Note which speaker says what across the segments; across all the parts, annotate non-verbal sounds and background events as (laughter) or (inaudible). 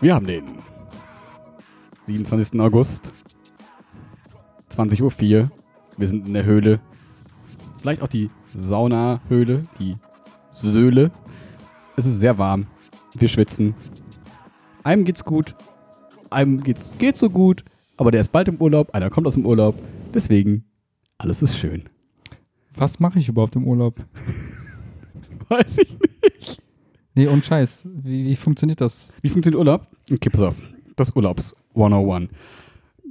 Speaker 1: Wir haben den 27. August, 20.04 Uhr. Wir sind in der Höhle. Vielleicht auch die Saunahöhle, die Söhle. Es ist sehr warm. Wir schwitzen. Einem geht's gut. Einem geht's geht so gut. Aber der ist bald im Urlaub. Einer kommt aus dem Urlaub. Deswegen, alles ist schön. (laughs)
Speaker 2: Was mache ich überhaupt im Urlaub?
Speaker 1: Weiß ich nicht.
Speaker 2: Nee, und Scheiß. Wie, wie funktioniert das?
Speaker 1: Wie funktioniert Urlaub? Okay, pass auf. Das Urlaubs 101.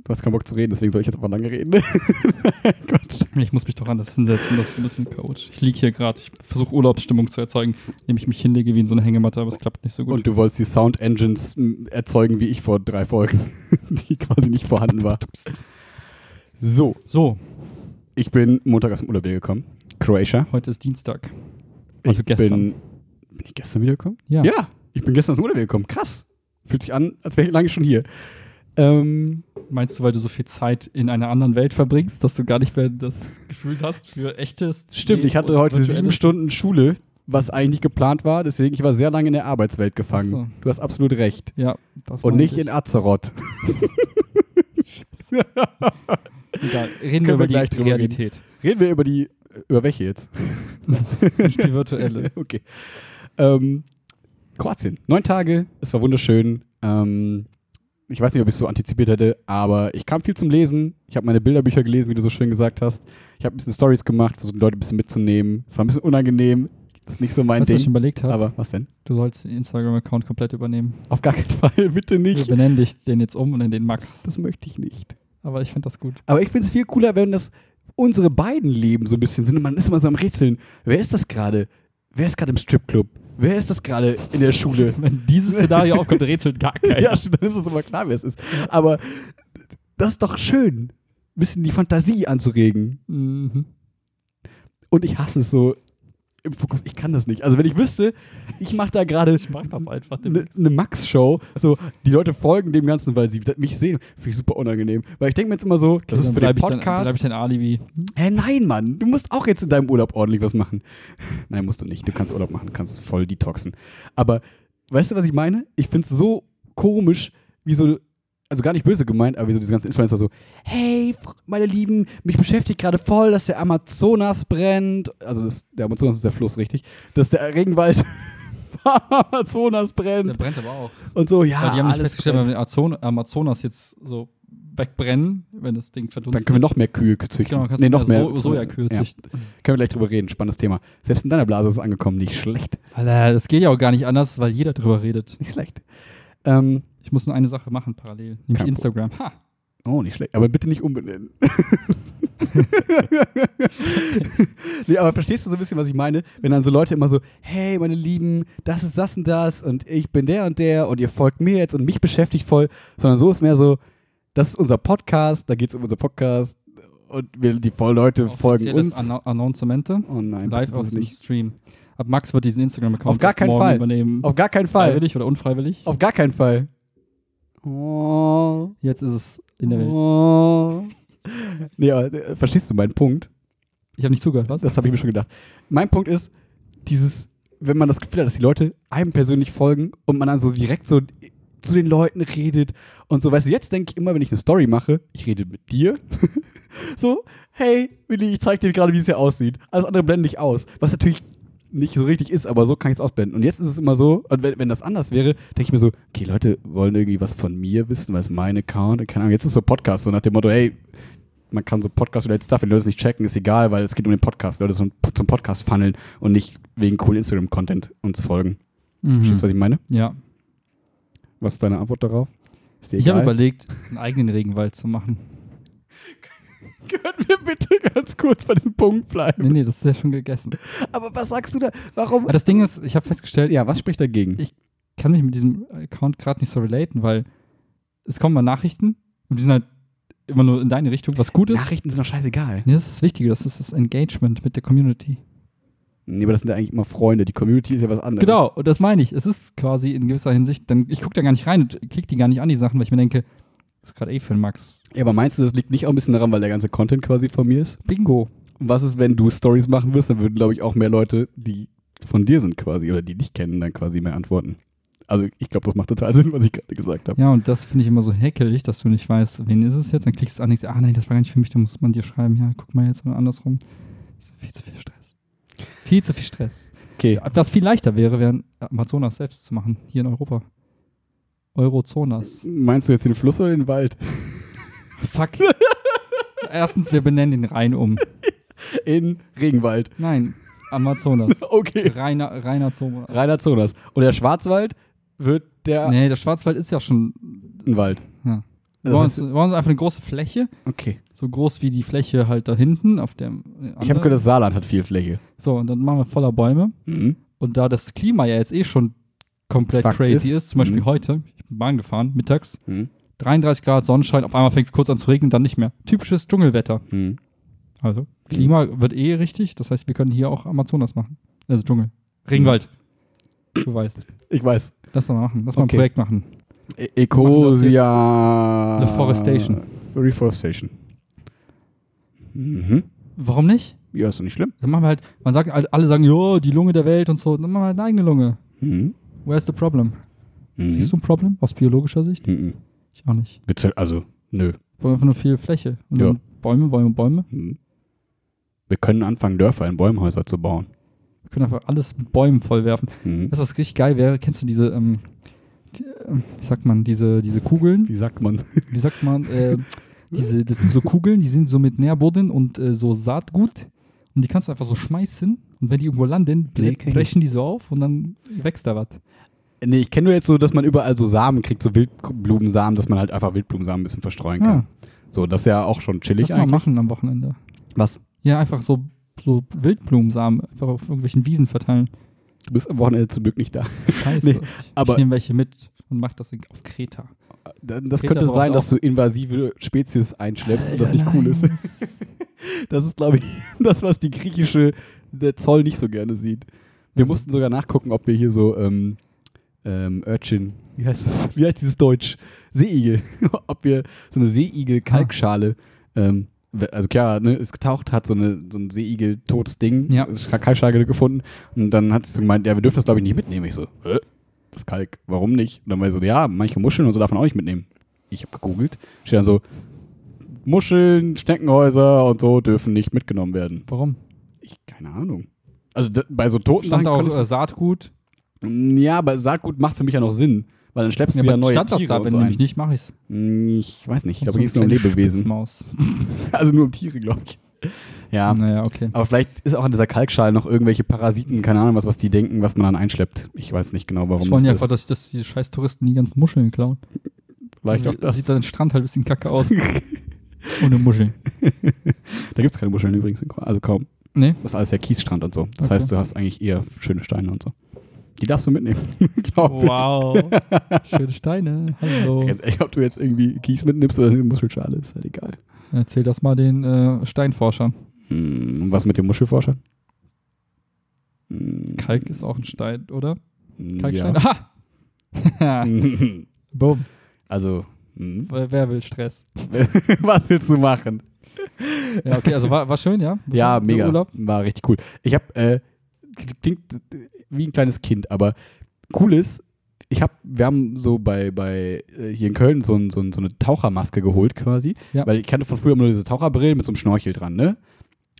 Speaker 1: Du hast keinen Bock zu reden, deswegen soll ich jetzt aber lange reden. Quatsch.
Speaker 2: Ich muss mich doch anders hinsetzen, das ist ein bisschen chaotisch. Ich liege hier gerade, ich versuche Urlaubsstimmung zu erzeugen, indem ich mich hinlege wie in so eine Hängematte, aber es klappt nicht so gut.
Speaker 1: Und du wolltest die Sound Engines m, erzeugen, wie ich vor drei Folgen, (laughs) die quasi nicht vorhanden war. So,
Speaker 2: so,
Speaker 1: ich bin Montag aus dem Urlaub wiedergekommen. Croatia.
Speaker 2: heute ist Dienstag.
Speaker 1: Ich
Speaker 2: Also gestern.
Speaker 1: Bin, bin ich gestern wiedergekommen?
Speaker 2: Ja.
Speaker 1: ja, ich bin gestern aus dem Urlaub wiedergekommen. Krass. Fühlt sich an, als wäre ich lange schon hier. Ähm,
Speaker 2: Meinst du, weil du so viel Zeit in einer anderen Welt verbringst, dass du gar nicht mehr das Gefühl hast für echtes?
Speaker 1: stimmt,
Speaker 2: Leben
Speaker 1: ich hatte
Speaker 2: und
Speaker 1: heute sieben
Speaker 2: virtuelles-
Speaker 1: Stunden Schule, was eigentlich nicht geplant war. Deswegen, ich war sehr lange in der Arbeitswelt gefangen.
Speaker 2: Ach so.
Speaker 1: Du hast absolut recht.
Speaker 2: Ja, das
Speaker 1: Und
Speaker 2: meinte
Speaker 1: nicht
Speaker 2: ich.
Speaker 1: in Azeroth.
Speaker 2: Egal,
Speaker 1: Können
Speaker 2: reden wir
Speaker 1: wir
Speaker 2: über die
Speaker 1: gleich drüber reden.
Speaker 2: Realität,
Speaker 1: Reden wir über die, über welche jetzt?
Speaker 2: nicht
Speaker 1: (laughs)
Speaker 2: die virtuelle.
Speaker 1: Okay. Ähm, Kroatien. Neun Tage. Es war wunderschön. Ähm, ich weiß nicht, ob ich es so antizipiert hätte, aber ich kam viel zum Lesen. Ich habe meine Bilderbücher gelesen, wie du so schön gesagt hast. Ich habe ein bisschen Stories gemacht, versucht, die Leute ein bisschen mitzunehmen. Es war ein bisschen unangenehm. Das ist nicht so mein
Speaker 2: Was ich schon
Speaker 1: Ding.
Speaker 2: überlegt habe,
Speaker 1: Aber was denn?
Speaker 2: du sollst den Instagram-Account komplett übernehmen.
Speaker 1: Auf gar keinen Fall. (laughs) Bitte
Speaker 2: Wir
Speaker 1: nicht.
Speaker 2: benennen dich den jetzt um und nennen den Max.
Speaker 1: Das möchte ich nicht.
Speaker 2: Aber ich finde das gut.
Speaker 1: Aber ich finde es viel cooler, wenn das unsere beiden Leben so ein bisschen sind und man ist immer so am Rätseln. Wer ist das gerade? Wer ist gerade im Stripclub? Wer ist das gerade in der Schule?
Speaker 2: (laughs) Wenn dieses Szenario aufkommt,
Speaker 1: (laughs)
Speaker 2: rätselt gar keiner.
Speaker 1: Ja, stimmt, dann ist es immer klar, wer es ist. Aber das ist doch schön, ein bisschen die Fantasie anzuregen.
Speaker 2: Mhm.
Speaker 1: Und ich hasse es so im Fokus, ich kann das nicht. Also wenn ich wüsste, ich mache da gerade
Speaker 2: Ich mach das einfach
Speaker 1: eine
Speaker 2: demnächst.
Speaker 1: ne, Max-Show, so die Leute folgen dem Ganzen, weil sie mich sehen, finde ich super unangenehm. Weil ich denke mir jetzt immer so, das ist für den
Speaker 2: Dann
Speaker 1: Podcast.
Speaker 2: bleibe ich dein Alibi.
Speaker 1: Hä, nein, Mann, du musst auch jetzt in deinem Urlaub ordentlich was machen. Nein, musst du nicht. Du kannst Urlaub machen, kannst voll detoxen. Aber weißt du, was ich meine? Ich find's so komisch, wie so, also gar nicht böse gemeint, aber wie so diese ganzen Influencer so, hey, fr- meine Lieben, mich beschäftigt gerade voll, dass der Amazonas brennt. Also das, der Amazonas ist der Fluss, richtig? Dass der Regenwald (laughs) am Amazonas
Speaker 2: Der
Speaker 1: brennt.
Speaker 2: brennt aber auch.
Speaker 1: Und so, ja,
Speaker 2: Weil die haben nicht
Speaker 1: Ah, alles
Speaker 2: festgestellt, wenn
Speaker 1: brennt.
Speaker 2: wir den Azon- Amazonas jetzt so wegbrennen, wenn das Ding verdunstet.
Speaker 1: Dann können wir noch mehr Kühe züchten.
Speaker 2: genau, kannst
Speaker 1: nee,
Speaker 2: du
Speaker 1: noch mehr.
Speaker 2: mehr so Sojakühe
Speaker 1: Ja.
Speaker 2: züchten.
Speaker 1: Können wir gleich drüber reden. Spannendes Thema. Selbst in deiner Blase ist es angekommen. Nicht schlecht.
Speaker 2: Alter, das geht ja auch gar nicht anders, weil jeder drüber redet.
Speaker 1: Nicht schlecht. Ähm,
Speaker 2: Ich muss nur eine Sache machen parallel, nämlich
Speaker 1: Kein
Speaker 2: Instagram. Ha!
Speaker 1: oh, nicht schlecht. Aber bitte nicht umbenennen. (laughs) nee, aber verstehst du so ein bisschen, was ich meine? Wenn dann so Leute immer so, hey, meine Lieben, das ist das und das und ich bin der und der und ihr folgt mir jetzt und mich beschäftigt voll. Sondern so ist mehr so, das ist unser Podcast, da geht es um unser Podcast und wir, die voll Leute folgen
Speaker 2: Offizielles
Speaker 1: uns.
Speaker 2: Anno Announcemente.
Speaker 1: oh nein,
Speaker 2: Live
Speaker 1: bitte
Speaker 2: aus
Speaker 1: das
Speaker 2: dem
Speaker 1: nicht.
Speaker 2: Stream. Ab Max wird diesen Instagram-Account
Speaker 1: Auf gar
Speaker 2: erst
Speaker 1: keinen
Speaker 2: morgen
Speaker 1: Fall.
Speaker 2: übernehmen.
Speaker 1: Auf gar keinen Fall.
Speaker 2: Freiwillig oder unfreiwillig.
Speaker 1: Auf gar keinen Fall. Oh.
Speaker 2: Jetzt ist es in der Welt.
Speaker 1: Oh. Nee, aber, äh, verstehst du meinen Punkt?
Speaker 2: Ich habe nicht zugehört, was?
Speaker 1: Das habe ich mir schon gedacht. Mein Punkt ist, dieses, wenn man das Gefühl hat, dass die Leute einem persönlich folgen und man dann so direkt so zu den Leuten redet und so, weißt du, jetzt denke ich immer, wenn ich eine Story mache, ich rede mit dir. (laughs) so, hey, Willi, ich zeig dir gerade, wie es hier aussieht. Alles andere blende ich aus. Was natürlich nicht so richtig ist, aber so kann ich es ausblenden. Und jetzt ist es immer so, und wenn, wenn das anders wäre, denke ich mir so, okay, Leute wollen irgendwie was von mir wissen, weil es mein Account, keine Ahnung, jetzt ist so Podcast, so nach dem Motto, hey, man kann so Podcast-related Stuff, wenn Leute es nicht checken, ist egal, weil es geht um den Podcast. Leute zum, zum Podcast funneln und nicht wegen coolen Instagram-Content uns
Speaker 2: Mhm.
Speaker 1: folgen. Verstehst du, was ich meine?
Speaker 2: Ja.
Speaker 1: Was ist deine Antwort darauf? Ist dir
Speaker 2: Ich habe
Speaker 1: egal?
Speaker 2: überlegt, einen eigenen Regenwald zu machen.
Speaker 1: (laughs) Können wir bitte ganz kurz bei diesem Punkt bleiben?
Speaker 2: Nee, nee, das ist ja schon gegessen.
Speaker 1: Aber was sagst du da? Warum?
Speaker 2: Aber das Ding ist, ich habe festgestellt, ich
Speaker 1: Ja, was spricht dagegen?
Speaker 2: Ich- kann mich mit diesem Account gerade nicht so relaten, weil es kommen mal Nachrichten und die sind halt immer nur in deine Richtung, was gut ist.
Speaker 1: Nachrichten sind doch scheißegal.
Speaker 2: nee, das ist das Wichtige, das ist das Engagement mit der Community.
Speaker 1: Nee, aber das sind ja eigentlich immer Freunde. Die Community ist ja was anderes.
Speaker 2: Genau, und das meine ich. Es ist quasi in gewisser Hinsicht, dann, ich gucke da gar nicht rein und klicke die gar nicht an, die Sachen, weil ich mir denke, das ist gerade eh für den Max.
Speaker 1: Ja, aber meinst du, das liegt nicht auch ein bisschen daran, weil der ganze Content quasi von mir ist?
Speaker 2: Bingo.
Speaker 1: Und was ist, wenn du Stories machen wirst? Dann würden, glaube ich, auch mehr Leute, die von dir sind quasi oder die dich kennen, dann quasi mehr antworten. Also ich glaube, das macht total (laughs) Sinn, was ich gerade gesagt habe.
Speaker 2: Ja, und das finde ich immer so häkelig, dass du nicht weißt, wen ist es jetzt. Dann klickst du an und denkst, ah nein, das war gar nicht für mich, dann muss man dir schreiben, ja, guck mal jetzt und andersrum. Viel zu viel Stress. Viel zu viel Stress.
Speaker 1: Okay,
Speaker 2: Was viel leichter wäre, wäre Amazonas selbst zu machen, hier in Europa. Eurozonas.
Speaker 1: meinst du jetzt den Fluss oder den Wald? (laughs)
Speaker 2: Fuck. Erstens, wir benennen den Rhein um.
Speaker 1: In Regenwald. (laughs)
Speaker 2: Nein, Amazonas.
Speaker 1: Okay.
Speaker 2: Reiner, reiner Zonas.
Speaker 1: Rainer Zonas. Und der Schwarzwald wird der
Speaker 2: Nee, der Schwarzwald ist ja schon.
Speaker 1: Wald.
Speaker 2: Ja. Wir
Speaker 1: Das
Speaker 2: wollen uns,
Speaker 1: heißt-
Speaker 2: wir wollen uns einfach eine große Fläche,
Speaker 1: Okay.
Speaker 2: so groß wie die Fläche halt da hinten auf der.
Speaker 1: Ich habe gehört, das Saarland hat viel Fläche.
Speaker 2: So, und dann machen wir voller Bäume.
Speaker 1: Mhm.
Speaker 2: Und da das Klima ja jetzt eh schon komplett
Speaker 1: Fakt
Speaker 2: crazy ist, zum Beispiel
Speaker 1: Mhm.
Speaker 2: heute, ich bin Bahn gefahren, mittags,
Speaker 1: Mhm.
Speaker 2: 33 Grad Sonnenschein, auf einmal fängt es kurz an zu regnen, dann nicht mehr. Typisches Dschungelwetter.
Speaker 1: Mhm.
Speaker 2: Also, Klima wird eh richtig, das heißt, wir können hier auch Amazonas machen. Also Dschungel. Regenwald. Du weißt.
Speaker 1: Ich weiß.
Speaker 2: Lass mal machen, lass mal
Speaker 1: Mhm. Okay.
Speaker 2: ein Projekt machen.
Speaker 1: E Ecosia.
Speaker 2: Reforestation.
Speaker 1: Reforestation. Mhm.
Speaker 2: Warum nicht?
Speaker 1: Ja, ist doch nicht schlimm.
Speaker 2: Dann machen wir halt, man sagt, alle sagen, jo, die Lunge der Welt und so, dann machen wir halt eine eigene Lunge.
Speaker 1: Mhm.
Speaker 2: Where's the problem?
Speaker 1: Mhm.
Speaker 2: Siehst du ein Problem aus biologischer Sicht?
Speaker 1: Mhm.
Speaker 2: Ich auch nicht.
Speaker 1: Bitte, also, nö.
Speaker 2: Wir brauchen einfach nur viel Fläche. Und
Speaker 1: Ja.
Speaker 2: dann Bäume, Bäume, Bäume.
Speaker 1: Mhm. Wir können anfangen, Dörfer in Bäumhäuser zu bauen.
Speaker 2: Wir können einfach alles mit Bäumen vollwerfen.
Speaker 1: Mhm.
Speaker 2: Weißt du, was richtig geil wäre? Kennst du diese, ähm, die, ähm, wie sagt man, diese, diese Kugeln?
Speaker 1: Wie sagt man?
Speaker 2: Wie sagt man, äh, diese, das sind so Kugeln, die sind so mit Nährboden und äh, so Saatgut. Und die kannst du einfach so schmeißen. Und wenn die irgendwo landen, ble
Speaker 1: Nee, kenn ich.
Speaker 2: brechen die so auf und dann wächst da was.
Speaker 1: (laughs) Nee, ich kenne nur jetzt so, dass man überall so Samen kriegt, so Wildblumensamen, dass man halt einfach Wildblumensamen ein bisschen verstreuen kann.
Speaker 2: Ja,
Speaker 1: So, Ah. das ist ja auch schon chillig
Speaker 2: Ah, lass mal
Speaker 1: eigentlich.
Speaker 2: machen am Wochenende.
Speaker 1: Was?
Speaker 2: Ja, einfach so, so Wildblumensamen einfach auf irgendwelchen Wiesen verteilen.
Speaker 1: Du bist am Wochenende zum Glück nicht da.
Speaker 2: Scheiße.
Speaker 1: Nee, aber-
Speaker 2: ich nehme welche mit und mach das in- auf Kreta.
Speaker 1: Das
Speaker 2: Peter
Speaker 1: könnte
Speaker 2: braucht
Speaker 1: sein, dass
Speaker 2: auch-
Speaker 1: du invasive Spezies einschleppst und das
Speaker 2: Alter,
Speaker 1: nicht cool ist.
Speaker 2: nice.
Speaker 1: Das ist, glaube ich, (laughs) das, was die griechische, der Zoll nicht so gerne sieht. Wir
Speaker 2: Das-
Speaker 1: mussten sogar nachgucken, ob wir hier so ähm, ähm, Urchin, wie heißt das? (laughs) Wie heißt dieses Deutsch? Seeigel. (laughs) ob wir so eine Seeigel-Kalkschale,
Speaker 2: Ah.
Speaker 1: ähm, we- also Chiara, ne, ist getaucht, hat so, eine, so ein Seeigel-totes Ding,
Speaker 2: Ja.
Speaker 1: ist Kalkschale gefunden und dann hat sie gemeint, ja, wir dürfen das, glaube ich, nicht mitnehmen. Ich so, Hä? das Kalk, warum nicht? Und dann war ich so, ja, manche Muscheln und so darf man auch nicht mitnehmen. Ich habe gegoogelt, steht dann so, Muscheln, Schneckenhäuser und so dürfen nicht mitgenommen werden.
Speaker 2: Warum?
Speaker 1: Ich, keine Ahnung. Also d- bei so toten
Speaker 2: Stand da auch
Speaker 1: konntest-
Speaker 2: äh, Saatgut.
Speaker 1: Ja, aber Saatgut macht für mich ja noch Sinn, weil dann schleppst du ja
Speaker 2: aber
Speaker 1: neue
Speaker 2: stand
Speaker 1: Tiere
Speaker 2: das da,
Speaker 1: und
Speaker 2: wenn
Speaker 1: so
Speaker 2: nämlich
Speaker 1: ein.
Speaker 2: nicht, mache ich's.
Speaker 1: Hm, Ich weiß nicht, ich
Speaker 2: Und
Speaker 1: glaube, hier
Speaker 2: so
Speaker 1: ging
Speaker 2: ein
Speaker 1: es nur um
Speaker 2: kleines
Speaker 1: Lebewesen.
Speaker 2: Spitzmaus.
Speaker 1: (laughs) Also nur um Tiere, glaube ich. Ja,
Speaker 2: Naja, okay.
Speaker 1: aber vielleicht ist auch an dieser Kalkschale noch irgendwelche Parasiten, keine Ahnung was, was die denken, was man dann einschleppt. Ich weiß nicht genau, warum
Speaker 2: Ich wollte ja
Speaker 1: das
Speaker 2: einfach,
Speaker 1: ist.
Speaker 2: dass, dass die scheiß Touristen die ganzen Muscheln klauen.
Speaker 1: Vielleicht auch
Speaker 2: Irgendwie
Speaker 1: das.
Speaker 2: Sieht dann der Strand halt ein bisschen
Speaker 1: (laughs)
Speaker 2: kacke aus. Ohne Muscheln.
Speaker 1: Da gibt es keine Muscheln übrigens, in Ko- also kaum.
Speaker 2: Nee?
Speaker 1: Das ist alles ja Kiesstrand und so. Das
Speaker 2: Okay.
Speaker 1: heißt, du hast eigentlich eher schöne Steine und so. Die darfst du mitnehmen, (laughs) glaube ich.
Speaker 2: Wow.
Speaker 1: (laughs)
Speaker 2: Schöne Steine. Hallo.
Speaker 1: Ganz ehrlich, ob du jetzt irgendwie Kies mitnimmst oder eine Muschelschale, ist halt egal.
Speaker 2: Erzähl das mal den äh, Steinforschern.
Speaker 1: Hm, und was mit dem Muschelforscher? Hm,
Speaker 2: Kalk ist auch ein Stein, oder? Kalkstein. (laughs)
Speaker 1: ja. Hm,
Speaker 2: Aha! (laughs) Boom.
Speaker 1: (laughs) Also, hm, (laughs)
Speaker 2: Wer, wer will Stress?
Speaker 1: was willst du machen?
Speaker 2: Ja, okay, also war, war schön, ja? War
Speaker 1: Ja,
Speaker 2: schön, so
Speaker 1: mega.
Speaker 2: Urlaub.
Speaker 1: War richtig cool. Ich habe, äh, klingt wie ein kleines Kind, aber cool ist, ich hab, wir haben so bei, bei äh, hier in Köln so, ein, so, ein, so eine Tauchermaske geholt quasi,
Speaker 2: Ja.
Speaker 1: weil ich kannte von früher immer nur diese Taucherbrillen mit so einem Schnorchel dran, ne?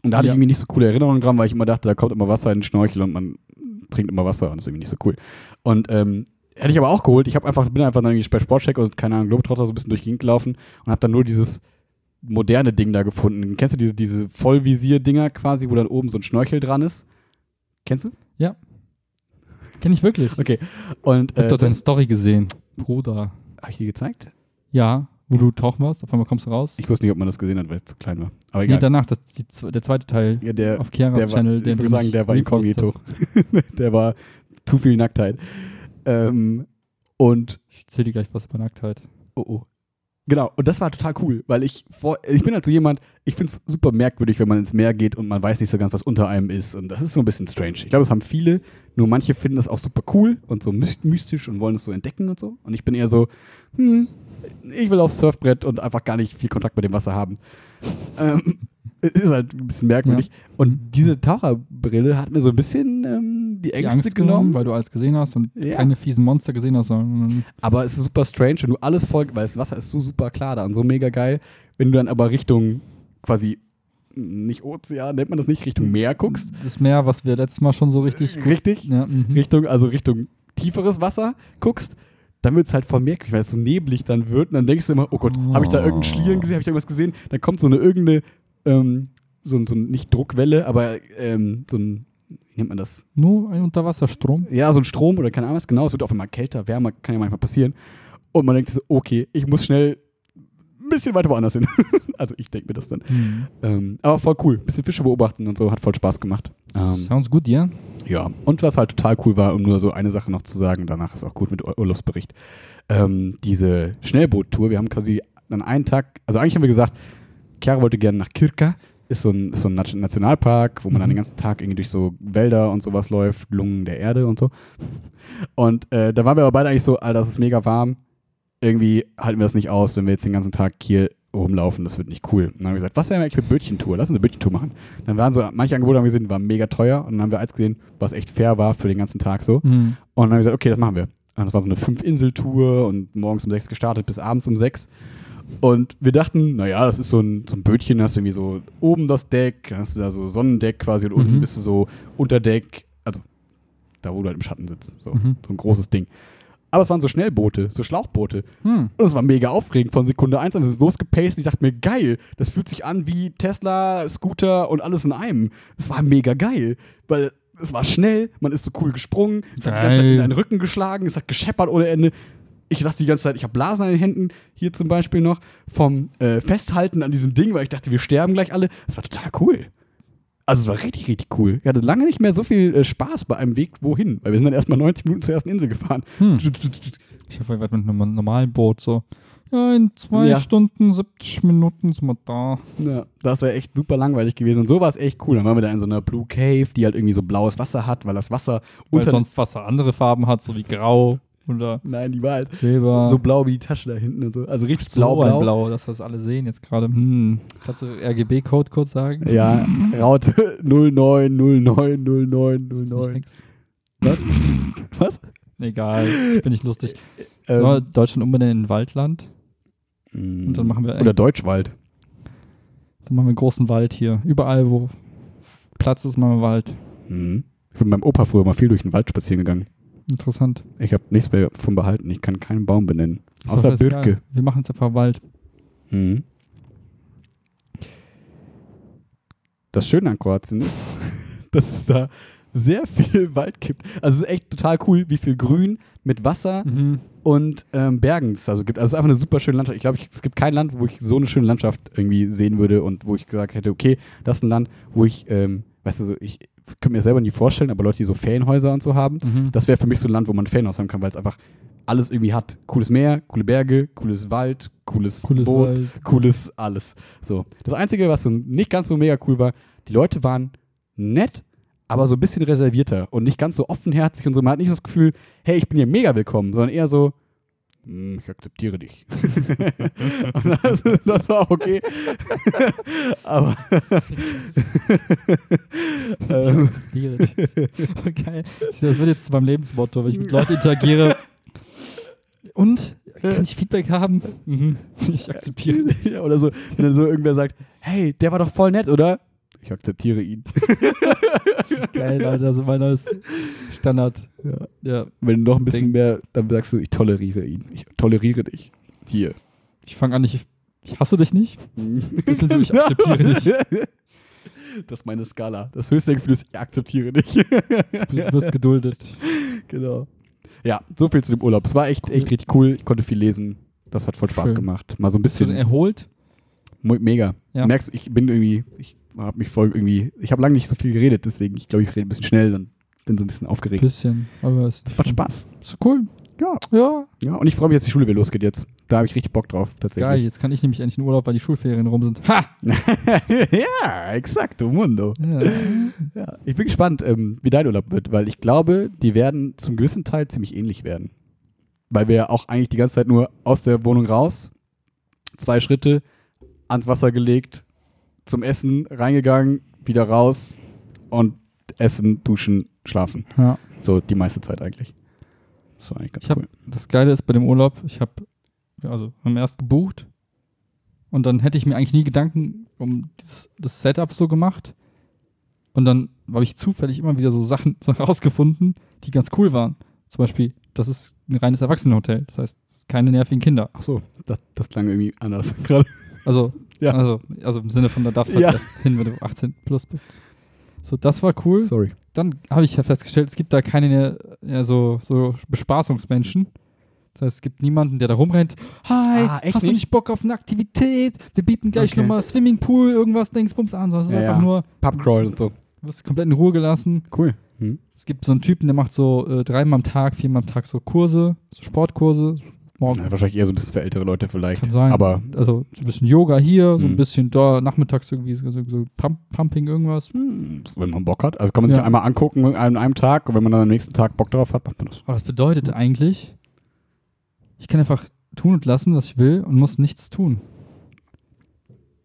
Speaker 1: Und da hatte
Speaker 2: Ja.
Speaker 1: ich irgendwie nicht so coole Erinnerungen dran, weil ich immer dachte, da kommt immer Wasser in den Schnorchel und man trinkt immer Wasser und das ist irgendwie nicht so cool. Und ähm, hätte ich aber auch geholt. Ich hab einfach, bin einfach dann irgendwie bei Sportcheck und keine Ahnung, Globetrotter so ein bisschen durch die Gegend gelaufen und habe dann nur dieses moderne Ding da gefunden. Kennst du diese, diese Vollvisier-Dinger quasi, wo dann oben so ein Schnorchel dran ist? Kennst du?
Speaker 2: Kenn ich wirklich. Ich
Speaker 1: Okay. Und
Speaker 2: hab
Speaker 1: äh,
Speaker 2: doch deine Story gesehen. Bruder.
Speaker 1: habe ich dir gezeigt?
Speaker 2: Ja, wo du tauchen warst, auf einmal kommst du raus.
Speaker 1: Ich wusste nicht, ob man das gesehen hat, weil es zu klein war. Aber
Speaker 2: nee,
Speaker 1: egal.
Speaker 2: danach, das, die, zwe- der zweite Teil
Speaker 1: ja, der,
Speaker 2: auf Chiaras
Speaker 1: der war,
Speaker 2: Channel,
Speaker 1: ich
Speaker 2: den
Speaker 1: würde sagen,
Speaker 2: mich
Speaker 1: der war
Speaker 2: repostet
Speaker 1: inkognito. (laughs)
Speaker 2: hast.
Speaker 1: der war zu viel Nacktheit. Ähm, und
Speaker 2: Ich erzähl dir gleich was über Nacktheit.
Speaker 1: Oh, oh. Genau, und das war total cool, weil ich vor, ich bin halt so jemand, ich finde es super merkwürdig, wenn man ins Meer geht und man weiß nicht so ganz, was unter einem ist. Und das ist so ein bisschen strange. Ich glaube, das haben viele, nur manche finden das auch super cool und so myst- mystisch und wollen es so entdecken und so. Und ich bin eher so, hm, ich will aufs Surfbrett und einfach gar nicht viel Kontakt mit dem Wasser haben. Ähm, Es ist halt ein bisschen merkwürdig.
Speaker 2: Mhm.
Speaker 1: Und diese Taucherbrille hat mir so ein bisschen ähm, die
Speaker 2: Die
Speaker 1: Ängste genommen.
Speaker 2: weil du alles gesehen hast und
Speaker 1: Ja.
Speaker 2: keine fiesen Monster gesehen hast, sondern
Speaker 1: aber es ist super strange, wenn du alles folgst, weil das Wasser ist so super klar da und so mega geil. Wenn du dann aber Richtung quasi, hm, nicht Ozean, nennt man das nicht, Richtung Meer guckst.
Speaker 2: das Meer, was wir letztes Mal schon so richtig.
Speaker 1: Richtig?
Speaker 2: Ja, mhm.
Speaker 1: Richtung, also Richtung tieferes Wasser guckst, dann wird es halt vermerklich, weil es so neblig dann wird. Und dann denkst du immer, oh Gott, habe ich da irgendeinen Schlieren gesehen, habe ich da irgendwas gesehen? Dann kommt so eine irgendeine, ähm, so, ein- so ein, nicht Druckwelle, aber ähm, so ein, wie nennt man das?
Speaker 2: Nur ein Unterwasserstrom.
Speaker 1: Ja, so ein Strom oder keine Ahnung was genau. Es wird auf einmal kälter, wärmer, kann ja manchmal passieren. Und man denkt so, okay, ich muss schnell ein bisschen weiter woanders hin. (laughs) also ich denke mir das dann.
Speaker 2: Mhm.
Speaker 1: Ähm, aber voll cool. Bisschen Fische beobachten und so, hat voll Spaß gemacht. Ähm,
Speaker 2: Sounds good, ja?
Speaker 1: ja, und was halt total cool war, um nur so eine Sache noch zu sagen, danach ist auch gut mit Ur- Urlaubsbericht, ähm, diese Schnellboot-Tour, wir haben quasi an einem Tag, also eigentlich haben wir gesagt, Chiara wollte gerne nach Kirka, ist so ein, ist so ein Nat- Nationalpark, wo man dann den ganzen Tag irgendwie durch so Wälder und sowas läuft, Lungen der Erde und so. Und äh, da waren wir aber beide eigentlich so, Alter, das ist mega warm, irgendwie halten wir das nicht aus, wenn wir jetzt den ganzen Tag hier rumlaufen, das wird nicht cool. Und dann haben wir gesagt, was wäre eigentlich mit Bötchentour? Lass uns eine Bötchentour machen. Dann waren so, manche Angebote haben wir gesehen, die waren mega teuer und dann haben wir eins gesehen, was echt fair war für den ganzen Tag so.
Speaker 2: Mhm.
Speaker 1: Und dann haben wir gesagt, okay, das machen wir. Und das war so eine Fünf-Insel-Tour und morgens um sechs gestartet bis abends um sechs. Und wir dachten, naja, das ist so ein, so ein Bötchen, da hast du irgendwie so oben das Deck, dann hast du da so Sonnendeck quasi und unten
Speaker 2: Mhm.
Speaker 1: bist du so unter Deck, also da, wo du halt im Schatten sitzt. So,
Speaker 2: Mhm.
Speaker 1: so ein großes Ding. Aber es waren so Schnellboote, so Schlauchboote.
Speaker 2: Hm.
Speaker 1: Und das war mega aufregend. Von Sekunde 1 haben sie losgepaced. und Ich dachte mir, geil, das fühlt sich an wie Tesla, Scooter und alles in einem. Es war mega geil, weil es war schnell, man ist so cool gesprungen, es hat die ganze Zeit
Speaker 2: Geil.
Speaker 1: in deinen Rücken geschlagen, es hat gescheppert ohne Ende. Ich dachte die ganze Zeit, ich habe Blasen an den Händen, hier zum Beispiel noch, vom äh, Festhalten an diesem Ding, weil ich dachte, wir sterben gleich alle. Es war total cool. Also es war richtig, richtig cool. Ich hatte lange nicht mehr so viel äh, Spaß bei einem Weg wohin, weil wir sind dann erstmal 90 Minuten zur ersten Insel gefahren.
Speaker 2: Hm. Ich hoffe, ihr werdet mit einem normalen Boot so. Ja, in zwei
Speaker 1: Ja.
Speaker 2: Stunden, 70 Minuten sind wir da.
Speaker 1: Ja, das wäre echt super langweilig gewesen. Und so war es echt cool. Dann waren wir da in so einer Blue Cave, die halt irgendwie so blaues Wasser hat, weil das Wasser
Speaker 2: Weil
Speaker 1: unter.
Speaker 2: sonst Wasser andere Farben hat, so wie Grau oder
Speaker 1: Nein, die war halt
Speaker 2: Silber.
Speaker 1: so blau wie die Tasche da hinten und so. Also richtig
Speaker 2: So ein
Speaker 1: blau-blau.
Speaker 2: Blau, dass wir das alle sehen jetzt gerade. Hm. Kannst du RGB-Code kurz sagen?
Speaker 1: Ja, Raute (laughs) 09090909.
Speaker 2: Ist nicht nix.
Speaker 1: Was? Was?
Speaker 2: Egal, ich bin
Speaker 1: (laughs)
Speaker 2: nicht lustig. Soll Deutschland umbenennen in Waldland?
Speaker 1: Ähm,
Speaker 2: und dann machen wir
Speaker 1: Oder Deutschwald.
Speaker 2: Dann machen wir großen Wald hier. Überall, wo Platz ist, machen wir Wald.
Speaker 1: Mhm. Ich bin mit meinem Opa früher mal viel durch den Wald spazieren gegangen.
Speaker 2: Interessant.
Speaker 1: Ich habe nichts mehr von behalten. Ich kann keinen Baum benennen.
Speaker 2: Ist doch
Speaker 1: Außer
Speaker 2: alles egal.
Speaker 1: Birke.
Speaker 2: Wir machen jetzt einfach Wald.
Speaker 1: Mhm. Das Schöne an Kroatien ist, (laughs) dass es da sehr viel Wald gibt. Also es ist echt total cool, wie viel Grün mit Wasser
Speaker 2: Hm.
Speaker 1: und ähm, Bergen es da so gibt. Also es ist einfach eine super schöne Landschaft. Ich glaube, ich- es gibt kein Land, wo ich so eine schöne Landschaft irgendwie sehen würde und wo ich gesagt hätte, okay, das ist ein Land, wo ich, ähm, weißt du, so, ich könnte mir das selber nie vorstellen, aber Leute, die so Ferienhäuser und so haben,
Speaker 2: Mhm.
Speaker 1: das wäre für mich so ein Land, wo man ein Ferienhaus haben kann, weil es einfach alles irgendwie hat. Cooles Meer, coole Berge, cooles Wald, cooles,
Speaker 2: Cooles
Speaker 1: Boot,
Speaker 2: Wald.
Speaker 1: cooles alles. So. Das Einzige, was so nicht ganz so mega cool war, die Leute waren nett, aber so ein bisschen reservierter und nicht ganz so offenherzig und so. Man hat nicht das Gefühl, hey, ich bin hier mega willkommen, sondern eher so, "Hm, ich akzeptiere dich. (laughs) und das, das war okay. aber Ähm.
Speaker 2: Ich akzeptiere (laughs) dich. Geil. Ich- Das wird jetzt zu meinem Lebensmotto, wenn ich mit Leuten
Speaker 1: (laughs)
Speaker 2: interagiere. Und? Kann ich Feedback haben? Mhm. Ich akzeptiere dich.
Speaker 1: Ja, oder so, wenn dann so irgendwer sagt, hey, der war doch voll nett, oder? Ich akzeptiere ihn.
Speaker 2: Geil, Alter. So mein neues Standard. Ja.
Speaker 1: Wenn du noch ein bisschen
Speaker 2: Ding.
Speaker 1: mehr, dann sagst du, ich toleriere ihn. Ich toleriere dich. Hier.
Speaker 2: Ich fange an, ich, ich hasse dich nicht. Bisschen so, ich akzeptiere dich.
Speaker 1: (laughs) Das ist meine Skala. Das höchste Gefühl ist, ich akzeptiere dich. (laughs)
Speaker 2: Du wirst geduldet.
Speaker 1: genau. Ja, so viel zu dem Urlaub. Es war echt, echt richtig cool. Ich konnte viel lesen. Das hat voll Spaß
Speaker 2: Schön.
Speaker 1: gemacht. Mal so ein
Speaker 2: Bist du denn
Speaker 1: bisschen.
Speaker 2: erholt?
Speaker 1: Mo- Mega.
Speaker 2: Ja.
Speaker 1: Merkst du, ich bin irgendwie, ich habe mich voll irgendwie, ich habe lange nicht so viel geredet, deswegen, ich glaube, ich rede ein bisschen schnell und bin so ein bisschen aufgeregt.
Speaker 2: Bisschen. Aber es
Speaker 1: Das macht Spaß.
Speaker 2: ist cool.
Speaker 1: Ja.
Speaker 2: Ja.
Speaker 1: Ja, und ich freue mich, dass die Schule wieder losgeht jetzt. Da habe ich richtig Bock drauf,
Speaker 2: Geil.
Speaker 1: tatsächlich.
Speaker 2: Jetzt kann ich nämlich endlich in Urlaub, weil die Schulferien rum sind. Ha!
Speaker 1: (laughs) ja, exakt, Mundo.
Speaker 2: Ja.
Speaker 1: Ja, ich bin gespannt, ähm, wie dein Urlaub wird, weil ich glaube, die werden zum gewissen Teil ziemlich ähnlich werden. Weil wir ja auch eigentlich die ganze Zeit nur aus der Wohnung raus, zwei Schritte, ans Wasser gelegt, zum Essen, reingegangen, wieder raus und essen, duschen, schlafen.
Speaker 2: Ja.
Speaker 1: So die meiste Zeit eigentlich. Das war eigentlich ganz
Speaker 2: Ich hab-
Speaker 1: cool.
Speaker 2: Das Geile ist bei dem Urlaub, ich habe also haben erst gebucht und dann hätte ich mir eigentlich nie Gedanken um dieses, das Setup so gemacht. Und dann habe ich zufällig immer wieder so Sachen (laughs) so herausgefunden, die ganz cool waren. Zum Beispiel, das ist ein reines Erwachsenenhotel. Das heißt, keine nervigen Kinder.
Speaker 1: Ach so, das, das klang irgendwie anders (laughs) gerade.
Speaker 2: Also,
Speaker 1: Ja.
Speaker 2: also, also im Sinne von, da darfst du
Speaker 1: Ja.
Speaker 2: halt erst hin, wenn du 18 plus bist. So, das war cool.
Speaker 1: Sorry.
Speaker 2: Dann habe ich ja festgestellt, es gibt da keine äh, ja, so, so Bespaßungsmenschen. Das heißt, es gibt niemanden, der da rumrennt. Hi,
Speaker 1: Ah, echt
Speaker 2: hast du
Speaker 1: nicht?
Speaker 2: nicht Bock auf eine Aktivität? Wir bieten gleich
Speaker 1: Okay.
Speaker 2: nochmal Swimmingpool, irgendwas, Dingsbums an. Sondern es ist
Speaker 1: Ja,
Speaker 2: einfach
Speaker 1: ja.
Speaker 2: nur,
Speaker 1: Pubcrawl und so.
Speaker 2: du wirst komplett in Ruhe gelassen.
Speaker 1: Cool. Hm.
Speaker 2: Es gibt so einen Typen, der macht so äh, dreimal am Tag, viermal am Tag so Kurse, so Sportkurse. Morgen,
Speaker 1: Na, wahrscheinlich eher so ein bisschen für ältere Leute vielleicht.
Speaker 2: Kann sein.
Speaker 1: Aber
Speaker 2: also so ein bisschen Yoga hier, so ein
Speaker 1: Mhm.
Speaker 2: bisschen da, nachmittags irgendwie so, so so Pump, Pumping irgendwas.
Speaker 1: hm, wenn man Bock hat. Also kann man sich
Speaker 2: Ja.
Speaker 1: einmal angucken an einem Tag und wenn man dann am nächsten Tag Bock drauf hat, macht man das.
Speaker 2: Aber das bedeutet eigentlich, ich kann einfach tun und lassen, was ich will und muss nichts tun.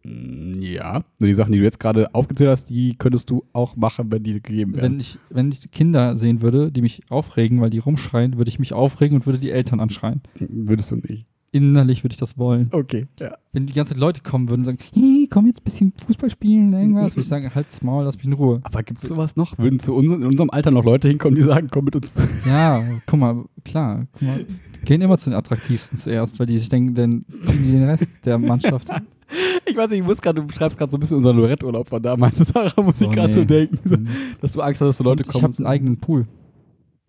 Speaker 1: Hm, Ja. Nur die Sachen, die du jetzt gerade aufgezählt hast, die könntest du auch machen, wenn die gegeben werden.
Speaker 2: Wenn ich, wenn ich Kinder sehen würde, die mich aufregen, weil die rumschreien, würde ich mich aufregen und würde die Eltern anschreien.
Speaker 1: Würdest du nicht.
Speaker 2: Innerlich würde ich das wollen.
Speaker 1: Okay. Ja.
Speaker 2: Wenn die ganze Zeit Leute kommen würden und sagen, hey, komm jetzt ein bisschen Fußball spielen, irgendwas, würde ich sagen, halt's Maul, lass mich in Ruhe.
Speaker 1: Aber gibt es sowas noch? Würden zu uns, in unserem Alter noch Leute hinkommen, die sagen, komm mit uns. (laughs)
Speaker 2: Ja, guck mal, klar, guck mal, die gehen immer zu den attraktivsten zuerst, weil die sich denken, dann ziehen die den Rest der Mannschaft.
Speaker 1: Ich weiß nicht, ich muss gerade, du beschreibst gerade so ein bisschen unseren Lorette-Urlaub von damals. (laughs) Daran muss ich gerade so denken, dass du Angst hast, dass so Leute
Speaker 2: Und ich
Speaker 1: kommen.
Speaker 2: habe einen eigenen Pool.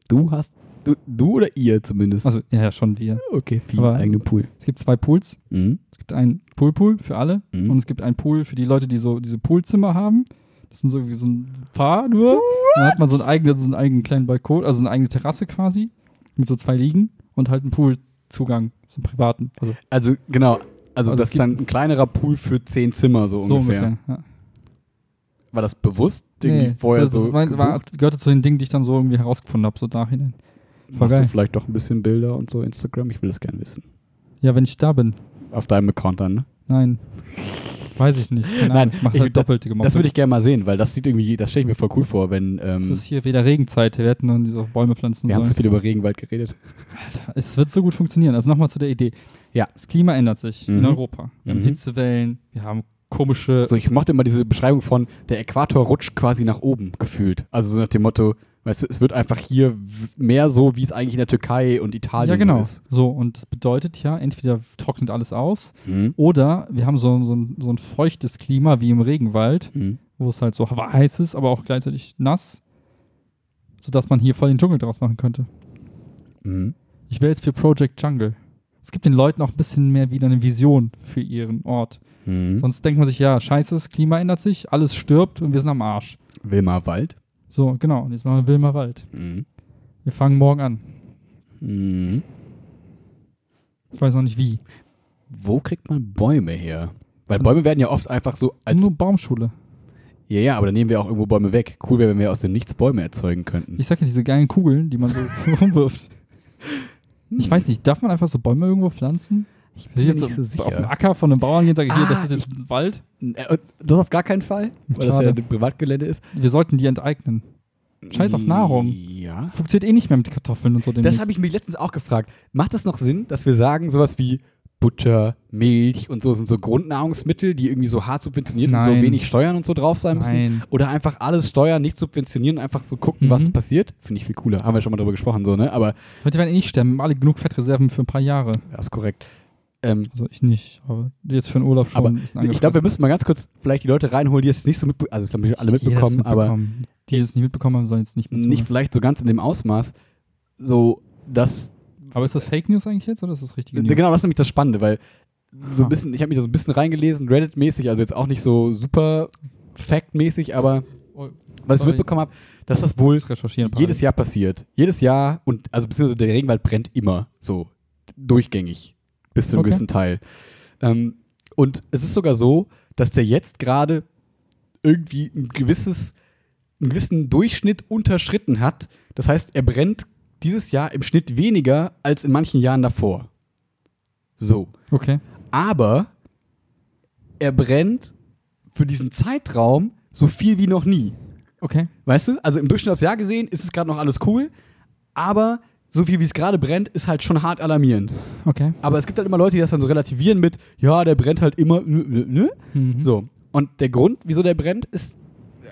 Speaker 1: Du hast, du, du oder ihr zumindest.
Speaker 2: Also, ja, ja, schon wir.
Speaker 1: okay, viel
Speaker 2: aber-
Speaker 1: eigenen Pool.
Speaker 2: Es gibt zwei Pools.
Speaker 1: Mhm.
Speaker 2: Es gibt einen Poolpool für alle
Speaker 1: Mhm.
Speaker 2: und es gibt einen Pool für die Leute, die so diese Poolzimmer haben. Das sind so wie so ein Paar nur. Und
Speaker 1: Uh.
Speaker 2: Dann hat man so einen eigenen, so einen eigenen kleinen Balkon, also eine eigene Terrasse quasi mit so zwei Liegen und halt einen Poolzugang, so einen privaten. Also
Speaker 1: Also, genau. Also,
Speaker 2: Also es
Speaker 1: das ist
Speaker 2: gibt-
Speaker 1: dann ein kleinerer Pool für zehn Zimmer, so,
Speaker 2: so
Speaker 1: ungefähr.
Speaker 2: ungefähr. ja.
Speaker 1: War das bewusst irgendwie
Speaker 2: Nee,
Speaker 1: vorher
Speaker 2: das, das
Speaker 1: so?
Speaker 2: mein, war,
Speaker 1: gebucht?
Speaker 2: gehörte zu den Dingen, die ich dann so irgendwie herausgefunden habe, so nachhinein. voll
Speaker 1: Machst
Speaker 2: geil.
Speaker 1: du vielleicht doch ein bisschen Bilder und so Instagram? Ich will das gerne wissen.
Speaker 2: Ja, wenn ich da bin.
Speaker 1: Auf deinem Account dann, ne?
Speaker 2: Nein. Weiß ich nicht. Keine
Speaker 1: Nein,
Speaker 2: Ahnung, ich mache
Speaker 1: ich-
Speaker 2: halt doppelte gemacht.
Speaker 1: Das würde ich gerne mal sehen, weil das sieht irgendwie, das stelle ich mir voll cool vor, wenn.
Speaker 2: Es
Speaker 1: Ähm,
Speaker 2: ist hier wieder Regenzeit. Wir hätten dann diese Bäume pflanzen
Speaker 1: wir haben
Speaker 2: sollen.
Speaker 1: zu viel über Regenwald geredet.
Speaker 2: Alter, es wird so gut funktionieren. Also nochmal zu der Idee.
Speaker 1: Ja.
Speaker 2: Das Klima ändert sich in
Speaker 1: Mhm.
Speaker 2: Europa. Wir haben
Speaker 1: Mhm.
Speaker 2: Hitzewellen, wir haben komische.
Speaker 1: So, ich mochte immer diese Beschreibung von, der Äquator rutscht quasi nach oben gefühlt. Also so nach dem Motto, weißt du, es wird einfach hier w- mehr so, wie es eigentlich in der Türkei und Italien
Speaker 2: ja, genau.
Speaker 1: so
Speaker 2: So,
Speaker 1: ist.
Speaker 2: und das bedeutet ja, entweder trocknet alles aus
Speaker 1: Mhm.
Speaker 2: oder wir haben so, so, ein, so ein feuchtes Klima wie im Regenwald,
Speaker 1: Mhm.
Speaker 2: wo es halt so heiß ist, aber auch gleichzeitig nass, sodass man hier voll den Dschungel draus machen könnte.
Speaker 1: Mhm.
Speaker 2: Ich wäre jetzt für Project Jungle. Es gibt den Leuten auch ein bisschen mehr wieder eine Vision für ihren Ort.
Speaker 1: Mhm.
Speaker 2: Sonst denkt man sich, ja, scheiße, das Klima ändert sich, alles stirbt und wir sind am Arsch.
Speaker 1: Wilmar Wald.
Speaker 2: So, genau. Und jetzt machen wir Wilmer Wald.
Speaker 1: Mhm.
Speaker 2: Wir fangen morgen an.
Speaker 1: Mhm.
Speaker 2: Ich weiß noch nicht wie.
Speaker 1: Wo kriegt man Bäume her? Weil
Speaker 2: Von-
Speaker 1: Bäume werden ja oft einfach so als.
Speaker 2: Nur Baumschule.
Speaker 1: Ja, ja, aber dann nehmen wir auch irgendwo Bäume weg. Cool wäre, wenn wir aus dem Nichts Bäume erzeugen könnten.
Speaker 2: Ich sag ja, diese geilen Kugeln, die
Speaker 1: (laughs)
Speaker 2: man so (laughs) rumwirft. Ich weiß nicht, darf man einfach so Bäume irgendwo pflanzen? Ich
Speaker 1: bin mir
Speaker 2: jetzt
Speaker 1: nicht so sicher.
Speaker 2: auf den Acker von einem Bauern gehen und sage, hier,
Speaker 1: Ah,
Speaker 2: das ist jetzt ein Wald.
Speaker 1: Äh, und Das auf gar keinen Fall, weil das ja
Speaker 2: Schade.
Speaker 1: ein Privatgelände ist.
Speaker 2: Wir sollten die enteignen. Scheiß auf Nahrung.
Speaker 1: Ja.
Speaker 2: Funktioniert eh nicht mehr mit Kartoffeln und so.
Speaker 1: Das habe ich mich letztens auch gefragt. Macht es noch Sinn, dass wir sagen, sowas wie Butter, Milch und so sind so Grundnahrungsmittel, die irgendwie so hart subventioniert und
Speaker 2: Nein.
Speaker 1: so wenig Steuern und so drauf sein müssen?
Speaker 2: Nein.
Speaker 1: Oder einfach alles steuern, nicht subventionieren, einfach so gucken,
Speaker 2: Mhm.
Speaker 1: was passiert? Finde ich viel cooler. Haben wir schon mal drüber gesprochen, so, ne? Aber
Speaker 2: Heute werden eh nicht sterben. Wir haben alle genug Fettreserven für ein paar Jahre.
Speaker 1: das ist korrekt. Ähm,
Speaker 2: Also ich nicht, aber jetzt für den Urlaub schon.
Speaker 1: Aber
Speaker 2: ein bisschen
Speaker 1: ich glaube, wir
Speaker 2: angefressen.
Speaker 1: müssen mal ganz kurz vielleicht die Leute reinholen, die es nicht so mitbekommen Also, ich glaube, wir haben alle
Speaker 2: Jeder hat's
Speaker 1: mitbekommen, aber
Speaker 2: mitbekommen. Die, die es nicht mitbekommen haben, sollen jetzt nicht mitbekommen.
Speaker 1: nicht vielleicht so ganz in dem Ausmaß, so, dass
Speaker 2: aber ist das Fake News eigentlich jetzt oder ist das richtige News?
Speaker 1: Genau, das ist nämlich das Spannende, weil so
Speaker 2: Ah.
Speaker 1: ein bisschen, ich habe mich da so ein bisschen reingelesen, Reddit-mäßig, also jetzt auch nicht so super fact-mäßig, aber
Speaker 2: Oh,
Speaker 1: was
Speaker 2: Sorry.
Speaker 1: ich mitbekommen habe, dass das wohl
Speaker 2: muss recherchieren.
Speaker 1: jedes Jahr passiert. Jedes Jahr und also beziehungsweise der Regenwald brennt immer so durchgängig bis zu einem
Speaker 2: Okay.
Speaker 1: gewissen Teil. Ähm, und es ist sogar so, dass der jetzt gerade irgendwie ein gewisses, einen gewissen Durchschnitt unterschritten hat. Das heißt, er brennt dieses Jahr im Schnitt weniger als in manchen Jahren davor. So.
Speaker 2: Okay.
Speaker 1: Aber er brennt für diesen Zeitraum so viel wie noch nie.
Speaker 2: Okay.
Speaker 1: Weißt du? Also im Durchschnitt aufs Jahr gesehen ist es gerade noch alles cool, aber so viel wie es gerade brennt, ist halt schon hart alarmierend.
Speaker 2: Okay.
Speaker 1: Aber es gibt halt immer Leute, die das dann so relativieren mit, ja, der brennt halt immer, nö, nö, nö.
Speaker 2: Mhm.
Speaker 1: So. Und der Grund, wieso der brennt, ist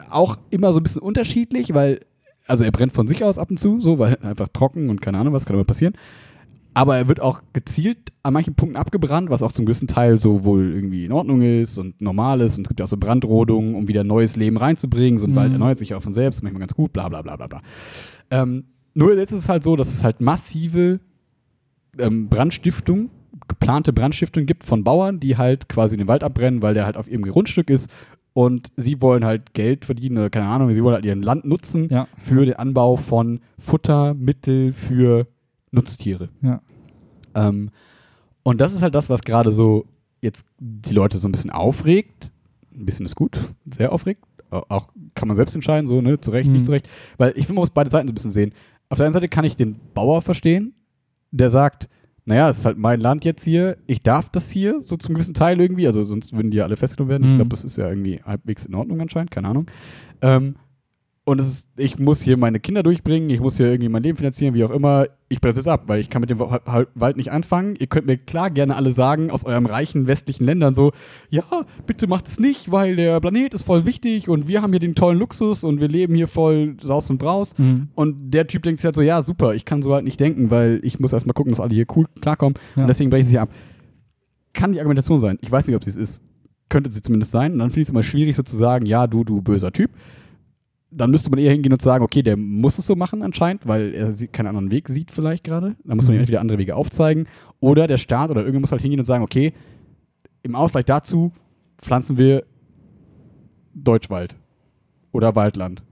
Speaker 1: auch immer so ein bisschen unterschiedlich, weil, also er brennt von sich aus ab und zu, so, weil einfach trocken und keine Ahnung was, kann immer passieren. Aber er wird auch gezielt an manchen Punkten abgebrannt, was auch zum gewissen Teil so wohl irgendwie in Ordnung ist und normal ist. Und es gibt ja auch so Brandrodungen, um wieder neues Leben reinzubringen. So ein
Speaker 2: Mhm.
Speaker 1: Wald erneuert sich auch von selbst, manchmal ganz gut, bla bla bla bla bla. Ähm, nur jetzt ist es halt so, dass es halt massive ähm, Brandstiftung, geplante Brandstiftung gibt von Bauern, die halt quasi den Wald abbrennen, weil der halt auf ihrem Grundstück ist und sie wollen halt Geld verdienen oder keine Ahnung, sie wollen halt ihren Land nutzen
Speaker 2: Ja.
Speaker 1: für den Anbau von Futtermittel für Nutztiere.
Speaker 2: Ja.
Speaker 1: Ähm, und das ist halt das, was gerade so jetzt die Leute so ein bisschen aufregt. Ein bisschen ist gut, sehr aufregt. Au- Auch kann man selbst entscheiden, so, ne, zu Recht,
Speaker 2: Mhm.
Speaker 1: nicht zu Recht. Weil ich finde, man muss beide Seiten so ein bisschen sehen. Auf der einen Seite kann ich den Bauer verstehen, der sagt, naja, es ist halt mein Land jetzt hier, ich darf das hier, so zum gewissen Teil irgendwie, also sonst würden die ja alle festgenommen werden. Ich
Speaker 2: Mhm.
Speaker 1: glaube, das ist ja irgendwie halbwegs in Ordnung anscheinend, keine Ahnung. Ähm, und es ist, ich muss hier meine Kinder durchbringen, ich muss hier irgendwie mein Leben finanzieren, wie auch immer. Ich brenne das jetzt ab, weil ich kann mit dem Wa- Wa- Wald nicht anfangen. Ihr könnt mir klar gerne alle sagen, aus eurem reichen westlichen Ländern so, ja, bitte macht es nicht, weil der Planet ist voll wichtig und wir haben hier den tollen Luxus und wir leben hier voll saus und braus.
Speaker 2: Mhm.
Speaker 1: Und der Typ denkt sich halt so, ja, super, ich kann so halt nicht denken, weil ich muss erstmal gucken, dass alle hier cool klarkommen.
Speaker 2: Ja.
Speaker 1: Und deswegen breche ich sie ab. Kann die Argumentation sein. Ich weiß nicht, ob sie es ist. Könnte sie zumindest sein. Und dann finde ich es immer schwierig, so zu sagen, ja, du, du böser Typ. Dann müsste man eher hingehen und sagen, okay, der muss es so machen anscheinend, weil er sie- keinen anderen Weg sieht vielleicht gerade. Dann muss man ihm
Speaker 2: Mhm.
Speaker 1: entweder andere Wege aufzeigen. Oder der Staat oder irgendwer muss halt hingehen und sagen, okay, im Ausgleich dazu pflanzen wir Deutschwald oder Waldland.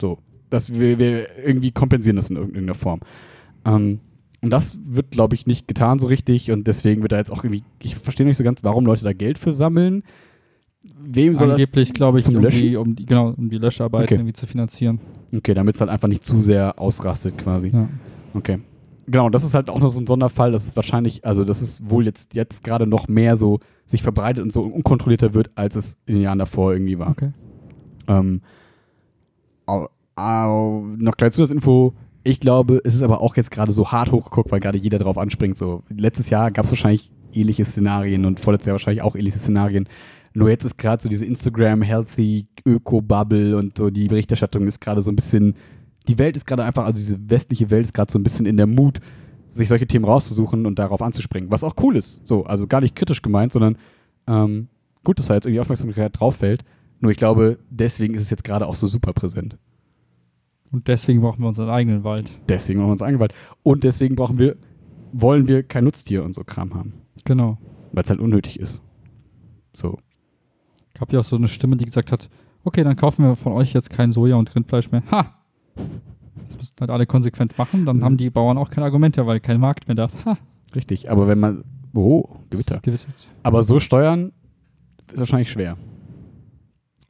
Speaker 1: So. Dass wir, wir irgendwie kompensieren das in irgendeiner Form. Ähm, und das wird, glaube ich, nicht getan so richtig und deswegen wird da jetzt auch irgendwie, ich verstehe nicht so ganz, warum Leute da Geld für sammeln. Wem soll
Speaker 2: Angeblich, glaube ich,
Speaker 1: zum
Speaker 2: irgendwie,
Speaker 1: Löschen?
Speaker 2: um die, genau, um die Löscharbeiten
Speaker 1: Okay.
Speaker 2: irgendwie zu finanzieren.
Speaker 1: das? Okay, damit es halt einfach nicht zu sehr ausrastet quasi.
Speaker 2: Ja.
Speaker 1: Okay. Genau, und das ist halt auch noch so ein Sonderfall, dass es wahrscheinlich, also das ist wohl jetzt, jetzt gerade noch mehr so sich verbreitet und so unkontrollierter wird, als es in den Jahren davor irgendwie war.
Speaker 2: Okay.
Speaker 1: Ähm, au, au, noch gleich zu das Info. Ich glaube, es ist aber auch jetzt gerade so hart hochgeguckt, weil gerade jeder drauf anspringt. So letztes Jahr gab es wahrscheinlich ähnliche Szenarien und vorletztes Jahr wahrscheinlich auch ähnliche Szenarien. Nur jetzt ist gerade so diese Instagram Healthy Öko Bubble und so die Berichterstattung ist gerade so ein bisschen. Die Welt ist gerade einfach, also diese westliche Welt ist gerade so ein bisschen in der Mut, sich solche Themen rauszusuchen und darauf anzuspringen. Was auch cool ist. So, also gar nicht kritisch gemeint, sondern ähm, gut, dass da jetzt irgendwie Aufmerksamkeit drauf fällt. Nur ich glaube, deswegen ist es jetzt gerade auch so super präsent.
Speaker 2: Und deswegen brauchen wir unseren eigenen Wald.
Speaker 1: Deswegen machen wir uns angewalt. Und deswegen brauchen wir, wollen wir kein Nutztier und so Kram haben.
Speaker 2: Genau.
Speaker 1: Weil es halt unnötig ist. So.
Speaker 2: Gab ja auch so eine Stimme, die gesagt hat, okay, dann kaufen wir von euch jetzt kein Soja und Rindfleisch mehr. Ha! Das müssen halt alle konsequent machen, dann
Speaker 1: Mhm.
Speaker 2: haben die Bauern auch kein Argument mehr, weil kein Markt mehr da ist. Ha!
Speaker 1: Richtig. Aber wenn man. Oh,
Speaker 2: es
Speaker 1: Gewitter.
Speaker 2: Ist gewittert.
Speaker 1: Aber so steuern ist wahrscheinlich schwer.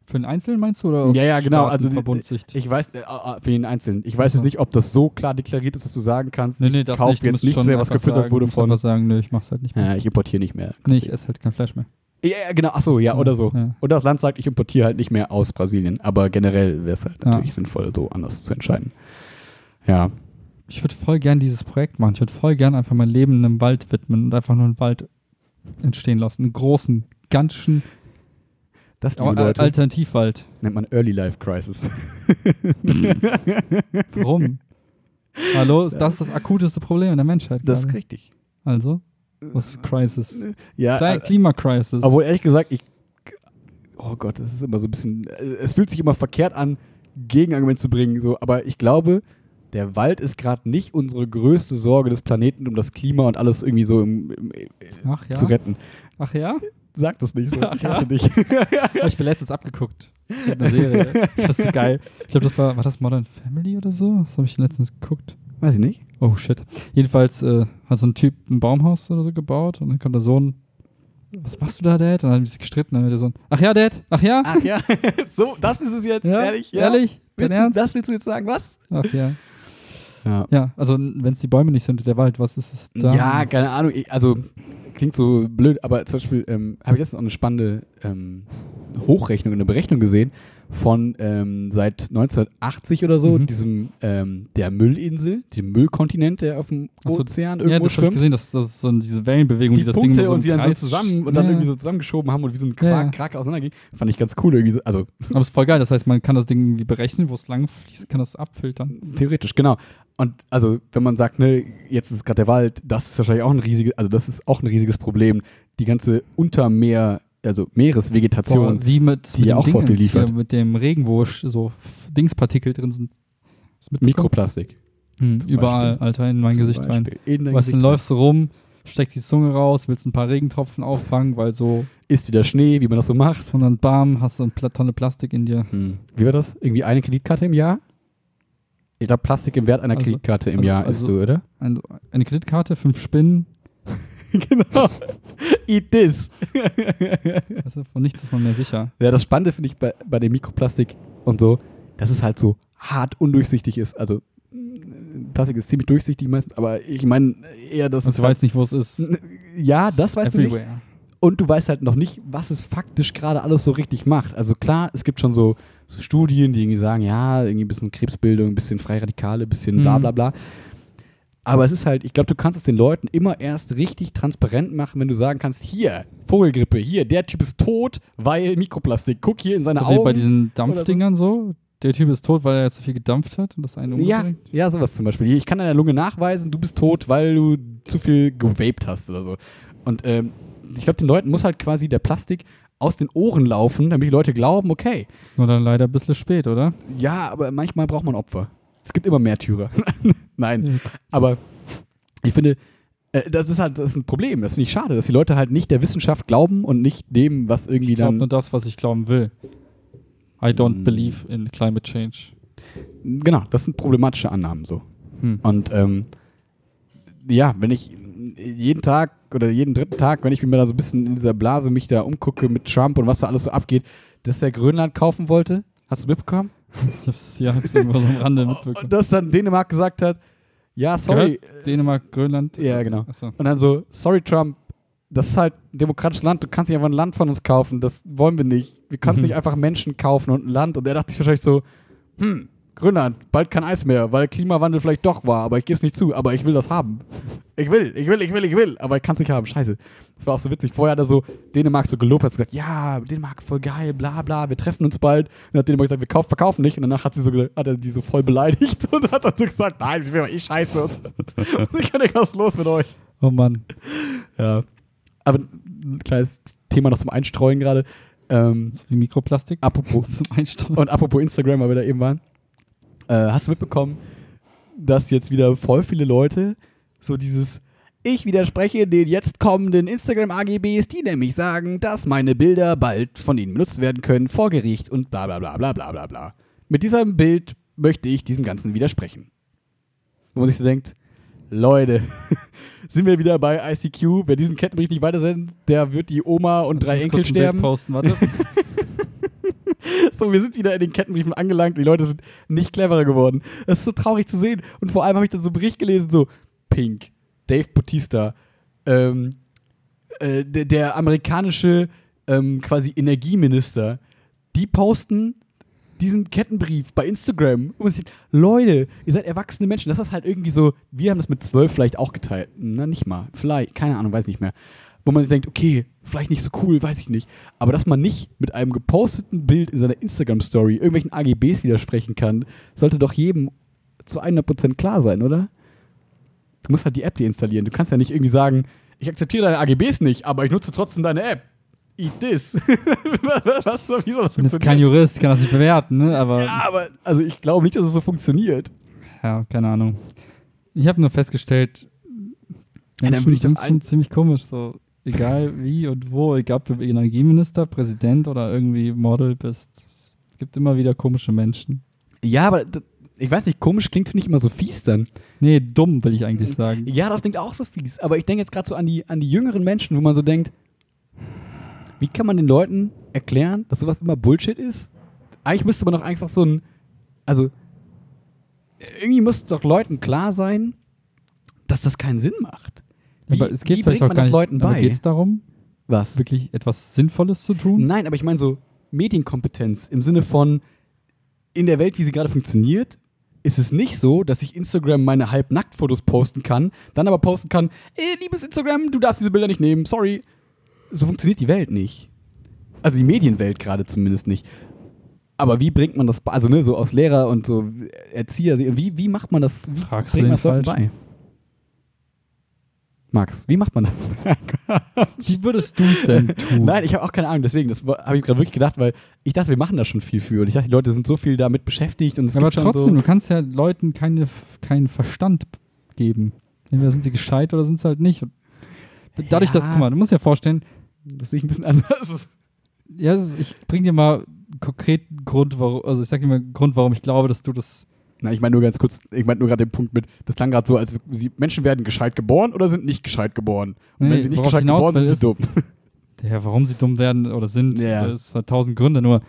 Speaker 2: Für den Einzelnen meinst du? Oder
Speaker 1: Ja, ja, genau, also die-
Speaker 2: Verbundsicht.
Speaker 1: Ich weiß, äh, äh, für jeden Einzelnen. Ich weiß jetzt
Speaker 2: Ja.
Speaker 1: nicht, ob das so klar deklariert ist, dass du sagen kannst, ich kaufe
Speaker 2: Du
Speaker 1: jetzt
Speaker 2: musst
Speaker 1: nichts
Speaker 2: schon
Speaker 1: mehr, was
Speaker 2: einfach
Speaker 1: gefüttert
Speaker 2: sagen,
Speaker 1: wurde
Speaker 2: du musst einfach
Speaker 1: von.
Speaker 2: sagen, nö, ich mach's halt nicht mehr.
Speaker 1: Ja, ich importiere nicht mehr.
Speaker 2: Nee, ich esse halt kein Fleisch mehr.
Speaker 1: Ja, ja, genau. Achso, ja,
Speaker 2: So,
Speaker 1: oder so.
Speaker 2: ja.
Speaker 1: Oder das Land sagt, ich importiere halt nicht mehr aus Brasilien. Aber generell wäre es halt
Speaker 2: Ja.
Speaker 1: natürlich sinnvoll, so anders zu entscheiden. Ja.
Speaker 2: Ich würde voll gern dieses Projekt machen. Ich würde voll gern einfach mein Leben einem Wald widmen und einfach nur einen Wald entstehen lassen. Einen großen, ganzen
Speaker 1: Das
Speaker 2: Oh,
Speaker 1: liebe Leute,
Speaker 2: Alternativwald.
Speaker 1: nennt man Early Life Crisis.
Speaker 2: (laughs) Warum?
Speaker 1: (laughs)
Speaker 2: Hallo, ist das das akuteste Problem in der Menschheit?
Speaker 1: Das ist
Speaker 2: gerade?
Speaker 1: richtig.
Speaker 2: Also, was für Crisis?
Speaker 1: Ja,
Speaker 2: Kle
Speaker 1: äh,
Speaker 2: Klimacrisis.
Speaker 1: obwohl ehrlich gesagt, ich. Oh Gott, es ist immer so ein bisschen. äh, Es fühlt sich immer verkehrt an, Gegenargument zu bringen. So, aber ich glaube, der Wald ist gerade nicht unsere größte Sorge des Planeten, um das Klima und alles irgendwie so im, im,
Speaker 2: Ach
Speaker 1: zu
Speaker 2: ja?
Speaker 1: retten.
Speaker 2: Ach ja?
Speaker 1: Sag das nicht
Speaker 2: (laughs)
Speaker 1: so.
Speaker 2: Ach
Speaker 1: Ich
Speaker 2: ja.
Speaker 1: hasse dich. (laughs)
Speaker 2: Hab ich mir letztens abgeguckt. Das ist eine Serie.
Speaker 1: (laughs)
Speaker 2: Ich fand's so geil. Ich glaube, das war, war das Modern Family oder so? Das habe ich letztens geguckt.
Speaker 1: Weiß ich nicht.
Speaker 2: Oh shit. Jedenfalls äh, hat so ein Typ ein Baumhaus oder so gebaut und dann kommt der Sohn. Was machst du da, Dad? Und dann haben die sich gestritten. Dann hat der Sohn. Ach ja, Dad. Ach ja.
Speaker 1: Ach ja, (laughs) so, das Ah, ist es jetzt.
Speaker 2: ja?
Speaker 1: Ehrlich? Ja?
Speaker 2: Ehrlich? Dein
Speaker 1: Willst du,
Speaker 2: Ernst?
Speaker 1: das willst du jetzt sagen? Was?
Speaker 2: Ach ja.
Speaker 1: Ja.
Speaker 2: Ja, also wenn es die Bäume nicht sind, der Wald, was ist es da?
Speaker 1: Ja, keine Ahnung. Ich, also, klingt so blöd, aber zum Beispiel ähm, habe ich letztens auch eine spannende ähm, Hochrechnung, eine Berechnung gesehen von ähm, seit 1980 oder so,
Speaker 2: Mhm.
Speaker 1: diesem ähm, der Müllinsel, diesem Müllkontinent, der auf dem
Speaker 2: Ach so,
Speaker 1: Ozean
Speaker 2: ja,
Speaker 1: irgendwo
Speaker 2: das habe ich
Speaker 1: schwimmt.
Speaker 2: gesehen, dass das so diese Wellenbewegung,
Speaker 1: Die
Speaker 2: die das
Speaker 1: Punkte
Speaker 2: Ding so im
Speaker 1: und die dann so
Speaker 2: Kreis
Speaker 1: zusammen und dann
Speaker 2: Ja,
Speaker 1: irgendwie so zusammengeschoben haben und wie so ein Quark,
Speaker 2: Ja, ja.
Speaker 1: Krake auseinanderging, fand ich ganz cool irgendwie. so- Also
Speaker 2: Aber ist voll geil, das heißt, man kann das Ding irgendwie berechnen, wo es lang fließt, kann das abfiltern.
Speaker 1: Theoretisch, genau. Und also, wenn man sagt, ne, jetzt ist gerade der Wald, das ist wahrscheinlich auch ein riesiges, also das ist auch ein riesiges Problem. Die ganze Untermeer, also Meeresvegetation.
Speaker 2: Boah, wie mit,
Speaker 1: die
Speaker 2: mit
Speaker 1: ja auch
Speaker 2: dem
Speaker 1: voll viel
Speaker 2: Dingens hier,
Speaker 1: liefert.
Speaker 2: mit dem Regen, wo sch- so F- Dingspartikel drin sind. Hast du mitbekommen?
Speaker 1: Mikroplastik.
Speaker 2: Hm,
Speaker 1: zum
Speaker 2: überall,
Speaker 1: Beispiel.
Speaker 2: Alter, in mein
Speaker 1: zum
Speaker 2: Gesicht rein.
Speaker 1: Beispiel. In dein
Speaker 2: Weißt du,
Speaker 1: Gesicht rein.
Speaker 2: läufst du rum, steckst die Zunge raus, willst ein paar Regentropfen auffangen, weil so,
Speaker 1: Ist wieder Schnee, wie man das so macht.
Speaker 2: und dann bam, hast du eine Pla- Tonne Plastik in dir.
Speaker 1: Hm. Wie war das? Irgendwie eine Kreditkarte im Jahr? Ich glaube, Plastik im Wert einer
Speaker 2: Also-
Speaker 1: Kreditkarte im
Speaker 2: also-
Speaker 1: Jahr
Speaker 2: also-
Speaker 1: ist so,
Speaker 2: (laughs)
Speaker 1: oder?
Speaker 2: Ein, eine Kreditkarte, fünf Spinnen,
Speaker 1: genau. Eat this.
Speaker 2: weißt du, von nichts ist man mehr sicher.
Speaker 1: Ja, das Spannende finde ich bei, bei dem Mikroplastik und so, dass es halt so hart undurchsichtig ist. Also mh, Plastik ist ziemlich durchsichtig meistens, aber ich meine eher, dass
Speaker 2: Und
Speaker 1: es
Speaker 2: du weißt nicht, wo es ist.
Speaker 1: halt, ja, das weißt du nicht.
Speaker 2: Everywhere.
Speaker 1: Und du weißt halt noch nicht, was es faktisch gerade alles so richtig macht. Also klar, es gibt schon so, so Studien, die irgendwie sagen, ja, irgendwie ein bisschen Krebsbildung, ein bisschen Freiradikale, ein bisschen bla
Speaker 2: Mhm.
Speaker 1: bla bla. Aber es ist halt, ich glaube, du kannst es den Leuten immer erst richtig transparent machen, wenn du sagen kannst, hier, Vogelgrippe, hier, der Typ ist tot, weil Mikroplastik. Guck hier in seine
Speaker 2: so wie
Speaker 1: Augen.
Speaker 2: bei diesen Dampfdingern so. Der Typ ist tot, weil er zu viel gedampft hat und das einen
Speaker 1: Ja,
Speaker 2: umbringt.
Speaker 1: ja, sowas zum Beispiel. Ich kann deiner Lunge nachweisen, du bist tot, weil du zu viel gewaped hast oder so. Und ähm, ich glaube, den Leuten muss halt quasi der Plastik aus den Ohren laufen, damit die Leute glauben, okay,
Speaker 2: Ist nur dann leider ein bisschen spät, oder?
Speaker 1: ja, aber manchmal braucht man Opfer. Es gibt immer Märtyrer. (laughs) Nein, aber ich finde, äh, das ist halt das ist ein Problem. Das finde ich schade, dass die Leute halt nicht der Wissenschaft glauben und nicht dem, was irgendwie
Speaker 2: Ich glaube
Speaker 1: dann
Speaker 2: nur das, was ich glauben will. I don't
Speaker 1: Mm.
Speaker 2: believe in climate change.
Speaker 1: Genau, das sind problematische Annahmen so.
Speaker 2: Hm.
Speaker 1: Und ähm, ja, wenn ich jeden Tag oder jeden dritten Tag, wenn ich mir da so ein bisschen in dieser Blase mich da umgucke mit Trump und was da alles so abgeht, dass der Grönland kaufen wollte, hast du mitbekommen?
Speaker 2: Ich hab's, ja, hab's irgendwo so am Rande
Speaker 1: Oh, Und
Speaker 2: mitbekommen.
Speaker 1: dass dann Dänemark gesagt hat, ja, sorry.
Speaker 2: Gehört Dänemark, Grönland.
Speaker 1: Ja, genau.
Speaker 2: Achso.
Speaker 1: Und dann so, sorry Trump, das ist halt ein demokratisches Land, du kannst nicht einfach ein Land von uns kaufen, das wollen wir nicht. Wir kannst
Speaker 2: Mhm.
Speaker 1: nicht einfach Menschen kaufen und ein Land. Und er dachte sich wahrscheinlich so, hm, Grönland, bald kein Eis mehr, weil Klimawandel vielleicht doch war, aber ich gebe es nicht zu, aber ich will das haben. Ich will, ich will, ich will, ich will, aber ich kann es nicht haben, scheiße. Das war auch so witzig. Vorher hat er so Dänemark so gelobt, hat so gesagt, ja, Dänemark voll geil, bla bla, wir treffen uns bald. Und dann hat Dänemark gesagt, wir kaufen, verkaufen nicht. Und danach hat sie so gesagt, hat er die so voll beleidigt (laughs) und hat dann so gesagt, nein, ich will aber eh scheiße. Und, und (laughs) ich kann nicht, was ist los mit euch?
Speaker 2: Oh Mann.
Speaker 1: Ja. Aber ein kleines Thema noch zum Einstreuen gerade. Ähm,
Speaker 2: Wie Mikroplastik.
Speaker 1: apropos
Speaker 2: Zum Einstrom. (laughs)
Speaker 1: und apropos Instagram, weil wir da eben waren. Äh, hast du mitbekommen, dass jetzt wieder voll viele Leute so dieses ich widerspreche den jetzt kommenden Instagram-AGBs, die nämlich sagen, dass meine Bilder bald von ihnen benutzt werden können vor Gericht und bla bla bla bla bla bla bla. Mit diesem Bild möchte ich diesem Ganzen widersprechen. Wo man sich so denkt, Leute, (laughs) sind wir wieder bei ICQ, wer diesen Kettenbrief nicht weitersendet, der wird die Oma und drei
Speaker 2: Also Ich
Speaker 1: Enkel
Speaker 2: muss kurz ein Bild
Speaker 1: sterben.
Speaker 2: Posten. (laughs) Warte.
Speaker 1: So, wir sind wieder in den Kettenbriefen angelangt. Die Leute sind nicht cleverer geworden. Das ist so traurig zu sehen. Und vor allem habe ich dann so einen Bericht gelesen, so Pink, Dave Bautista, ähm, äh, der, der amerikanische ähm, quasi Energieminister, die posten diesen Kettenbrief bei Instagram. Und man sieht, Leute, ihr seid erwachsene Menschen. Das ist halt irgendwie so, wir haben das mit zwölf vielleicht auch geteilt. Na, nicht mal. Vielleicht, keine Ahnung, weiß nicht mehr. Wo man sich denkt, okay, vielleicht nicht so cool, weiß ich nicht. Aber dass man nicht mit einem geposteten Bild in seiner Instagram-Story irgendwelchen AGBs widersprechen kann, sollte doch jedem zu 100% klar sein, oder? Du musst halt die App deinstallieren. Du kannst ja nicht irgendwie sagen, ich akzeptiere deine AGBs nicht, aber ich nutze trotzdem deine App. Eat this. (laughs) Was, wie soll das
Speaker 2: Ich bin jetzt kein Jurist, kann das nicht bewerten, ne? Aber
Speaker 1: ja, aber also ich glaube nicht, dass es so funktioniert.
Speaker 2: Ja, keine Ahnung. Ich habe nur festgestellt,
Speaker 1: dann
Speaker 2: Menschen
Speaker 1: würde ich das
Speaker 2: sind schon
Speaker 1: ein-
Speaker 2: ziemlich komisch, so egal wie und wo, egal ob du Energieminister, Präsident oder irgendwie Model bist. Es gibt immer wieder komische Menschen.
Speaker 1: Ja, aber d- ich weiß nicht, komisch klingt, finde ich immer so fies dann.
Speaker 2: Nee, dumm will ich eigentlich sagen.
Speaker 1: Ja, das klingt auch so fies. Aber ich denke jetzt gerade so an die, an die jüngeren Menschen, wo man so denkt, wie kann man den Leuten erklären, dass sowas immer Bullshit ist? Eigentlich müsste man doch einfach so ein, also irgendwie müsste doch Leuten klar sein, dass das keinen Sinn macht. Wie,
Speaker 2: aber es geht
Speaker 1: wie
Speaker 2: vielleicht
Speaker 1: bringt
Speaker 2: auch
Speaker 1: man
Speaker 2: gar
Speaker 1: das
Speaker 2: nicht.
Speaker 1: Leuten
Speaker 2: aber
Speaker 1: bei?
Speaker 2: geht's darum,
Speaker 1: Was?
Speaker 2: wirklich etwas Sinnvolles zu tun?
Speaker 1: Nein, aber ich meine so, Medienkompetenz im Sinne von in der Welt, wie sie gerade funktioniert, ist es nicht so, dass ich Instagram meine Halbnacktfotos posten kann, dann aber posten kann, eh, liebes Instagram, du darfst diese Bilder nicht nehmen, sorry. So funktioniert die Welt nicht. Also die Medienwelt gerade zumindest nicht. Aber wie bringt man das, bei- also ne, so aus Lehrer und so Erzieher, wie, wie macht man das, wie
Speaker 2: Fragst
Speaker 1: bringt
Speaker 2: du
Speaker 1: man
Speaker 2: den
Speaker 1: das Leuten bei?
Speaker 2: falschen?
Speaker 1: Max, wie macht man das?
Speaker 2: (laughs) Wie würdest du
Speaker 1: (laughs)
Speaker 2: es (laughs) denn tun?
Speaker 1: Nein, ich habe auch keine Ahnung, deswegen, das habe ich gerade wirklich gedacht, weil ich dachte, wir machen da schon viel für und ich dachte, die Leute sind so viel damit beschäftigt und es
Speaker 2: Aber
Speaker 1: gibt schon
Speaker 2: trotzdem,
Speaker 1: so
Speaker 2: du kannst ja Leuten keine, keinen Verstand geben. Entweder sind sie gescheit oder sind sie halt nicht. Und dadurch, dass,
Speaker 1: Ja.
Speaker 2: guck mal, du musst dir vorstellen,
Speaker 1: Das sehe ich ein bisschen anders.
Speaker 2: ja, es ist- ich bring dir mal einen konkreten Grund, warum, also ich sag dir mal einen Grund, warum ich glaube, dass du das
Speaker 1: Na, ich meine nur ganz kurz, ich meine nur gerade den Punkt mit, das klang gerade so, als sie, Menschen werden gescheit geboren oder sind nicht gescheit geboren. Und
Speaker 2: Nee,
Speaker 1: wenn sie nicht
Speaker 2: worauf
Speaker 1: gescheit
Speaker 2: hinaus
Speaker 1: geboren sind,
Speaker 2: will,
Speaker 1: sind sie dumm.
Speaker 2: Ja, warum sie dumm werden oder sind,
Speaker 1: Ja.
Speaker 2: das ist halt tausend Gründe. Nur,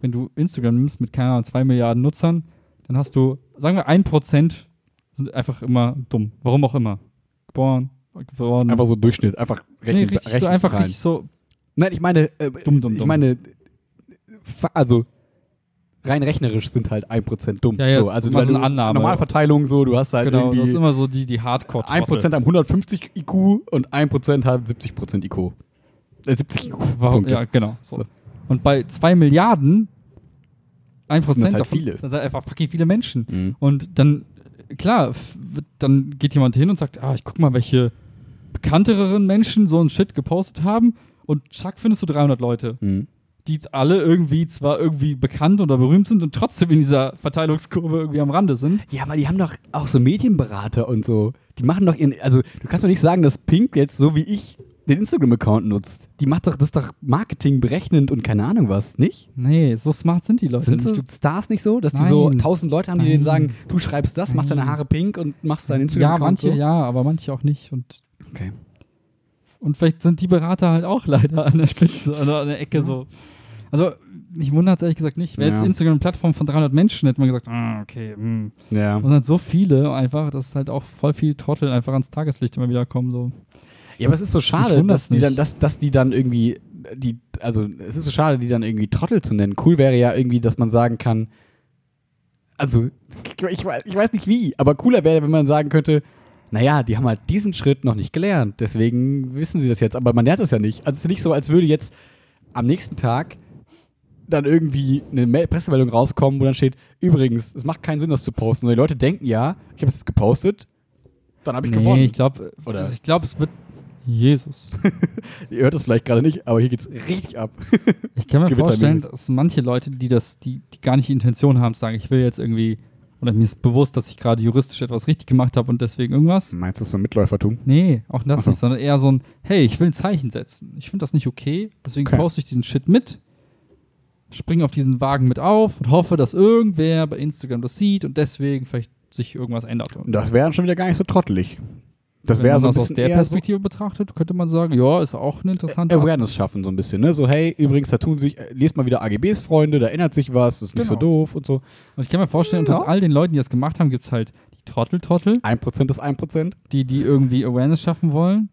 Speaker 2: wenn du Instagram nimmst mit, keine Ahnung, zwei Milliarden Nutzern, dann hast du, sagen wir, ein Prozent sind einfach immer dumm. Warum auch immer. Geboren, geworden.
Speaker 1: Einfach so Durchschnitt, einfach
Speaker 2: Hm. nee,
Speaker 1: rechnen,
Speaker 2: richtig, so
Speaker 1: Rechnungszahlen.
Speaker 2: einfach richtig so.
Speaker 1: Nein, ich meine, äh,
Speaker 2: Dumm, dumm,
Speaker 1: ich
Speaker 2: dumm.
Speaker 1: meine, fa- also rein rechnerisch sind halt 1% dumm.
Speaker 2: Ja, ja,
Speaker 1: so,
Speaker 2: das ist
Speaker 1: also
Speaker 2: immer
Speaker 1: weil
Speaker 2: so eine
Speaker 1: du-
Speaker 2: Annahme.
Speaker 1: Normalverteilung so, du hast halt
Speaker 2: Genau, das ist
Speaker 1: irgendwie
Speaker 2: immer so die, die hardcore
Speaker 1: 1% am 150 IQ und 1% haben 70% IQ. Äh, 70 IQ.
Speaker 2: Warum?
Speaker 1: Punkte.
Speaker 2: Ja, genau. So.
Speaker 1: So.
Speaker 2: Und bei zwei Milliarden, ein
Speaker 1: Sind das
Speaker 2: Prozent
Speaker 1: halt
Speaker 2: davon,
Speaker 1: viele.
Speaker 2: das sind halt einfach fucking viele Menschen.
Speaker 1: Mhm.
Speaker 2: Und dann, klar, f- wird- dann geht jemand hin und sagt, ah, ich guck mal, welche bekannteren Menschen so einen Shit gepostet haben. Und zack, findest du 300 Leute,
Speaker 1: Mhm.
Speaker 2: die alle irgendwie zwar irgendwie bekannt oder berühmt sind und trotzdem in dieser Verteilungskurve irgendwie am Rande sind.
Speaker 1: Ja, aber die haben doch auch so Medienberater und so. Die machen doch ihren. Also, du kannst doch nicht sagen, dass Pink jetzt so wie ich den Instagram-Account nutzt. Die macht doch das ist doch Marketing berechnend und keine Ahnung was, nicht?
Speaker 2: Nee, so smart sind die Leute.
Speaker 1: Sind
Speaker 2: nicht.
Speaker 1: so Stars nicht so, dass die
Speaker 2: Nein.
Speaker 1: so tausend Leute haben, die denen
Speaker 2: Nein.
Speaker 1: sagen, du schreibst das, machst deine
Speaker 2: Nein.
Speaker 1: Haare pink und machst deinen
Speaker 2: ja,
Speaker 1: Instagram-Account
Speaker 2: manche
Speaker 1: so?
Speaker 2: ja, aber manche auch nicht. Und,
Speaker 1: Okay.
Speaker 2: und vielleicht sind die Berater halt auch (laughs) leider an der Spitze oder an der Ecke so. Also, mich wundert es ehrlich gesagt nicht. Wäre
Speaker 1: Ja.
Speaker 2: jetzt Instagram eine Plattform von 300 Menschen, hätte man gesagt, ah, okay, hm.
Speaker 1: Ja.
Speaker 2: Und halt so viele einfach, dass halt auch voll viel Trottel einfach ans Tageslicht immer wieder kommen. So.
Speaker 1: Ja, aber es ist so schade, dass
Speaker 2: wunder's
Speaker 1: die,
Speaker 2: nicht.
Speaker 1: dann, dass, dass die dann irgendwie, die, also es ist so schade, die dann irgendwie Trottel zu nennen. Cool wäre ja irgendwie, dass man sagen kann, also ich, weiß- ich weiß nicht wie, aber cooler wäre, wenn man sagen könnte, naja, die haben halt diesen Schritt noch nicht gelernt, deswegen wissen sie das jetzt, aber man lernt das ja nicht. Also es ist nicht so, als würde jetzt am nächsten Tag dann irgendwie eine Mel- Pressemeldung rauskommen, wo dann steht, übrigens, es macht keinen Sinn, das zu posten. Und die Leute denken ja, ich habe es jetzt gepostet, dann habe ich gewonnen.
Speaker 2: ich glaube,
Speaker 1: Oder?
Speaker 2: also ich glaub, es wird.
Speaker 1: (laughs)
Speaker 2: Jesus.
Speaker 1: Ihr hört es vielleicht gerade nicht, aber hier geht's richtig ab.
Speaker 2: Ich kann mir
Speaker 1: Gewitter
Speaker 2: vorstellen,
Speaker 1: bildet.
Speaker 2: dass manche Leute, die das, die, die gar nicht die Intention haben, sagen, ich will jetzt irgendwie, oder mir ist bewusst, dass ich gerade juristisch etwas richtig gemacht habe und deswegen irgendwas.
Speaker 1: Meinst du so Mitläufertum?
Speaker 2: Nee, auch das
Speaker 1: Ach so.
Speaker 2: nicht, sondern eher so ein, hey, ich will ein Zeichen setzen. Ich finde das nicht okay, deswegen
Speaker 1: Okay.
Speaker 2: poste ich diesen Shit mit, springe auf diesen Wagen mit auf und hoffe, dass irgendwer bei Instagram das sieht und deswegen vielleicht sich irgendwas ändert. Und
Speaker 1: Das wäre dann schon wieder gar nicht so trottelig. Das
Speaker 2: Also Wenn
Speaker 1: wäre
Speaker 2: man
Speaker 1: so ein
Speaker 2: das
Speaker 1: bisschen
Speaker 2: aus der
Speaker 1: eher so Äh,
Speaker 2: Perspektive betrachtet, könnte man sagen, ja, ist auch eine interessante Art.
Speaker 1: Awareness schaffen so ein bisschen, ne? So hey, übrigens, da tun sich äh, lest mal wieder AGBs Freunde, da ändert sich was, das ist nicht so
Speaker 2: Genau.
Speaker 1: doof und so.
Speaker 2: Und ich kann mir vorstellen,
Speaker 1: Ja.
Speaker 2: unter all den Leuten, die das gemacht haben, gibt es halt die Trottel-Trottel,
Speaker 1: 1% ist 1%.
Speaker 2: die, die irgendwie Awareness schaffen wollen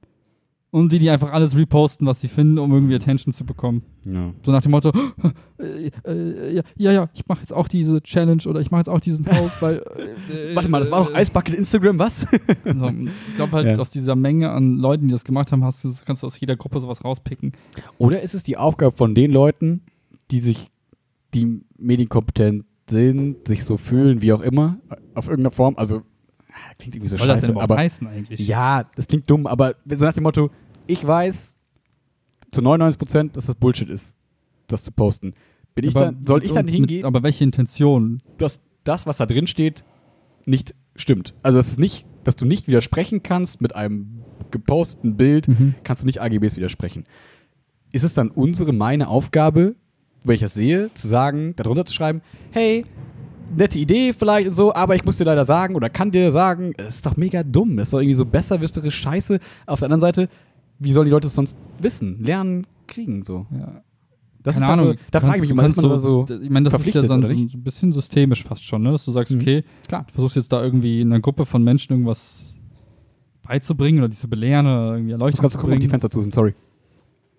Speaker 2: und die, die einfach alles reposten, was sie finden, um irgendwie Attention zu bekommen.
Speaker 1: Ja.
Speaker 2: So nach dem Motto, (gasps) äh, äh, ja, ja, ja, ich mache jetzt auch diese Challenge oder ich mache jetzt auch diesen
Speaker 1: (laughs)
Speaker 2: Post, weil äh,
Speaker 1: Warte mal, das war doch
Speaker 2: äh,
Speaker 1: Eisbucket Instagram, was? (laughs)
Speaker 2: so, Ich glaube halt,
Speaker 1: Ja.
Speaker 2: aus dieser Menge an Leuten, die das gemacht haben, hast du, kannst du aus jeder Gruppe sowas rauspicken.
Speaker 1: Oder ist es die Aufgabe von den Leuten, die sich, die medienkompetent sind, sich so fühlen, wie auch immer, auf irgendeine Form, also ah, klingt irgendwie so
Speaker 2: Was soll das denn
Speaker 1: scheiße,
Speaker 2: überhaupt
Speaker 1: aber
Speaker 2: heißen eigentlich?
Speaker 1: Ja, das klingt dumm, aber so nach dem Motto, ich weiß zu 99 Prozent, dass das Bullshit ist, das zu posten. Bin ich
Speaker 2: Aber
Speaker 1: dann, soll
Speaker 2: mit-
Speaker 1: ich dann
Speaker 2: mit-
Speaker 1: hingehen,
Speaker 2: Aber welche Intention?
Speaker 1: dass das, was da drin steht, nicht stimmt? Also, dass, es nicht, dass du nicht widersprechen kannst mit einem geposteten Bild,
Speaker 2: Mhm.
Speaker 1: kannst du nicht AGBs widersprechen. Ist es dann unsere, meine Aufgabe, wenn ich das sehe, zu sagen, darunter zu schreiben, hey, nette Idee vielleicht und so, aber ich muss dir leider sagen oder kann dir sagen, das ist doch mega dumm, das ist doch irgendwie so besserwissere Scheiße. Auf der anderen Seite, wie sollen die Leute es sonst wissen, lernen, kriegen so?
Speaker 2: Ja.
Speaker 1: Das
Speaker 2: Keine
Speaker 1: ist dann
Speaker 2: Ahnung.
Speaker 1: So, da frage ich mich
Speaker 2: Kannst-
Speaker 1: immer, ist
Speaker 2: kannst
Speaker 1: man da so
Speaker 2: du- Ich meine, das ist ja
Speaker 1: verpflichtet,
Speaker 2: dann
Speaker 1: oder
Speaker 2: so ein
Speaker 1: nicht?
Speaker 2: so ein bisschen systemisch fast schon, ne? dass du sagst,
Speaker 1: Mhm.
Speaker 2: okay,
Speaker 1: klar.
Speaker 2: du versuchst jetzt da irgendwie in einer Gruppe von Menschen irgendwas beizubringen oder die zu belehren oder irgendwie
Speaker 1: Ich muss
Speaker 2: erleuchten
Speaker 1: ganz
Speaker 2: zu
Speaker 1: gucken, ob die
Speaker 2: bringen.
Speaker 1: Fenster zu sind, sorry.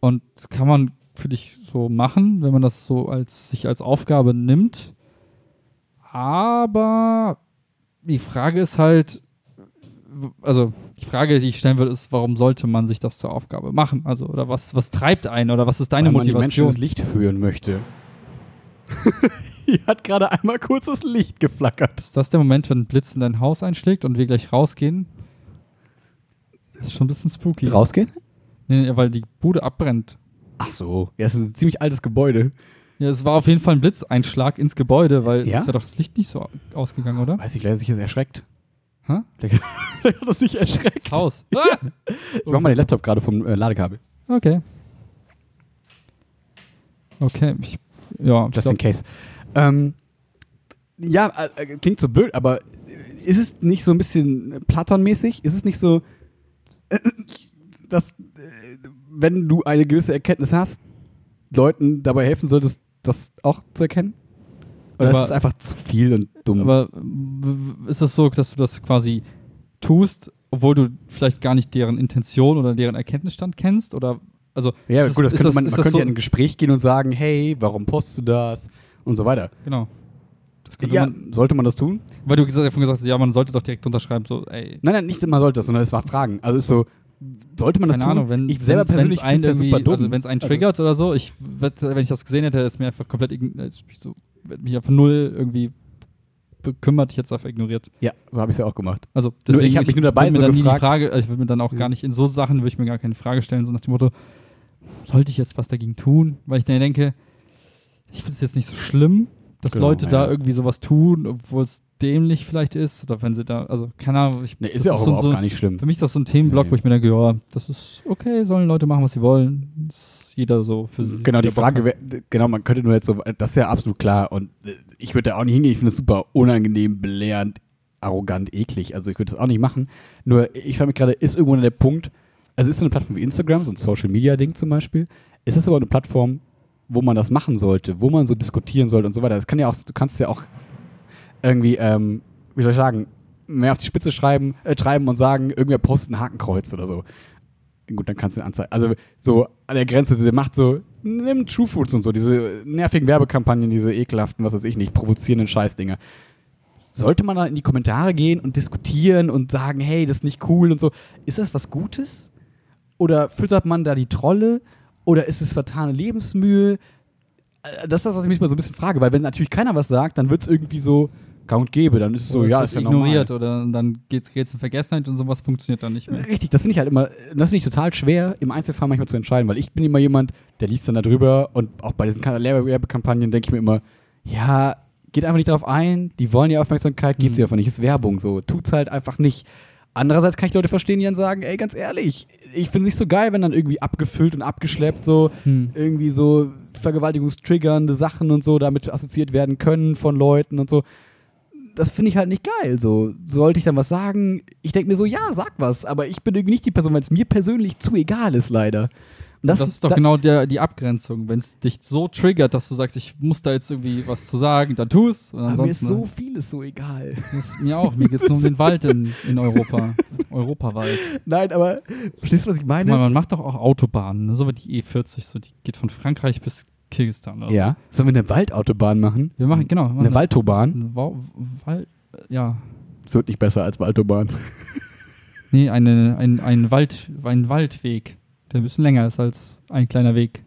Speaker 2: Und das kann man für dich so machen, wenn man das so als sich als Aufgabe nimmt. Aber die Frage ist halt, w- also die Frage, die ich stellen würde, ist, warum sollte man sich das zur Aufgabe machen? Also, oder was, was treibt einen oder was ist deine
Speaker 1: Weil man die Menschen
Speaker 2: Motivation?
Speaker 1: ins Licht führen (laughs) möchte. Hier hat gerade einmal kurz das Licht geflackert.
Speaker 2: Ist das der Moment, wenn ein Blitz in dein Haus einschlägt und wir gleich rausgehen? Das ist schon ein bisschen spooky.
Speaker 1: Rausgehen?
Speaker 2: Nee, nee, weil die Bude abbrennt.
Speaker 1: Ach so. Ja, es ist ein ziemlich altes Gebäude.
Speaker 2: Ja, es war auf jeden Fall ein Blitzeinschlag ins Gebäude, weil
Speaker 1: Ja?
Speaker 2: sonst wäre doch das Licht nicht so ausgegangen, oder?
Speaker 1: Weiß ich, leider sich jetzt erschreckt. (laughs)
Speaker 2: Hä?
Speaker 1: Vielleicht vielleicht hat das sich erschreckt. (laughs)
Speaker 2: Das Haus. Ah!
Speaker 1: Ich mach mal den Laptop gerade vom äh, Ladekabel.
Speaker 2: Okay. Okay, ich, ja.
Speaker 1: Just in case. Ähm, ja, äh, äh, klingt so blöd, aber ist es nicht so ein bisschen Platon-mäßig? Ist es nicht so, äh, dass, äh, wenn du eine gewisse Erkenntnis hast, Leuten dabei helfen solltest, das auch zu erkennen? Oder
Speaker 2: Aber-
Speaker 1: ist es einfach zu viel und dumm?
Speaker 2: Aber w- w- ist das so, dass du das quasi tust, obwohl du vielleicht gar nicht deren Intention oder deren Erkenntnisstand kennst? Oder also
Speaker 1: ja,
Speaker 2: ist es-
Speaker 1: gut, das
Speaker 2: ist
Speaker 1: könnte man, man
Speaker 2: ist
Speaker 1: könnte
Speaker 2: so,
Speaker 1: ja in ein Gespräch gehen und sagen, hey, warum postest du das? Und so weiter.
Speaker 2: genau. Das könnte
Speaker 1: Ja,
Speaker 2: man,
Speaker 1: sollte man das tun?
Speaker 2: weil du gesagt, davon gesagt hast, ja, man sollte doch direkt unterschreiben, so ey,
Speaker 1: Nein, nein, nicht man sollte das, sondern es war Fragen. Also ist so, sollte man das
Speaker 2: keine
Speaker 1: tun?
Speaker 2: Ahnung, wenn
Speaker 1: ich selber
Speaker 2: wenn's-
Speaker 1: persönlich
Speaker 2: wenn's einen
Speaker 1: finde es
Speaker 2: irgendwie-
Speaker 1: super dumm.
Speaker 2: also wenn es einen triggert oder so, ich wett- wenn ich das gesehen hätte, ist mir einfach komplett ign- äh, ich so, werd mich einfach null irgendwie bekümmert, ich hätte es einfach ignoriert.
Speaker 1: Ja, so habe ich es ja auch gemacht.
Speaker 2: Also
Speaker 1: Nur
Speaker 2: deswegen,
Speaker 1: ich hab mich nur dabei
Speaker 2: würd mir
Speaker 1: so
Speaker 2: dann nie die
Speaker 1: gefragt.
Speaker 2: Frage, also ich würde mir dann auch gar nicht in so Sachen würde ich mir gar keine Frage stellen, so nach dem Motto, sollte ich jetzt was dagegen tun, weil ich dann denke, ich finde es jetzt nicht so schlimm, dass
Speaker 1: Genau,
Speaker 2: Leute
Speaker 1: ja.
Speaker 2: da irgendwie sowas tun, obwohl es dämlich vielleicht ist oder wenn sie da, also keine Ahnung, ich,
Speaker 1: Nee,
Speaker 2: das
Speaker 1: ist ja auch
Speaker 2: so,
Speaker 1: überhaupt
Speaker 2: so,
Speaker 1: gar nicht schlimm.
Speaker 2: Für mich ist das so ein Themenblock,
Speaker 1: Nee.
Speaker 2: wo ich mir denke, ja, das ist okay, sollen Leute machen, was sie wollen, ist jeder so für sich.
Speaker 1: Genau, die Frage wäre, genau, man könnte nur jetzt so, das ist ja absolut klar und äh, ich würde da auch nicht hingehen, ich finde es super unangenehm, belehrend, arrogant, eklig, also ich würde das auch nicht machen. Nur, ich frage mich gerade, ist irgendwo der Punkt, also ist so eine Plattform wie Instagram, so ein Social-Media-Ding zum Beispiel, ist das überhaupt eine Plattform, wo man das machen sollte, wo man so diskutieren sollte und so weiter? Das kann ja auch, du kannst ja auch irgendwie, ähm, wie soll ich sagen, mehr auf die Spitze schreiben, äh, treiben und sagen, irgendwer postet ein Hakenkreuz oder so. Gut, dann kannst du ihn anzeigen. Also so an der Grenze, der macht so, nimm True Foods und so, diese nervigen Werbekampagnen, diese ekelhaften, was weiß ich nicht, provozierenden Scheißdinger. Sollte man da in die Kommentare gehen und diskutieren und sagen, hey, das ist nicht cool und so. Ist das was Gutes? Oder füttert man da die Trolle? Oder ist es vertane Lebensmühe? Äh, Das ist das, was ich mich mal so ein bisschen frage, weil wenn natürlich keiner was sagt, dann wird es irgendwie so gang und gäbe. Dann ist es so, ja, ist ja normal.
Speaker 2: ignoriert oder dann geht's, geht's in Vergessenheit und sowas funktioniert dann nicht mehr.
Speaker 1: Richtig, das finde ich halt immer, das finde ich total schwer, im Einzelfall manchmal zu entscheiden, weil ich bin immer jemand, der liest dann darüber und auch bei diesen Ka- Werbe- Werbekampagnen denke ich mir immer, ja, geht einfach nicht darauf ein, die wollen ja Aufmerksamkeit, geht sie
Speaker 2: Mhm.
Speaker 1: einfach nicht, ist Werbung so, tut's halt einfach nicht. Andererseits kann ich Leute verstehen, die dann sagen, ey, ganz ehrlich, ich finde es nicht so geil, wenn dann irgendwie abgefüllt und abgeschleppt so,
Speaker 2: Hm.
Speaker 1: irgendwie so vergewaltigungstriggernde Sachen und so damit assoziiert werden können von Leuten und so. Das finde ich halt nicht geil. So sollte ich dann was sagen. Ich denke mir so, ja, sag was. Aber ich bin irgendwie nicht die Person, weil es mir persönlich zu egal ist leider. Und
Speaker 2: Das, ist doch
Speaker 1: da-
Speaker 2: genau der, die Abgrenzung. Wenn es dich so triggert, dass du sagst, ich muss da jetzt irgendwie was zu sagen, dann tu es.
Speaker 1: aber mir ist
Speaker 2: Ansonsten ne?
Speaker 1: so vieles so egal. (laughs)
Speaker 2: Mir ist mir auch. Mir geht es nur um den Wald in, in Europa. (laughs) Europawald.
Speaker 1: Nein, aber verstehst du, was ich
Speaker 2: Guck
Speaker 1: meine?
Speaker 2: mal, man macht doch auch Autobahnen, ne? so wie die E40, so die geht von Frankreich bis Kirgistan. Oder so.
Speaker 1: ja. Ne, Sollen wir eine Waldautobahn machen?
Speaker 2: Wir machen, genau. wir machen
Speaker 1: Eine Waldtobahn?
Speaker 2: eine Wa- Wal ja.
Speaker 1: Das wird nicht besser als Waldautobahn.
Speaker 2: Nee, eine, ein, ein, Wald, ein Waldweg, der ein bisschen länger ist als ein kleiner Weg.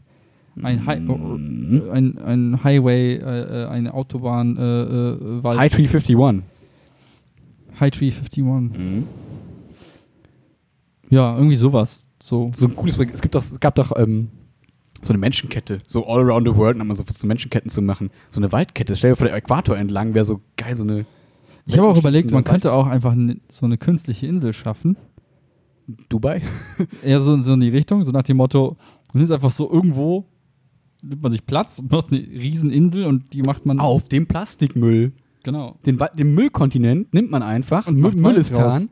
Speaker 2: Ein, Hi oh,
Speaker 1: Mhm.
Speaker 2: ein, ein Highway, äh, äh, eine Autobahn, äh, äh, Wald.
Speaker 1: High 351.
Speaker 2: High Tree 51. Ja, irgendwie sowas. So.
Speaker 1: so ein cooles Projekt. Es, gibt doch, es gab doch ähm, so eine Menschenkette, so all around the world, und dann mal so versucht, so Menschenketten zu machen. So eine Waldkette. Stell dir vor, der Äquator entlang wäre so geil, so eine
Speaker 2: Ich habe auch
Speaker 1: Weltenschließende
Speaker 2: überlegt, man
Speaker 1: Wald.
Speaker 2: könnte auch einfach ne, so eine künstliche Insel schaffen.
Speaker 1: Dubai.
Speaker 2: Eher so, so in die Richtung, so nach dem Motto, man ist einfach so irgendwo, nimmt man sich Platz und macht eine Rieseninsel und die macht man.
Speaker 1: Auf dem Plastikmüll.
Speaker 2: Genau.
Speaker 1: Den, Wa- den Müllkontinent nimmt man einfach,
Speaker 2: Und
Speaker 1: Mü-
Speaker 2: macht Wald
Speaker 1: Müllistan,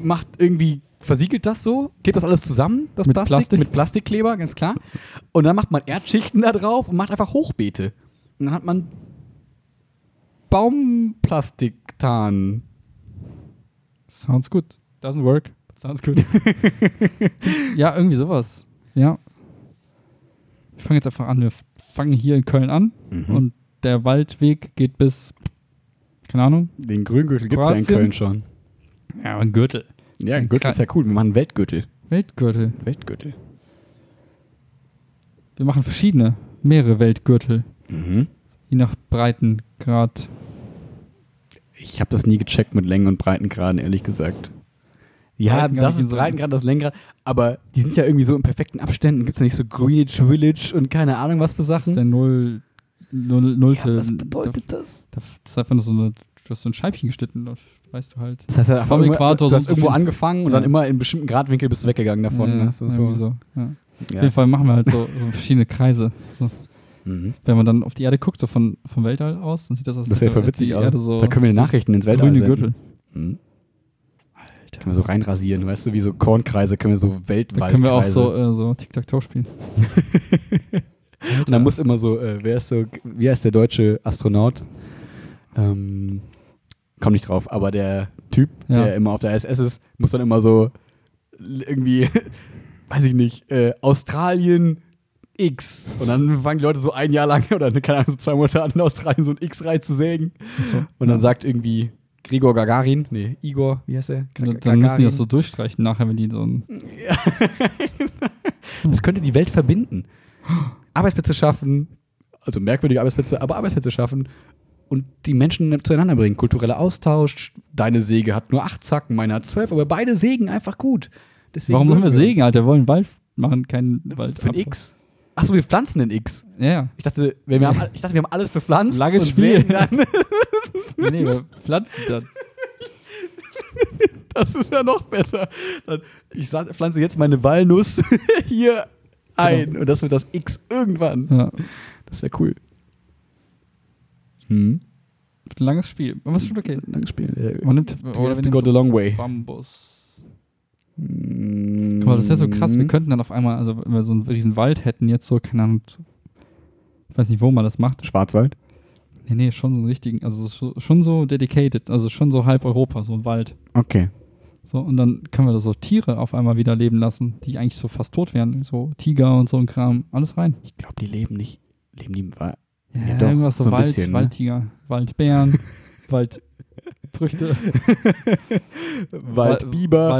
Speaker 1: macht irgendwie, versiegelt das so, klebt das alles zusammen, das
Speaker 2: Mit
Speaker 1: Plastik,
Speaker 2: Plastik?
Speaker 1: mit Plastikkleber, ganz klar. Und dann macht man Erdschichten da drauf und macht einfach Hochbeete. Und dann hat man Baumplastiktan.
Speaker 2: Sounds good. Doesn't work, (laughs) but sounds good. ja, irgendwie sowas. Ja. wir fangen jetzt einfach an. Wir fangen hier in Köln an
Speaker 1: Mhm.
Speaker 2: und der Waldweg geht bis, keine Ahnung,
Speaker 1: Den Grüngürtel gibt es ja in
Speaker 2: Kroatien?
Speaker 1: Köln schon.
Speaker 2: ja, ein Gürtel.
Speaker 1: Ja, ein Gürtel ist ja cool. Wir machen einen Weltgürtel.
Speaker 2: Weltgürtel.
Speaker 1: Weltgürtel.
Speaker 2: Wir machen verschiedene, mehrere Weltgürtel,
Speaker 1: Mhm.
Speaker 2: je nach Breitengrad.
Speaker 1: Ich habe das nie gecheckt mit Längen und Breitengraden, ehrlich gesagt. Ja,
Speaker 2: Breitengrad
Speaker 1: das
Speaker 2: sind
Speaker 1: ist
Speaker 2: so-
Speaker 1: Breitengrad, das ist Längengrad. Aber die sind ja irgendwie so in perfekten Abständen. Gibt es ja nicht so Greenwich Village und keine Ahnung was für
Speaker 2: Das ist der
Speaker 1: Sachen.
Speaker 2: Null, Null, Nullte.
Speaker 1: das?
Speaker 2: Da, da, das ist einfach nur so eine, du hast so ein Scheibchen geschnitten, das weißt du halt.
Speaker 1: Das heißt, halt einfach
Speaker 2: Vom
Speaker 1: irgendwo-
Speaker 2: Äquator
Speaker 1: du
Speaker 2: so
Speaker 1: hast
Speaker 2: und so
Speaker 1: irgendwo
Speaker 2: viel-
Speaker 1: angefangen und
Speaker 2: Ja.
Speaker 1: dann immer in bestimmten Gradwinkel bist du weggegangen davon.
Speaker 2: ja,
Speaker 1: ne? Das ist so,
Speaker 2: irgendwie so. Ja. Auf
Speaker 1: Ja.
Speaker 2: jeden Fall machen wir halt so, so verschiedene Kreise. So.
Speaker 1: Mhm.
Speaker 2: Wenn man dann auf die Erde guckt, so von, vom Weltall aus, dann sieht das aus.
Speaker 1: Das
Speaker 2: als
Speaker 1: wäre voll
Speaker 2: hätte die
Speaker 1: witzig,
Speaker 2: Erde
Speaker 1: oder?
Speaker 2: so
Speaker 1: Da können wir Nachrichten ins Weltall
Speaker 2: grüne
Speaker 1: senden.
Speaker 2: Gürtel.
Speaker 1: Mhm. Können wir so reinrasieren, weißt du, wie so Kornkreise, können wir so weltweit.
Speaker 2: Da können wir auch so, äh, so Tic-Tac-Toe spielen.
Speaker 1: (laughs) Und dann muss immer so, äh, wer ist so, wie heißt der deutsche Astronaut? Ähm, komm nicht drauf, aber der Typ,
Speaker 2: Ja.
Speaker 1: der immer auf der ISS ist, muss dann immer so l- irgendwie, (laughs) weiß ich nicht, äh, Australien X. Und dann fangen die Leute so ein Jahr lang (laughs) oder keine Ahnung, so zwei Monate an, in Australien so ein X reinzusägen.
Speaker 2: so.
Speaker 1: Und dann sagt irgendwie Gregor Gagarin, nee, Igor, wie heißt der? Gra-
Speaker 2: Und dann müssen die
Speaker 1: Gagarin.
Speaker 2: das so durchstreichen nachher, wenn die so ein
Speaker 1: Das könnte die Welt verbinden. Arbeitsplätze schaffen, also merkwürdige Arbeitsplätze, aber Arbeitsplätze schaffen und die Menschen zueinander bringen. Kultureller Austausch. Deine Säge hat nur acht Zacken, meine hat zwölf, aber beide sägen einfach gut. Deswegen
Speaker 2: Warum machen wir
Speaker 1: mögen
Speaker 2: Segen,
Speaker 1: uns.
Speaker 2: Alter? Wir wollen Wald machen, keinen Wald.
Speaker 1: Für ein
Speaker 2: ab-
Speaker 1: X. Achso, wir pflanzen den X.
Speaker 2: Ja, ja.
Speaker 1: Ich dachte, wir wir haben, ich dachte, wir haben alles bepflanzt.
Speaker 2: Langes
Speaker 1: und
Speaker 2: Spiel.
Speaker 1: sägen Dann, (laughs)
Speaker 2: Nee, nee, wir pflanzen dann.
Speaker 1: das ist ja noch besser. Dann, ich sa- pflanze jetzt meine Walnuss (laughs) hier ein
Speaker 2: Genau.
Speaker 1: und das wird das X irgendwann.
Speaker 2: Ja,
Speaker 1: Das wäre cool. Hm.
Speaker 2: wird ein langes Spiel. Aber es ist schon okay.
Speaker 1: Langes Spiel. Äh,
Speaker 2: Man nimmt,
Speaker 1: we
Speaker 2: oder
Speaker 1: have
Speaker 2: wir
Speaker 1: to
Speaker 2: nehmen
Speaker 1: go the
Speaker 2: so
Speaker 1: long way.
Speaker 2: Bambus.
Speaker 1: Guck
Speaker 2: Guck mal, das ist ja so
Speaker 1: Mm,
Speaker 2: krass.
Speaker 1: Mhm.
Speaker 2: Wir könnten dann auf einmal, also wenn wir so einen riesen Wald hätten, jetzt so, keine Ahnung, ich weiß nicht, wo man das macht.
Speaker 1: Schwarzwald?
Speaker 2: Nee, nee, schon so einen richtigen, also so- schon so dedicated, also schon so halb Europa, so ein Wald.
Speaker 1: Okay.
Speaker 2: So, und dann können wir da so Tiere auf einmal wieder leben lassen, die eigentlich so fast tot wären. So Tiger und so ein Kram, alles rein.
Speaker 1: Ich glaube, die leben nicht. Leben die im Wald?
Speaker 2: Ja,
Speaker 1: Ja, doch,
Speaker 2: irgendwas so,
Speaker 1: so ein
Speaker 2: Wald,
Speaker 1: bisschen, ne?
Speaker 2: Waldtiger,
Speaker 1: (laughs)
Speaker 2: Waldbären, Waldfrüchte,
Speaker 1: Waldbiber,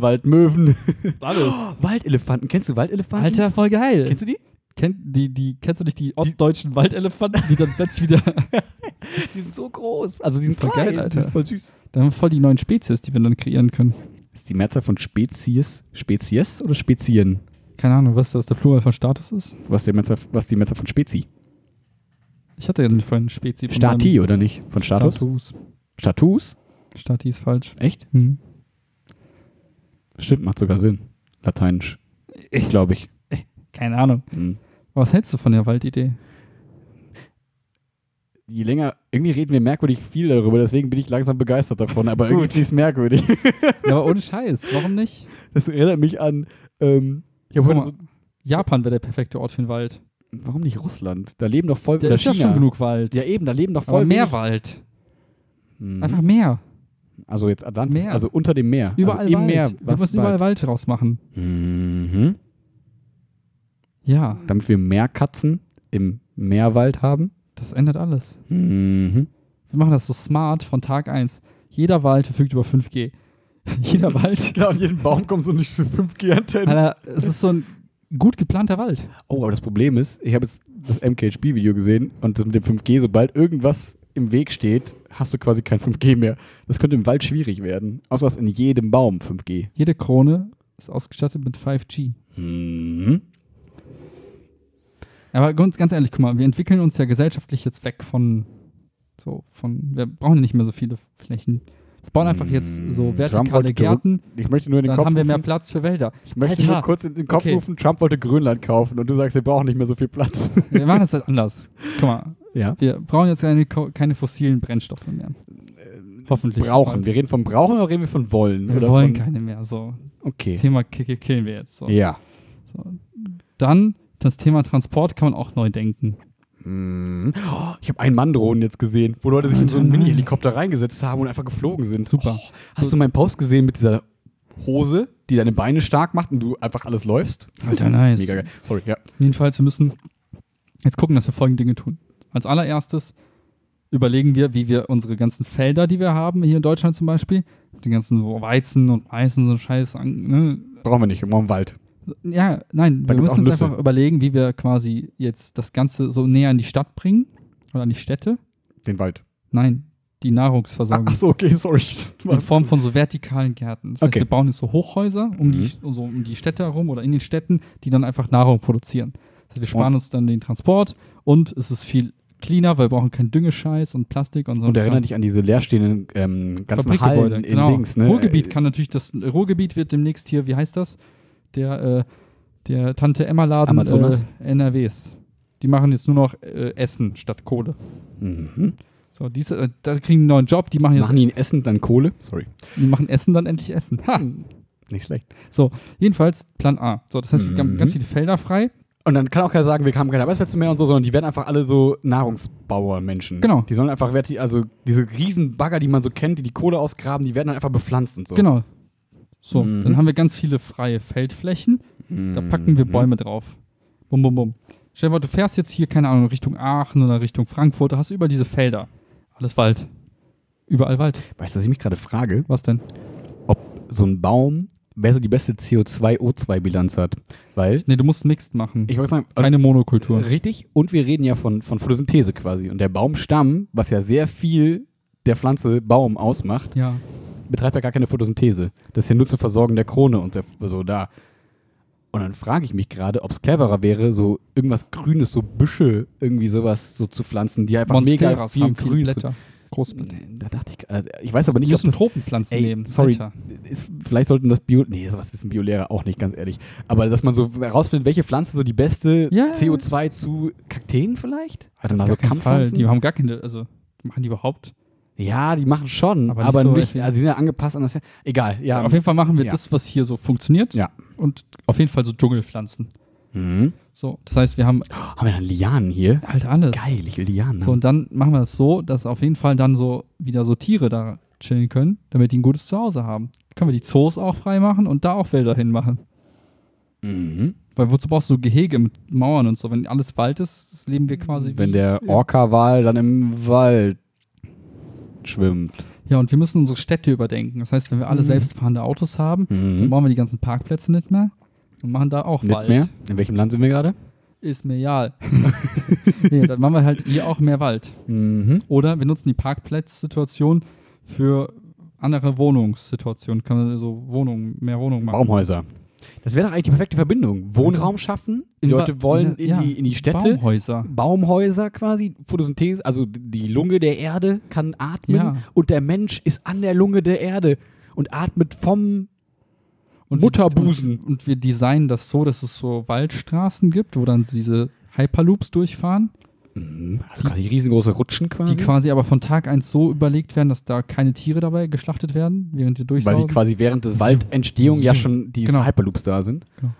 Speaker 1: (laughs) Waldmöwen,
Speaker 2: alles.
Speaker 1: Waldelefanten. Kennst du Waldelefanten?
Speaker 2: Alter, voll geil.
Speaker 1: Kennst du die?
Speaker 2: Kennt, die, die, kennst du nicht die ostdeutschen Waldelefanten, die dann plötzlich
Speaker 1: (laughs)
Speaker 2: wieder. (laughs)
Speaker 1: Die sind so groß. Also die sind
Speaker 2: Voll
Speaker 1: klein,
Speaker 2: geil, Alter.
Speaker 1: Die sind voll süß.
Speaker 2: Da haben wir voll die neuen Spezies, die wir dann kreieren können.
Speaker 1: Ist die Mehrzahl von Spezies Spezies oder Spezien?
Speaker 2: Keine Ahnung, was das der Plural von Status ist.
Speaker 1: Was, die Mehrzahl, was die Mehrzahl von Spezi?
Speaker 2: Ich hatte ja vorhin Spezi. von
Speaker 1: Stati,
Speaker 2: meinem-
Speaker 1: oder nicht? Von Status?
Speaker 2: Status.
Speaker 1: Status?
Speaker 2: Stati ist falsch.
Speaker 1: Echt?
Speaker 2: Hm.
Speaker 1: Stimmt, macht sogar Sinn. Lateinisch. Ich glaube ich.
Speaker 2: Keine Ahnung.
Speaker 1: Hm.
Speaker 2: Was hältst du von der Waldidee?
Speaker 1: Je länger, irgendwie reden wir merkwürdig viel darüber, deswegen bin ich langsam begeistert davon, aber irgendwie
Speaker 2: Gut.
Speaker 1: ist es merkwürdig.
Speaker 2: (laughs) Ja, aber ohne Scheiß, warum nicht?
Speaker 1: Das erinnert mich an, ähm, ich hab
Speaker 2: Guck
Speaker 1: heute
Speaker 2: mal,
Speaker 1: so,
Speaker 2: Japan wäre der perfekte Ort für den Wald.
Speaker 1: warum nicht Russland? Da leben doch voll,
Speaker 2: Da
Speaker 1: oder
Speaker 2: ist ja
Speaker 1: China.
Speaker 2: schon genug Wald.
Speaker 1: Ja eben, da leben doch voll
Speaker 2: aber mehr
Speaker 1: wenig-
Speaker 2: Wald.
Speaker 1: Mhm.
Speaker 2: Einfach mehr.
Speaker 1: Also jetzt Atlantis,
Speaker 2: Meer.
Speaker 1: also unter dem Meer.
Speaker 2: Überall
Speaker 1: also im
Speaker 2: Wald.
Speaker 1: Meer.
Speaker 2: Wir müssen überall Wald draus machen.
Speaker 1: Mhm.
Speaker 2: Ja,
Speaker 1: Damit wir mehr Katzen im Meerwald haben.
Speaker 2: das ändert alles.
Speaker 1: Mhm.
Speaker 2: Wir machen das so smart von Tag 1. Jeder Wald verfügt über 5G. (laughs) Jeder Wald.
Speaker 1: Genau, an jeden Baum kommt so eine 5G-Antenne.
Speaker 2: Alter, es ist so ein gut geplanter Wald.
Speaker 1: Oh, aber das Problem ist, ich habe jetzt das MKHP-Video gesehen und das mit dem 5G, sobald irgendwas im Weg steht, hast du quasi kein 5G mehr. Das könnte im Wald schwierig werden. Außer es in jedem Baum 5G.
Speaker 2: Jede Krone ist ausgestattet mit 5G.
Speaker 1: Mhm.
Speaker 2: Aber ganz, ganz ehrlich, guck mal, wir entwickeln uns ja gesellschaftlich jetzt weg von so von wir brauchen ja nicht mehr so viele Flächen. Wir bauen einfach jetzt so
Speaker 1: Mm, Trump wollte
Speaker 2: vertikale
Speaker 1: zurück-
Speaker 2: Gärten,
Speaker 1: Ich möchte nur in den
Speaker 2: dann
Speaker 1: Kopf
Speaker 2: haben wir mehr
Speaker 1: rufen,
Speaker 2: Platz für Wälder.
Speaker 1: ich möchte
Speaker 2: Alter.
Speaker 1: nur kurz in den Kopf
Speaker 2: Okay.
Speaker 1: rufen, Trump wollte Grönland kaufen und du sagst, wir brauchen nicht mehr so viel Platz. (laughs)
Speaker 2: Wir machen das halt anders. Guck mal,
Speaker 1: ja.
Speaker 2: wir brauchen jetzt keine, ko- keine fossilen Brennstoffe mehr. Hoffentlich.
Speaker 1: Brauchen. Wir reden von brauchen oder reden wir von wollen?
Speaker 2: Wir
Speaker 1: oder
Speaker 2: wollen
Speaker 1: von,
Speaker 2: keine mehr. So, das
Speaker 1: Okay.
Speaker 2: Thema kick- kick- killen wir jetzt. So.
Speaker 1: Ja.
Speaker 2: So. Dann das Thema Transport kann man auch neu denken.
Speaker 1: Mhm. Oh, ich habe einen Mann-Drohnen jetzt gesehen, wo Leute sich in so einen
Speaker 2: Alter, nein.
Speaker 1: Mini-Helikopter reingesetzt haben und einfach geflogen sind. Oh,
Speaker 2: Super.
Speaker 1: Hast du meinen Post gesehen mit dieser Hose, die deine Beine stark macht und du einfach alles läufst.
Speaker 2: Alter, nice.
Speaker 1: Mega geil. Sorry, ja.
Speaker 2: Jedenfalls, wir müssen jetzt gucken, dass wir folgende Dinge tun. Als allererstes überlegen wir, wie wir unsere ganzen Felder, die wir haben, hier in Deutschland zum Beispiel, die ganzen Weizen und Mais und so Scheiß, an- ne?
Speaker 1: Brauchen wir nicht, wir brauchen Wald.
Speaker 2: ja, nein,
Speaker 1: Da
Speaker 2: wir
Speaker 1: gibt's
Speaker 2: müssen
Speaker 1: auch
Speaker 2: uns
Speaker 1: Nüsse.
Speaker 2: einfach überlegen, wie wir quasi jetzt das Ganze so näher an die Stadt bringen oder an die Städte.
Speaker 1: Den Wald.
Speaker 2: Nein, die
Speaker 1: Ach,
Speaker 2: Nahrungsversorgung.
Speaker 1: ach so, okay, sorry.
Speaker 2: (laughs) In Form von so vertikalen Gärten. Das heißt,
Speaker 1: Okay. Mhm.
Speaker 2: wir bauen jetzt so Hochhäuser um, die, so um die Städte herum oder in den Städten, die dann einfach Nahrung produzieren. Das heißt, wir sparen
Speaker 1: Und-
Speaker 2: uns dann den Transport und es ist viel cleaner, weil wir brauchen keinen Düngescheiß und Plastik und so.
Speaker 1: Und erinnere dich an diese leerstehenden ähm, ganzen Hallen in
Speaker 2: genau.
Speaker 1: Dings, ne?
Speaker 2: Ruhrgebiet kann natürlich, das Ruhrgebiet wird demnächst hier, wie heißt das? Der, äh, der Tante-Emma-Laden
Speaker 1: Amazonas?
Speaker 2: äh, NRWs. Die machen jetzt nur noch äh, Essen statt Kohle.
Speaker 1: Mhm.
Speaker 2: So, diese, äh, da kriegen die einen neuen Job, die machen jetzt,
Speaker 1: Machen die in Essen dann Kohle? Sorry.
Speaker 2: die machen Essen, dann endlich Essen. Ha!
Speaker 1: Hm. Nicht schlecht.
Speaker 2: So, jedenfalls Plan A. So, das heißt, wir haben
Speaker 1: Mhm.
Speaker 2: ganz viele Felder frei.
Speaker 1: Und dann kann auch keiner sagen, wir haben keine Arbeitsplätze mehr und so, sondern die werden einfach alle so Nahrungsbauer-Menschen.
Speaker 2: Genau.
Speaker 1: Die sollen einfach, werti- also diese riesen Bagger, die man so kennt, die die Kohle ausgraben, die werden dann einfach bepflanzt und so.
Speaker 2: Genau. So,
Speaker 1: Mhm.
Speaker 2: dann haben wir ganz viele freie Feldflächen. Da packen wir
Speaker 1: Mhm.
Speaker 2: Bäume drauf. Bum, bum, bum. Stell dir vor, du fährst jetzt hier, keine Ahnung, Richtung Aachen oder Richtung Frankfurt, da hast du überall diese Felder. Alles Wald. Überall Wald.
Speaker 1: Weißt du, was ich mich gerade frage?
Speaker 2: Was denn?
Speaker 1: So ein Baum, wer so die beste CO2-O2-Bilanz hat. Weil,
Speaker 2: Nee, du musst Mixed machen.
Speaker 1: ich Äh, wollte sagen,
Speaker 2: Keine Monokultur.
Speaker 1: richtig, und wir reden ja von, von Photosynthese quasi. Und der Baumstamm, was ja sehr viel der Pflanze Baum ausmacht,
Speaker 2: Ja.
Speaker 1: betreibt ja gar keine Photosynthese. Das ist ja nur zur Versorgung der Krone und der, so da. Und dann frage ich mich gerade, ob es cleverer wäre, so irgendwas Grünes, so Büsche, irgendwie sowas so zu pflanzen, die einfach mega
Speaker 2: Monsteras
Speaker 1: viel
Speaker 2: haben viele
Speaker 1: Grün
Speaker 2: Blätter. Großblätter.
Speaker 1: sind. Da dachte ich, äh, ich weiß aber nicht, ob
Speaker 2: müssen
Speaker 1: das,
Speaker 2: Tropenpflanzen
Speaker 1: Ey,
Speaker 2: nehmen.
Speaker 1: sorry.
Speaker 2: Alter.
Speaker 1: ist, vielleicht sollten das Bio, nee, sowas wissen Biolehrer auch nicht, ganz ehrlich. Aber dass man so herausfindet, welche Pflanze so die beste
Speaker 2: Ja.
Speaker 1: CO2 zu Kakteen vielleicht? Warte mal,
Speaker 2: Auf
Speaker 1: so Also
Speaker 2: gar keinen Fall.
Speaker 1: Kampfpflanzen?
Speaker 2: Die haben gar keine, also machen die überhaupt
Speaker 1: Ja, die machen schon,
Speaker 2: Aber
Speaker 1: aber,
Speaker 2: nicht
Speaker 1: nicht,
Speaker 2: so viel.
Speaker 1: also die sind ja angepasst an das, egal, ja.
Speaker 2: auf jeden Fall machen wir
Speaker 1: Ähm, ja.
Speaker 2: das, was hier so funktioniert.
Speaker 1: Ja.
Speaker 2: Und auf jeden Fall so Dschungelpflanzen.
Speaker 1: Mhm.
Speaker 2: So, das heißt, wir haben
Speaker 1: Haben wir dann Lianen hier?
Speaker 2: halt alles.
Speaker 1: Geil, ne? ich will Lianen.
Speaker 2: So,
Speaker 1: haben.
Speaker 2: und dann machen wir es so, dass auf jeden Fall dann so wieder so Tiere da chillen können, damit die ein gutes Zuhause haben. Können wir die Zoos auch freimachen und da auch Wälder hinmachen.
Speaker 1: Mhm.
Speaker 2: Weil wozu brauchst du Gehege mit Mauern und so? Wenn alles Wald ist, das leben wir quasi.
Speaker 1: Wenn
Speaker 2: wie-
Speaker 1: der Orca-Wal dann im Wald schwimmt.
Speaker 2: Ja, und wir müssen unsere Städte überdenken. Das heißt, wenn wir alle
Speaker 1: Mhm.
Speaker 2: selbstfahrende Autos haben, dann brauchen wir die ganzen Parkplätze nicht mehr und machen da auch
Speaker 1: Nicht
Speaker 2: Wald.
Speaker 1: mehr? In welchem Land sind wir gerade?
Speaker 2: Ist mir egal. (laughs) nee, dann machen wir halt hier auch mehr Wald.
Speaker 1: Mhm.
Speaker 2: Oder wir nutzen die Parkplatzsituation für andere Wohnungssituationen. Kann man so Wohnungen, mehr Wohnungen machen.
Speaker 1: Baumhäuser. Das wäre doch eigentlich die perfekte Verbindung. Wohnraum schaffen, die
Speaker 2: In Wa-
Speaker 1: Leute wollen in,
Speaker 2: ja,
Speaker 1: die, in die Städte.
Speaker 2: Baumhäuser.
Speaker 1: Baumhäuser quasi, Photosynthese, also die Lunge der Erde kann atmen
Speaker 2: Ja.
Speaker 1: und der Mensch ist an der Lunge der Erde und atmet vom
Speaker 2: Und
Speaker 1: Mutterbusen.
Speaker 2: Wir, und, und wir designen das so, dass es so Waldstraßen gibt, wo dann so diese Hyperloops durchfahren,
Speaker 1: Mhm. Also quasi riesengroße Rutschen quasi.
Speaker 2: die quasi aber von Tag 1 so überlegt werden, dass da keine Tiere dabei geschlachtet werden, während die
Speaker 1: Weil die
Speaker 2: durchsaugen.
Speaker 1: quasi während des Waldentstehung ja
Speaker 2: So.
Speaker 1: schon die
Speaker 2: Genau.
Speaker 1: Hyperloops da sind.
Speaker 2: Genau.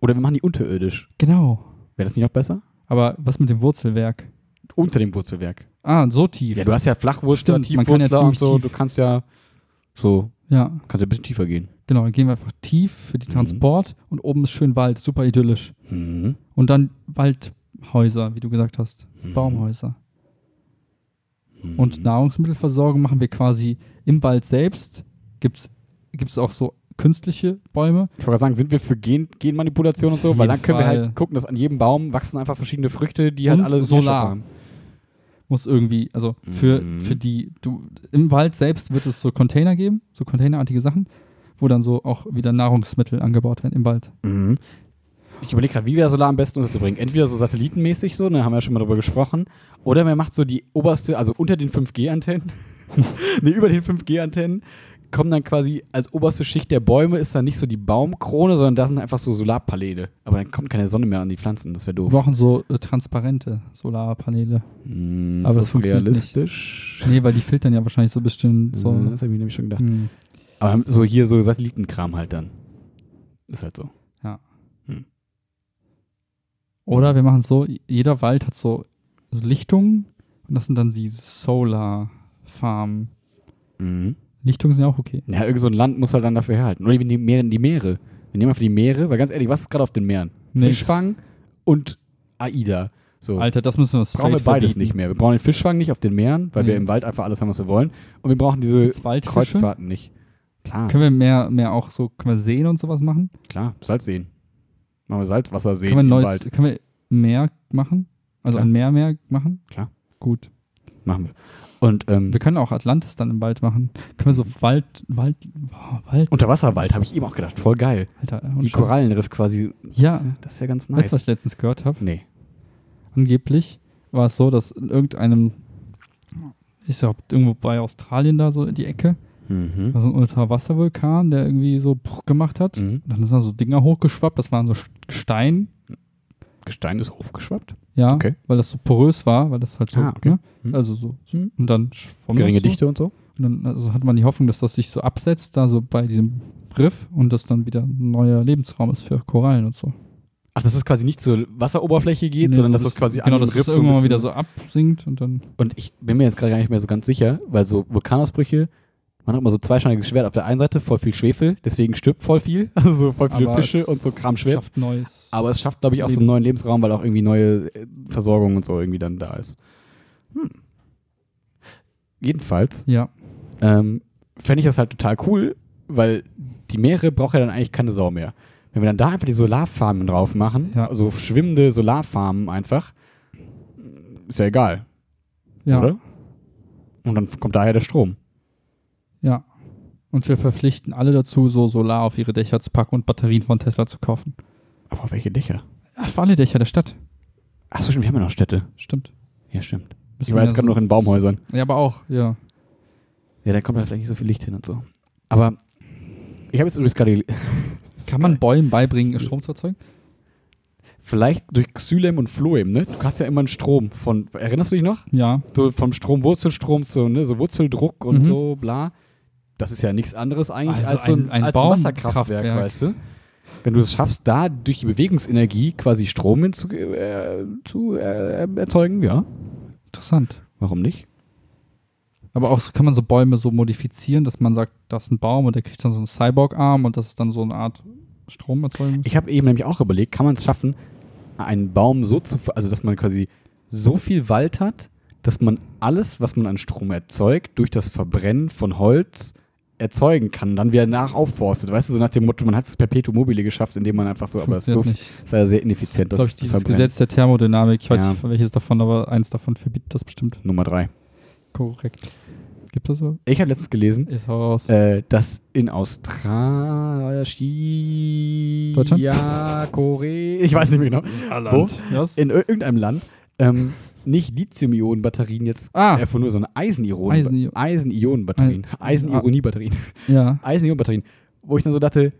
Speaker 1: Oder wir machen die unterirdisch.
Speaker 2: genau.
Speaker 1: Wäre das nicht noch besser?
Speaker 2: Aber was mit dem Wurzelwerk?
Speaker 1: Unter dem Wurzelwerk.
Speaker 2: Ah, so tief.
Speaker 1: Ja, du hast ja Flachwurstler,
Speaker 2: Stimmt, man kann ja
Speaker 1: Tiefwurstler und
Speaker 2: ziemlich
Speaker 1: so.
Speaker 2: tief.
Speaker 1: Du kannst ja so,
Speaker 2: ja.
Speaker 1: kannst ja ein bisschen tiefer gehen.
Speaker 2: Genau, dann gehen wir einfach tief für den Transport und oben ist schön Wald, super idyllisch.
Speaker 1: Mhm.
Speaker 2: Und dann Waldhäuser, wie du gesagt hast,
Speaker 1: hm,
Speaker 2: Baumhäuser.
Speaker 1: Mhm.
Speaker 2: Und Nahrungsmittelversorgung machen wir quasi im Wald selbst. Gibt es auch so künstliche Bäume?
Speaker 1: Ich wollte gerade sagen, sind wir für Gen Genmanipulation und
Speaker 2: Auf
Speaker 1: so? Weil
Speaker 2: jeden
Speaker 1: dann können wir
Speaker 2: Fall.
Speaker 1: halt gucken, dass an jedem Baum wachsen einfach verschiedene Früchte, die halt
Speaker 2: Und
Speaker 1: alle Nährstoffe
Speaker 2: Solar.
Speaker 1: haben.
Speaker 2: Muss irgendwie, also für,
Speaker 1: Mhm.
Speaker 2: für die, du, im Wald selbst wird es so Container geben, so containerartige Sachen, wo dann so auch wieder Nahrungsmittel angebaut werden im Wald.
Speaker 1: Mhm. Ich überlege gerade, wie wir Solar am besten unterzubringen. Entweder so satellitenmäßig so, da haben wir ja schon mal drüber gesprochen, oder man macht so die oberste, also unter den (laughs) 5G-Antennen, ne, über den 5G-Antennen, kommen dann quasi als oberste Schicht der Bäume ist dann nicht so die Baumkrone, sondern da sind einfach so Solarpaläle. Aber dann kommt keine Sonne mehr an die Pflanzen, das wäre
Speaker 2: Wir
Speaker 1: doof.
Speaker 2: brauchen so äh, transparente Solarpaneele.
Speaker 1: Mhm,
Speaker 2: Aber das funktioniert nicht. Mhm.
Speaker 1: realistisch?
Speaker 2: Nee, weil die filtern ja wahrscheinlich so ein bisschen so.
Speaker 1: So. Das habe ich mir nämlich schon gedacht.
Speaker 2: Hm.
Speaker 1: Aber so hier so Satellitenkram halt dann. Ist halt so.
Speaker 2: Oder wir machen so, jeder Wald hat so, so Lichtungen und das sind dann die Solar Farm. Lichtungen sind ja auch okay.
Speaker 1: Ja, irgend so ein Land muss halt dann dafür herhalten. Oder die Meere. Die Meere. Wir nehmen einfach die Meere, weil ganz ehrlich, was ist gerade auf den Meeren?
Speaker 2: Nix.
Speaker 1: Fischfang und AIDA. So.
Speaker 2: Alter, das müssen wir uns
Speaker 1: brauchen wir beides nicht mehr. Wir brauchen den Fischfang nicht auf den Meeren, weil wir
Speaker 2: Nee.
Speaker 1: im Wald einfach alles haben, was wir wollen. Und wir brauchen diese
Speaker 2: Mhm. Gibt's Waldfische?
Speaker 1: Kreuzfahrten nicht. Klar,
Speaker 2: Können wir mehr, mehr auch so, können wir Seen und sowas machen?
Speaker 1: klar. Salzseen. Machen wir Salzwasserseen
Speaker 2: Können wir, ein
Speaker 1: im
Speaker 2: neues,
Speaker 1: Wald.
Speaker 2: können wir mehr machen? Also
Speaker 1: Klar.
Speaker 2: ein Meer mehr machen?
Speaker 1: Klar.
Speaker 2: Gut.
Speaker 1: Machen wir. Und ähm,
Speaker 2: Wir können auch Atlantis dann im Wald machen. Können wir
Speaker 1: Mhm.
Speaker 2: so Wald, Wald, boah, Wald,
Speaker 1: Unterwasserwald habe ich eben auch gedacht. Voll geil.
Speaker 2: Alter.
Speaker 1: Wie
Speaker 2: und
Speaker 1: Korallenriff quasi. Das
Speaker 2: Ja,
Speaker 1: ist ja- Das ist ja ganz
Speaker 2: weißt
Speaker 1: nice.
Speaker 2: du, was ich letztens gehört habe?
Speaker 1: nee.
Speaker 2: angeblich war es so, dass in irgendeinem, ich glaube, irgendwo bei Australien da so in die Ecke,
Speaker 1: Mhm.
Speaker 2: war so ein Unterwasservulkan, der irgendwie so puch gemacht hat.
Speaker 1: Mhm.
Speaker 2: Und dann sind da so Dinger hochgeschwappt, das waren so Sch- Stein,
Speaker 1: Gestein ist hochgeschwappt.
Speaker 2: ja,
Speaker 1: Okay.
Speaker 2: weil das so porös war, weil das halt so,
Speaker 1: Ah, okay.
Speaker 2: ne?
Speaker 1: Mhm.
Speaker 2: also so,
Speaker 1: Mhm.
Speaker 2: und dann schwamm das
Speaker 1: Geringe
Speaker 2: so.
Speaker 1: Dichte und so.
Speaker 2: Und dann also hat man die Hoffnung, dass das sich so absetzt, da so bei diesem Riff und das dann wieder ein neuer Lebensraum ist für Korallen und so.
Speaker 1: Ach, dass es quasi nicht zur Wasseroberfläche geht,
Speaker 2: Nee,
Speaker 1: sondern
Speaker 2: so
Speaker 1: dass es quasi
Speaker 2: genau,
Speaker 1: an dem
Speaker 2: dass das
Speaker 1: Riff so ein
Speaker 2: irgendwann mal wieder
Speaker 1: bisschen-
Speaker 2: so absinkt und dann
Speaker 1: Und ich bin mir jetzt gerade gar nicht mehr so ganz sicher, weil so Vulkanausbrüche, man hat immer so zweischneidiges Schwert. Auf der einen Seite voll viel Schwefel, deswegen stirbt voll viel, (laughs) also so voll viele
Speaker 2: Aber
Speaker 1: Fische
Speaker 2: es
Speaker 1: und so Kram schwer.
Speaker 2: schafft Neues.
Speaker 1: Aber es schafft, glaube ich, auch so einen neuen Lebensraum, weil auch irgendwie neue äh, Versorgung und so irgendwie dann da ist. Hm. Jedenfalls
Speaker 2: ja.
Speaker 1: ähm, fände ich das halt total cool, weil die Meere braucht ja dann eigentlich keine Sau mehr. Wenn wir dann da einfach die Solarfarmen drauf machen,
Speaker 2: Ja.
Speaker 1: also schwimmende Solarfarmen einfach, ist ja egal,
Speaker 2: Ja,
Speaker 1: oder? Und dann kommt daher der Strom.
Speaker 2: ja. Und wir verpflichten alle dazu, so Solar auf ihre Dächer zu packen und Batterien von Tesla zu kaufen.
Speaker 1: Aber auf welche Dächer?
Speaker 2: Ach, für alle Dächer der Stadt.
Speaker 1: Achso, stimmt, wir haben ja noch Städte.
Speaker 2: Stimmt.
Speaker 1: Ja, stimmt. Ich
Speaker 2: Müssen
Speaker 1: war
Speaker 2: wir
Speaker 1: jetzt gerade
Speaker 2: so-
Speaker 1: noch in Baumhäusern.
Speaker 2: Ja, aber auch, ja.
Speaker 1: Ja, da kommt halt vielleicht nicht so viel Licht hin und so. Aber ich habe jetzt übrigens gerade, gel- (laughs)
Speaker 2: Kann man Bäumen beibringen, Strom zu erzeugen?
Speaker 1: vielleicht durch Xylem und Phloem, ne? Du hast ja immer einen Strom von, erinnerst du dich noch?
Speaker 2: Ja.
Speaker 1: So vom Strom, Wurzelstrom zu, ne? So Wurzeldruck und
Speaker 2: Mhm.
Speaker 1: so, bla. Das ist ja nichts anderes eigentlich
Speaker 2: Also
Speaker 1: als so ein,
Speaker 2: ein- ein
Speaker 1: als so ein Wasserkraftwerk,
Speaker 2: Baumkraftwerk.
Speaker 1: weißt du? Wenn du es schaffst, da durch die Bewegungsenergie quasi Strom hin zu, äh, zu äh, erzeugen, ja,
Speaker 2: Interessant.
Speaker 1: warum nicht?
Speaker 2: Aber auch so kann man so Bäume so modifizieren, dass man sagt, das ist ein Baum und der kriegt dann so einen Cyborg-Arm und das ist dann so eine Art Stromerzeugung.
Speaker 1: Ich habe eben nämlich auch überlegt, kann man es schaffen, einen Baum so zu, also dass man quasi so viel Wald hat, dass man alles, was man an Strom erzeugt, durch das Verbrennen von Holz erzeugen kann, dann wieder nach aufforstet. Weißt du, so nach dem Motto, man hat das Perpetuum mobile geschafft, indem man einfach so, aber es ist, so,
Speaker 2: Funktioniert
Speaker 1: ist
Speaker 2: nicht.
Speaker 1: leider sehr
Speaker 2: Das
Speaker 1: ineffizient,
Speaker 2: ist,
Speaker 1: das,
Speaker 2: glaube ich,
Speaker 1: zu
Speaker 2: dieses
Speaker 1: verbrennen.
Speaker 2: Gesetz der Thermodynamik. Ich weiß
Speaker 1: Ja.
Speaker 2: nicht, welches davon, aber eins davon verbietet das bestimmt.
Speaker 1: Nummer drei.
Speaker 2: Korrekt. Gibt das so?
Speaker 1: Ich habe letztens gelesen,
Speaker 2: Ist raus.
Speaker 1: äh, dass in Australien,
Speaker 2: Deutschland?
Speaker 1: ja, Korea, ich weiß nicht mehr genau,
Speaker 2: Was?
Speaker 1: in ir- irgendeinem Land ähm, nicht Lithium-Ionen-Batterien jetzt
Speaker 2: Ah.
Speaker 1: erfunden wurden, sondern Eisen-Ionen-
Speaker 2: Eisen-
Speaker 1: Eisen-Ionen-Batterien. Eisen-Ionie-Batterien.
Speaker 2: ja.
Speaker 1: Eisen-Ionen-Batterien. Wo ich dann so dachte,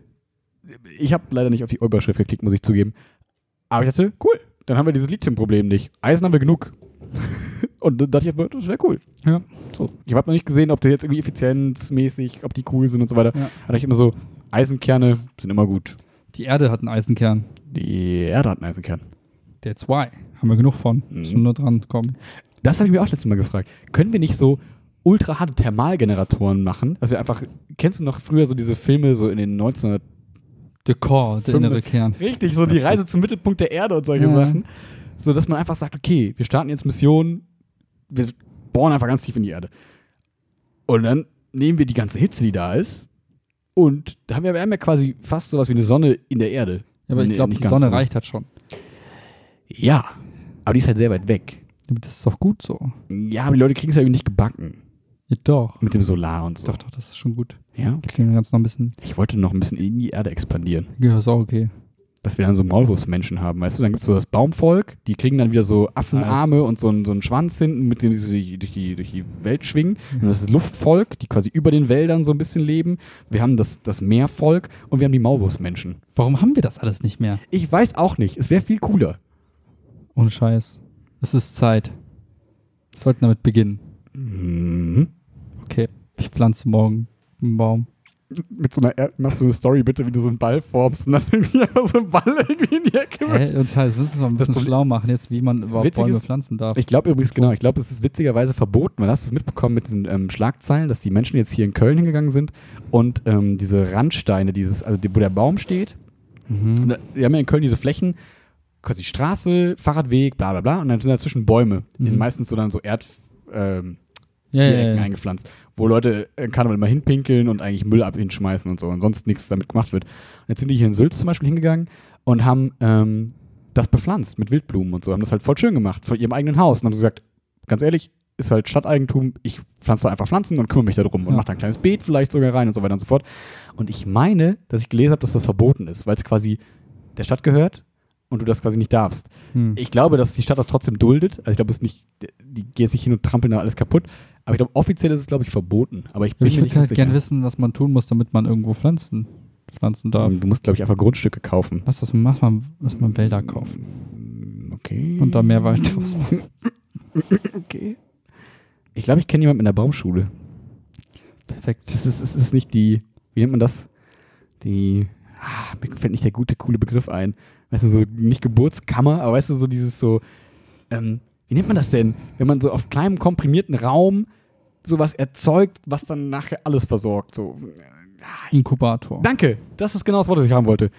Speaker 1: ich habe leider nicht auf die Überschrift geklickt, muss ich zugeben. Aber ich dachte, cool, dann haben wir dieses Lithium-Problem nicht. Eisen haben wir genug. (laughs) Und dann dachte ich, aber, das wäre cool.
Speaker 2: Ja.
Speaker 1: So. Ich habe noch nicht gesehen, ob die jetzt irgendwie effizienzmäßig, ob die cool sind und so weiter.
Speaker 2: Ja.
Speaker 1: Da dachte ich immer so, Eisenkerne sind immer gut.
Speaker 2: Die Erde hat einen Eisenkern.
Speaker 1: Die Erde hat einen Eisenkern.
Speaker 2: That's why. Haben wir genug von.
Speaker 1: Mhm.
Speaker 2: Müssen nur dran kommen.
Speaker 1: Das habe ich mir auch letztes Mal gefragt. Können wir nicht so ultra harte Thermalgeneratoren machen? Dass wir einfach, kennst du noch früher so diese Filme so in den 1900
Speaker 2: The Core, der
Speaker 1: Fünf-
Speaker 2: innere Kern.
Speaker 1: Richtig, so die Reise zum Mittelpunkt der Erde und solche
Speaker 2: Ja.
Speaker 1: Sachen. So dass man einfach sagt, okay, wir starten jetzt Missionen, wir bohren einfach ganz tief in die Erde. Und dann nehmen wir die ganze Hitze, die da ist. Und da haben wir, wir haben ja quasi fast sowas wie eine Sonne in der Erde.
Speaker 2: Ja, aber ich
Speaker 1: Nee,
Speaker 2: glaube,
Speaker 1: nicht
Speaker 2: die
Speaker 1: ganz, genau.
Speaker 2: Sonne
Speaker 1: aber-
Speaker 2: reicht halt schon.
Speaker 1: Ja, aber die ist halt sehr weit weg.
Speaker 2: Aber das ist doch gut so.
Speaker 1: Ja, aber die Leute kriegen es ja irgendwie nicht gebacken
Speaker 2: Ja, doch.
Speaker 1: mit dem Solar und so.
Speaker 2: Doch, doch, das ist schon gut.
Speaker 1: Ja,
Speaker 2: Da kriegen wir ganz noch ein bisschen
Speaker 1: Ich wollte noch ein bisschen in die Erde expandieren,
Speaker 2: Gehör ist auch okay.
Speaker 1: dass wir dann so Maulwurfsmenschen haben, weißt du? Dann gibt es so das Baumvolk, die kriegen dann wieder so Affenarme und so einen, so einen Schwanz hinten, mit dem sie so die, durch, die, durch die Welt schwingen. Und das ist das Luftvolk, die quasi über den Wäldern so ein bisschen leben. Wir haben das, das Meervolk und wir haben die Maulwurfsmenschen.
Speaker 2: Warum haben wir das alles nicht mehr?
Speaker 1: Ich weiß auch nicht, es wäre viel cooler.
Speaker 2: Ohne Scheiß. Es ist Zeit. Wir sollten damit beginnen.
Speaker 1: Mhm.
Speaker 2: Okay, ich pflanze morgen einen Baum.
Speaker 1: mit so einer Er- machst du eine Story bitte, wie du so einen Ball formst und dann (laughs) irgendwie einfach so einen Ball irgendwie in die Ecke wirfst.
Speaker 2: Hä, und Scheiße, müssen wir mal ein bisschen
Speaker 1: Problem-
Speaker 2: schlau machen, jetzt wie man überhaupt
Speaker 1: Witzig
Speaker 2: Bäume
Speaker 1: ist-
Speaker 2: pflanzen darf.
Speaker 1: Ich glaube übrigens, genau, ich glaube, es ist witzigerweise verboten, weil hast du es mitbekommen mit den ähm, Schlagzeilen, dass die Menschen jetzt hier in Köln hingegangen sind und ähm, diese Randsteine, dieses, also die, wo der Baum steht,
Speaker 2: Mhm.
Speaker 1: Und da- Wir haben ja in Köln diese Flächen, quasi Straße, Fahrradweg, bla bla bla. Und dann sind dazwischen Bäume.
Speaker 2: Mhm.
Speaker 1: In meistens so dann so Erd. Ähm,
Speaker 2: Ja, ja,
Speaker 1: Vierecken
Speaker 2: ja.
Speaker 1: eingepflanzt, wo Leute äh, Karneval immer hinpinkeln und eigentlich Müll ab hinschmeißen und so und sonst nichts damit gemacht wird. Und jetzt sind die hier in Sülz zum Beispiel hingegangen und haben ähm, das bepflanzt mit Wildblumen und so, haben das halt voll schön gemacht, vor ihrem eigenen Haus und haben so gesagt, ganz ehrlich, ist halt Stadteigentum, ich pflanze da einfach Pflanzen und kümmere mich darum und
Speaker 2: Ja.
Speaker 1: mache da ein kleines Beet vielleicht sogar rein und so weiter und so fort. Und ich meine, dass ich gelesen habe, dass das verboten ist, weil es quasi der Stadt gehört und du das quasi nicht darfst.
Speaker 2: Hm.
Speaker 1: Ich glaube, dass die Stadt das trotzdem duldet. Also ich glaube, es ist nicht, die gehen jetzt nicht hin und trampeln da alles kaputt. Aber ich glaube, offiziell ist es, glaube ich, verboten. Aber ich
Speaker 2: Ja,
Speaker 1: bin
Speaker 2: ich
Speaker 1: mir nicht
Speaker 2: würde
Speaker 1: ganz
Speaker 2: halt
Speaker 1: sicher.
Speaker 2: gerne wissen, was man tun muss, damit man irgendwo pflanzen, pflanzen darf.
Speaker 1: Ähm, Du musst, glaube ich, einfach Grundstücke kaufen. Mm,
Speaker 2: Lass das lass mal, lass mal Wälder kaufen
Speaker 1: Okay.
Speaker 2: und da mehr
Speaker 1: (laughs)
Speaker 2: Wald draus machen.
Speaker 1: Okay. Ich glaube, ich kenne jemanden in der Baumschule.
Speaker 2: Perfekt.
Speaker 1: Es ist, es ist nicht die, wie nennt man das? Die, ah, mir fällt nicht der gute, coole Begriff ein. Weißt du, so nicht Geburtskammer, aber weißt du, so dieses so, ähm, wie nennt man das denn? Wenn man so auf kleinem, komprimierten Raum sowas erzeugt, was dann nachher alles versorgt. So.
Speaker 2: Inkubator.
Speaker 1: Danke, das ist genau das Wort, das ich haben wollte.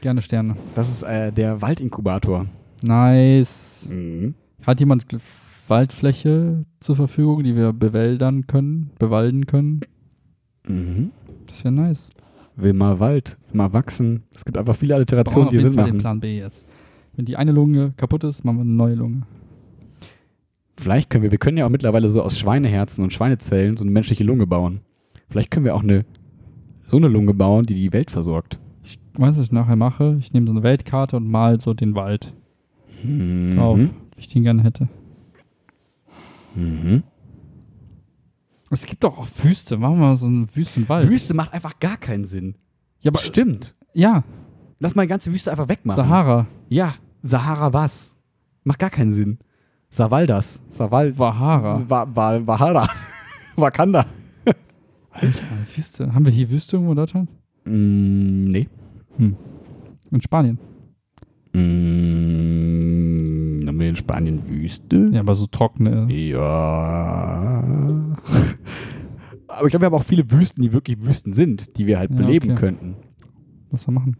Speaker 2: Gerne Sterne.
Speaker 1: Das ist äh, der Waldinkubator.
Speaker 2: Nice.
Speaker 1: Mhm.
Speaker 2: Hat jemand gl- Waldfläche zur Verfügung, die wir bewäldern können, bewalden können?
Speaker 1: Mhm.
Speaker 2: Das wäre nice.
Speaker 1: Will mal Wald, will mal wachsen. Es gibt einfach viele Alliterationen,
Speaker 2: auf
Speaker 1: die
Speaker 2: jeden
Speaker 1: Sinn
Speaker 2: Fall den
Speaker 1: machen.
Speaker 2: Plan B jetzt. Wenn die eine Lunge kaputt ist, machen wir eine neue Lunge.
Speaker 1: Vielleicht können wir, wir können ja auch mittlerweile so aus Schweineherzen und Schweinezellen so eine menschliche Lunge bauen. Vielleicht können wir auch eine, so eine Lunge bauen, die die Welt versorgt.
Speaker 2: Ich weiß, was ich nachher mache. Ich nehme so eine Weltkarte und mal so den Wald
Speaker 1: Mhm.
Speaker 2: drauf, wie ich den gerne hätte.
Speaker 1: Mhm.
Speaker 2: Es gibt doch auch Wüste. Machen wir so einen Wüstenwald.
Speaker 1: Wüste macht einfach gar keinen Sinn.
Speaker 2: Halt. Ja, aber,
Speaker 1: Stimmt.
Speaker 2: ja
Speaker 1: Lass mal die ganze Wüste einfach wegmachen.
Speaker 2: Sahara.
Speaker 1: Ja, Sahara was? Macht gar keinen Sinn. Savaldas. Saval.
Speaker 2: Wahara.
Speaker 1: Wa Wa Wahara. (laughs) Wakanda.
Speaker 2: Alter, Wüste. Haben wir hier Wüste irgendwo in Deutschland?
Speaker 1: Mm, nee.
Speaker 2: In Spanien.
Speaker 1: Mm, haben wir in Spanien Wüste?
Speaker 2: Ja, aber so trockene.
Speaker 1: Ja. (laughs) Aber ich glaube, wir haben auch viele Wüsten, die wirklich Wüsten sind, die wir halt
Speaker 2: Ja,
Speaker 1: beleben
Speaker 2: okay.
Speaker 1: könnten.
Speaker 2: Was wir machen.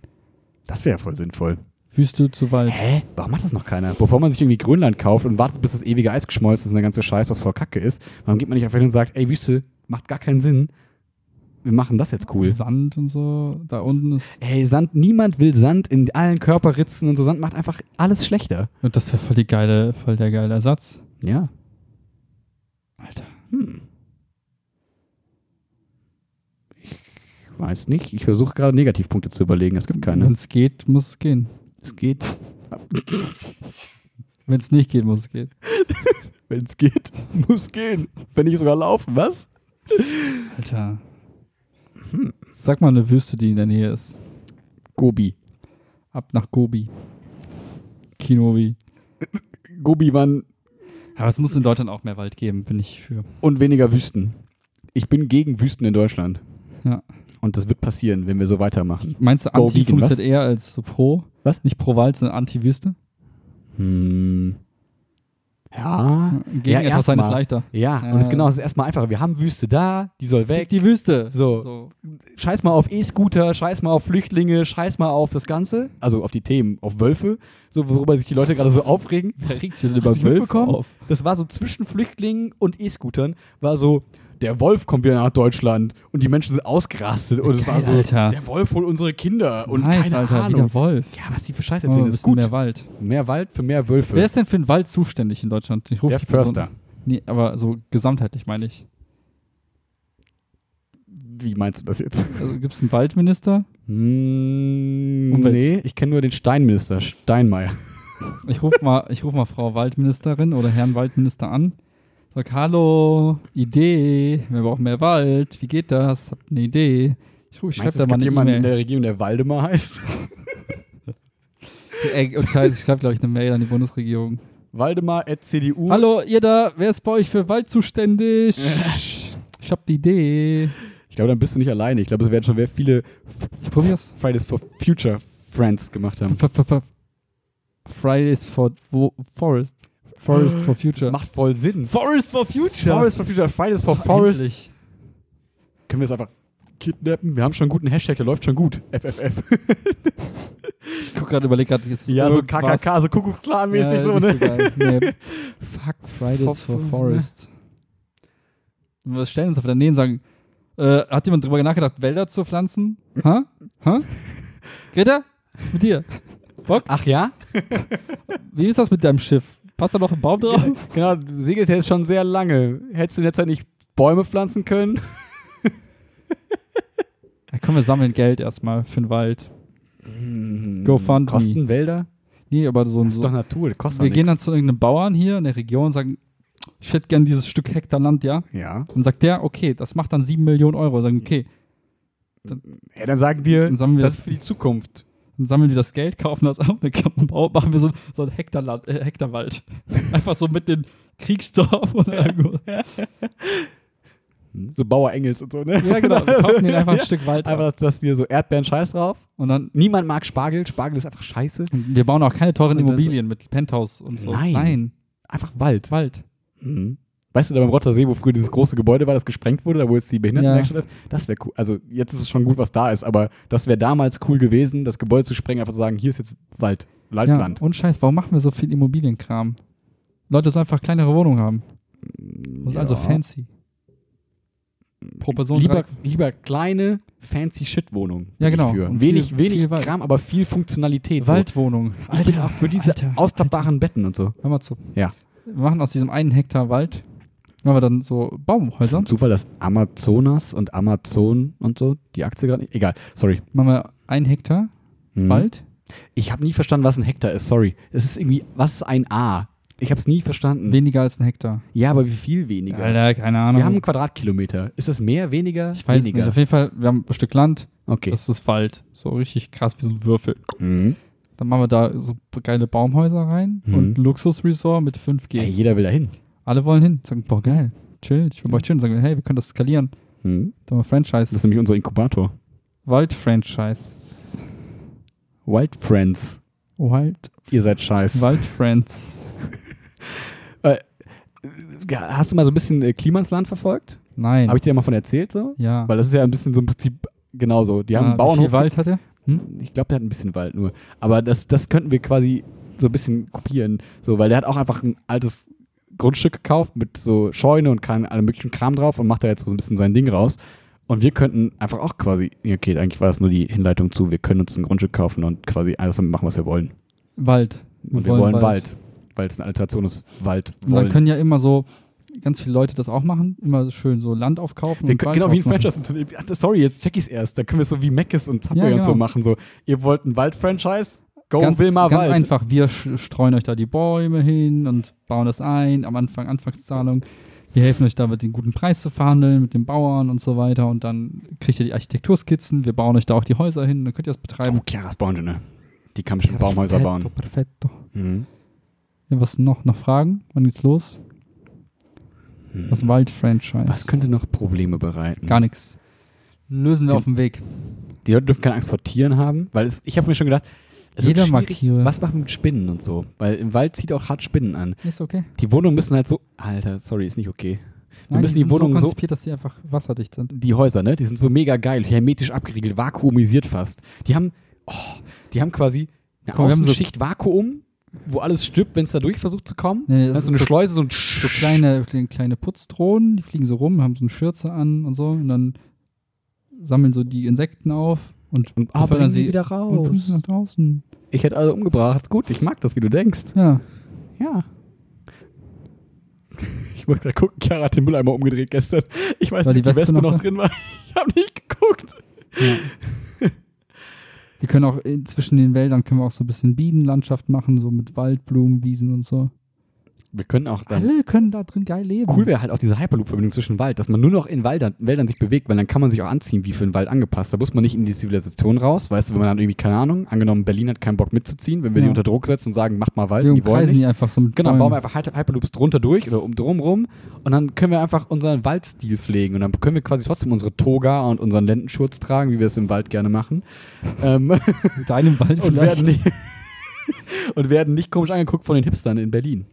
Speaker 1: Das wäre voll sinnvoll.
Speaker 2: Wüste zu Wald.
Speaker 1: Hä? Warum macht das noch keiner? Bevor man sich irgendwie Grönland kauft und wartet, bis das ewige Eis geschmolzen ist und der ganze Scheiß, was voll Kacke ist, warum geht man nicht einfach hin und sagt, ey, Wüste, macht gar keinen Sinn. Wir machen das jetzt cool.
Speaker 2: Sand und so. Da unten ist.
Speaker 1: Ey, Sand, niemand will Sand in allen Körperritzen und so. Sand macht einfach alles schlechter.
Speaker 2: Und das wäre voll, die geile, voll der geile Ersatz.
Speaker 1: Ja.
Speaker 2: Alter.
Speaker 1: Hm. Ich weiß nicht. Ich versuche gerade Negativpunkte zu überlegen. Es gibt keine.
Speaker 2: Wenn es geht, muss es gehen.
Speaker 1: Es geht.
Speaker 2: Wenn es nicht geht, muss es gehen.
Speaker 1: Wenn es geht, (laughs) muss gehen. Wenn nicht sogar laufen, was?
Speaker 2: Alter.
Speaker 1: Hm.
Speaker 2: Sag mal eine Wüste, die in der Nähe ist.
Speaker 1: Gobi.
Speaker 2: Ab nach Gobi. Kinovi.
Speaker 1: Gobi waren
Speaker 2: Aber es muss in Deutschland auch mehr Wald geben, bin ich für.
Speaker 1: und weniger Wüsten. Ich bin gegen Wüsten in Deutschland.
Speaker 2: Ja.
Speaker 1: Und das wird passieren, wenn wir so weitermachen.
Speaker 2: Meinst du,
Speaker 1: Go
Speaker 2: Anti
Speaker 1: vegan, was?
Speaker 2: funktioniert eher als so pro?
Speaker 1: Was?
Speaker 2: Nicht pro Wald, sondern Anti-Wüste?
Speaker 1: Hm. Ja.
Speaker 2: Gegen
Speaker 1: Ja,
Speaker 2: etwas Seines
Speaker 1: erstmal.
Speaker 2: leichter.
Speaker 1: Ja,
Speaker 2: Ja.
Speaker 1: und es, genau, es ist erstmal einfacher. Wir haben Wüste da, die soll weg.
Speaker 2: Weg die Wüste.
Speaker 1: So. scheiß mal auf E-Scooter, scheiß mal auf Flüchtlinge, scheiß mal auf das Ganze, also auf die Themen, auf Wölfe, so worüber sich die Leute gerade so aufregen.
Speaker 2: Wer regt sich
Speaker 1: Hast
Speaker 2: denn
Speaker 1: du
Speaker 2: über
Speaker 1: nicht
Speaker 2: Wölfe
Speaker 1: mitbekommen?
Speaker 2: auf?
Speaker 1: Das war so zwischen Flüchtlingen und E-Scootern, war so, der Wolf kommt wieder nach Deutschland und die Menschen sind ausgerastet und es
Speaker 2: Geil,
Speaker 1: war so,
Speaker 2: Alter.
Speaker 1: der Wolf holt unsere Kinder und
Speaker 2: nice,
Speaker 1: keine
Speaker 2: Alter,
Speaker 1: Ahnung.
Speaker 2: wieder Wolf.
Speaker 1: Ja, was die für Scheiße
Speaker 2: Oh,
Speaker 1: erzählen,
Speaker 2: ein
Speaker 1: ist
Speaker 2: bisschen
Speaker 1: gut.
Speaker 2: mehr
Speaker 1: Mehr,
Speaker 2: Wald.
Speaker 1: Wald für mehr Wölfe.
Speaker 2: Wer ist denn für den Wald zuständig in Deutschland? Ich ruf
Speaker 1: der
Speaker 2: die Person-
Speaker 1: Förster.
Speaker 2: Nee, aber so gesamtheitlich meine ich.
Speaker 1: Wie meinst du das jetzt?
Speaker 2: Also gibt es einen Waldminister?
Speaker 1: Hm,
Speaker 2: Umwelt.
Speaker 1: nee, ich kenne nur den Steinminister, Steinmeier.
Speaker 2: Ich rufe mal, ich ruf mal Frau Waldministerin oder Herrn Waldminister an. Sag, hallo, Idee, wir brauchen mehr Wald, wie geht das? Habt eine Idee? Ich, ruf- ich schreibe
Speaker 1: Meinst du,
Speaker 2: da
Speaker 1: es gibt
Speaker 2: mal eine
Speaker 1: jemanden in
Speaker 2: E-Mail.
Speaker 1: der Regierung, der Waldemar heißt? (laughs)
Speaker 2: Ey, oh scheiße, ich schreibe, glaube ich, eine Mail an die Bundesregierung.
Speaker 1: Waldemar at CDU.
Speaker 2: Hm. (laughs) Hallo, ihr da, wer ist bei euch für Wald zuständig? ich hab die Idee.
Speaker 1: Ich glaube, dann bist du nicht alleine. Ich glaube, es werden schon sehr viele F-
Speaker 2: Probier's.
Speaker 1: Fridays for Future Friends gemacht haben.
Speaker 2: F- f- f- Fridays for wo- Forest. Forest for Future.
Speaker 1: Das macht voll Sinn.
Speaker 2: Forest for Future.
Speaker 1: Forest for Future, Fridays for Forest. Können wir es einfach kidnappen? Wir haben schon einen guten Hashtag, der läuft schon gut. FFF.
Speaker 2: (laughs) Ich guck gerade, überleg gerade.
Speaker 1: ja, so KKK, so Kuckucksklan-mäßig also so, ne?
Speaker 2: (laughs) ne? Fuck Fridays
Speaker 1: Fopfen,
Speaker 2: for
Speaker 1: ne?
Speaker 2: Forest. Und Wir stellen uns einfach daneben und sagen, äh, hat jemand drüber nachgedacht, Wälder zu pflanzen? Hä? (laughs) Hä? Greta, was ist mit dir? Bock?
Speaker 1: Ach ja?
Speaker 2: Wie ist das mit deinem Schiff? Passt da noch
Speaker 1: (laughs)
Speaker 2: ein Baum drauf?
Speaker 1: Genau, du segelst ja jetzt schon sehr lange. Hättest du in der Zeit nicht Bäume pflanzen können?
Speaker 2: Ja, komm, wir sammeln Geld erstmal für den Wald. GoFundMe.
Speaker 1: Kosten Wälder?
Speaker 2: Nee, aber so ein
Speaker 1: Das ist
Speaker 2: Mm. so.
Speaker 1: doch Natur, das kostet
Speaker 2: Wir
Speaker 1: doch
Speaker 2: gehen dann
Speaker 1: nix.
Speaker 2: zu irgendeinem Bauern hier in der Region und sagen, ich hätte gern dieses Stück Hektar Land, ja?
Speaker 1: Ja.
Speaker 2: Dann sagt der, okay, das macht dann 7 Millionen Euro. Sagen, okay,
Speaker 1: ja. Dann sagen wir,
Speaker 2: Dann sammeln wir
Speaker 1: das
Speaker 2: das-
Speaker 1: ist für die Zukunft.
Speaker 2: dann sammeln wir das Geld, kaufen das ab, dann kann man Bau- machen wir so, so einen Hektar Land, äh, Hektarwald. (laughs) Einfach so mit den Kriegsdorf oder irgendwo.
Speaker 1: So Bauer Engels und so, ne?
Speaker 2: Hm? Ja, genau. Wir kaufen
Speaker 1: (laughs)
Speaker 2: denen einfach ein
Speaker 1: Ja.
Speaker 2: Stück Wald ab.
Speaker 1: Einfach, dass, dass hier so Erdbeeren scheiß drauf.
Speaker 2: Und dann,
Speaker 1: Niemand mag Spargel, Spargel ist einfach scheiße.
Speaker 2: wir bauen auch keine teuren
Speaker 1: Und dann so-
Speaker 2: Immobilien mit Penthouse und so.
Speaker 1: Nein.
Speaker 2: Nein,
Speaker 1: Einfach Wald.
Speaker 2: Wald.
Speaker 1: Mhm. Weißt du, da beim Rottersee, wo früher dieses große Gebäude war, das gesprengt wurde, da wo jetzt die Behindertenwerkstatt ist, das wäre cool. Also jetzt ist es schon gut, was da ist, aber das wäre damals cool gewesen, das Gebäude zu sprengen, einfach zu sagen, hier ist jetzt Wald,
Speaker 2: Ja,
Speaker 1: Waldland.
Speaker 2: und Scheiß, warum machen wir so viel Immobilienkram? Leute sollen einfach kleinere Wohnungen haben. Das ist also fancy. Pro Person halt.
Speaker 1: lieber,
Speaker 2: drei-
Speaker 1: lieber kleine, fancy Shit-Wohnungen. bin
Speaker 2: Ja,
Speaker 1: ich
Speaker 2: genau.
Speaker 1: Für.
Speaker 2: Und
Speaker 1: wenig
Speaker 2: viel-
Speaker 1: wenig
Speaker 2: viel Wald.
Speaker 1: Kram, aber viel Funktionalität.
Speaker 2: Waldwohnung.
Speaker 1: So. Ich bin auch für diese
Speaker 2: Alter,
Speaker 1: austappbaren Betten und so.
Speaker 2: Alter. Hör mal zu.
Speaker 1: Ja.
Speaker 2: Wir machen aus diesem einen Hektar Wald, machen wir dann so
Speaker 1: Ist
Speaker 2: Baumhäuser.
Speaker 1: ein Zufall, dass Amazonas und Amazon und so die Aktie gerade nicht. Egal, sorry.
Speaker 2: Machen wir einen Hektar
Speaker 1: Mhm.
Speaker 2: Wald.
Speaker 1: Ich habe nie verstanden, was ein Hektar ist, sorry. Es ist irgendwie, was ist ein A? Ich habe es nie verstanden.
Speaker 2: Weniger als ein Hektar.
Speaker 1: ja, aber wie viel weniger?
Speaker 2: Alter, keine Ahnung.
Speaker 1: Wir haben einen Quadratkilometer. Ist das mehr, weniger?
Speaker 2: ich weiß
Speaker 1: weniger.
Speaker 2: nicht. Auf jeden Fall, wir haben ein Stück Land.
Speaker 1: Okay.
Speaker 2: Das ist Wald. So richtig krass wie so ein Würfel.
Speaker 1: Mhm.
Speaker 2: Dann machen wir da so geile Baumhäuser rein
Speaker 1: Mhm.
Speaker 2: und Luxusresort mit 5G.
Speaker 1: Ey, jeder will da hin.
Speaker 2: Alle wollen hin. Sagen, boah, geil. Chill. Ich will bei euch chillen. Sagen, hey, wir können das skalieren.
Speaker 1: Mhm.
Speaker 2: Dann mal
Speaker 1: Das
Speaker 2: Franchise.
Speaker 1: ist nämlich unser Inkubator.
Speaker 2: Wald-Franchise.
Speaker 1: Wild Friends.
Speaker 2: Wild,
Speaker 1: Ihr seid scheiß.
Speaker 2: Wald-Friends.
Speaker 1: Ja, Hast du mal so ein bisschen äh, Klima ins Land verfolgt?
Speaker 2: Nein.
Speaker 1: Habe ich dir ja mal von erzählt so?
Speaker 2: ja.
Speaker 1: Weil das ist ja ein bisschen so im Prinzip genauso. Die haben
Speaker 2: ja,
Speaker 1: einen Bauernhof.
Speaker 2: Wie viel Wald hat er?
Speaker 1: Ich glaube, der hat ein bisschen Wald nur. Aber das, das könnten wir quasi so ein bisschen kopieren. So, weil der hat auch einfach ein altes Grundstück gekauft mit so Scheune und kein, allem möglichen Kram drauf und macht da jetzt so ein bisschen sein Ding raus. Und wir könnten einfach auch quasi, ja, okay, eigentlich war das nur die Hinleitung zu, wir können uns ein Grundstück kaufen und quasi alles damit machen, was wir wollen.
Speaker 2: Wald.
Speaker 1: Und wir wollen, Wald. Weil es eine Alliteration ist, Wald
Speaker 2: Und dann
Speaker 1: wollen.
Speaker 2: können ja immer so ganz viele Leute das auch machen. Immer so schön so Land aufkaufen.
Speaker 1: wir
Speaker 2: und
Speaker 1: können,
Speaker 2: Wald
Speaker 1: genau wie ein
Speaker 2: draus machen.
Speaker 1: Franchise-Unternehmen. Ah, das- Sorry, jetzt check ich's erst. Da können wir es so wie Meckes und Subway
Speaker 2: Ja,
Speaker 1: und
Speaker 2: genau.
Speaker 1: so machen. So, ihr wollt ein Wald-Franchise? Go
Speaker 2: ganz,
Speaker 1: Wilmar
Speaker 2: ganz
Speaker 1: Wald.
Speaker 2: einfach. Wir sch- streuen euch da die Bäume hin und bauen das ein. Am Anfang Anfangszahlung. Wir helfen euch da mit den guten Preis zu verhandeln, mit den Bauern und so weiter. Und dann kriegt ihr die Architekturskizzen. Wir bauen euch da auch die Häuser hin. Dann könnt ihr das
Speaker 1: Oh,
Speaker 2: betreiben.
Speaker 1: Chiaras Bauingenieur. Die kann bestimmt Baumhäuser bauen.
Speaker 2: Perfetto. perfetto.
Speaker 1: Mhm.
Speaker 2: Ja, was noch? Noch Fragen? Wann geht's los?
Speaker 1: Hm.
Speaker 2: Das Wald-Franchise.
Speaker 1: Was könnte noch Probleme bereiten?
Speaker 2: Gar nichts. Lösen wir
Speaker 1: Den-
Speaker 2: auf dem Weg.
Speaker 1: Die Leute dürfen keine Angst vor Tieren haben, weil es, ich habe mir schon gedacht, es wird
Speaker 2: Jeder mag
Speaker 1: schwierig.
Speaker 2: Tiere.
Speaker 1: Was machen wir mit Spinnen und so? Weil im Wald zieht auch hart Spinnen an.
Speaker 2: Ist okay.
Speaker 1: Die Wohnungen müssen halt so. Alter, sorry, ist nicht okay. Wir
Speaker 2: Nein,
Speaker 1: müssen die
Speaker 2: sind
Speaker 1: Wohnungen
Speaker 2: so
Speaker 1: so.
Speaker 2: konzipiert, dass sie einfach wasserdicht sind.
Speaker 1: Die Häuser, ne? Die sind so mega geil, hermetisch abgeriegelt, vakuumisiert fast. Die haben. Oh, die haben quasi eine
Speaker 2: Guck mal, wir haben so-
Speaker 1: Außenschicht Vakuum, wo alles stirbt, wenn es da durch versucht zu kommen.
Speaker 2: Nee, das
Speaker 1: Dann ist so
Speaker 2: ist
Speaker 1: eine
Speaker 2: so-
Speaker 1: Schleuse, so ein
Speaker 2: So kleine, kleine Putzdrohnen, die fliegen so rum, haben so eine Schürze an und so und dann sammeln so die Insekten auf und
Speaker 1: Und ah,
Speaker 2: befördern
Speaker 1: bringen sie wieder raus.
Speaker 2: und bringen sie nach draußen.
Speaker 1: Ich hätte alle umgebracht. Gut, ich mag das, wie du denkst.
Speaker 2: Ja.
Speaker 1: Ja. Ich muss gerade gucken, Chiara hat den Müll einmal umgedreht gestern. Ich weiß
Speaker 2: War
Speaker 1: nicht,
Speaker 2: die
Speaker 1: ob die Wespe
Speaker 2: Wespe noch
Speaker 1: noch
Speaker 2: da?
Speaker 1: drin war. (laughs) Ich habe nicht geguckt.
Speaker 2: ja. wir können auch in- zwischen den Wäldern können wir auch so ein bisschen Bienenlandschaft machen, so mit Waldblumen, Wiesen und so.
Speaker 1: Wir können auch dann.
Speaker 2: Alle können da drin geil leben.
Speaker 1: Cool wäre halt auch diese Hyperloop-Verbindung zwischen Wald, dass man nur noch in Waldern, Wäldern sich bewegt, weil dann kann man sich auch anziehen, wie für einen Wald angepasst. Da muss man nicht in die Zivilisation raus, weißt du, wenn man dann irgendwie, keine Ahnung, angenommen, Berlin hat keinen Bock mitzuziehen, wenn wir
Speaker 2: Ja.
Speaker 1: die unter Druck setzen und sagen, macht mal Wald,
Speaker 2: Wir
Speaker 1: die wollen
Speaker 2: umkreisen
Speaker 1: nicht.
Speaker 2: die einfach so mit
Speaker 1: Genau,
Speaker 2: Bäumen.
Speaker 1: bauen wir einfach Hyper- Hyperloops drunter durch oder um drum rum und dann können wir einfach unseren Waldstil pflegen und dann können wir quasi trotzdem unsere Toga und unseren Lendenschurz tragen, wie wir es im Wald gerne machen. ähm, (laughs)
Speaker 2: in deinem Wald
Speaker 1: und,
Speaker 2: vielleicht.
Speaker 1: werden nicht, (laughs) und werden nicht komisch angeguckt von den Hipstern in Berlin.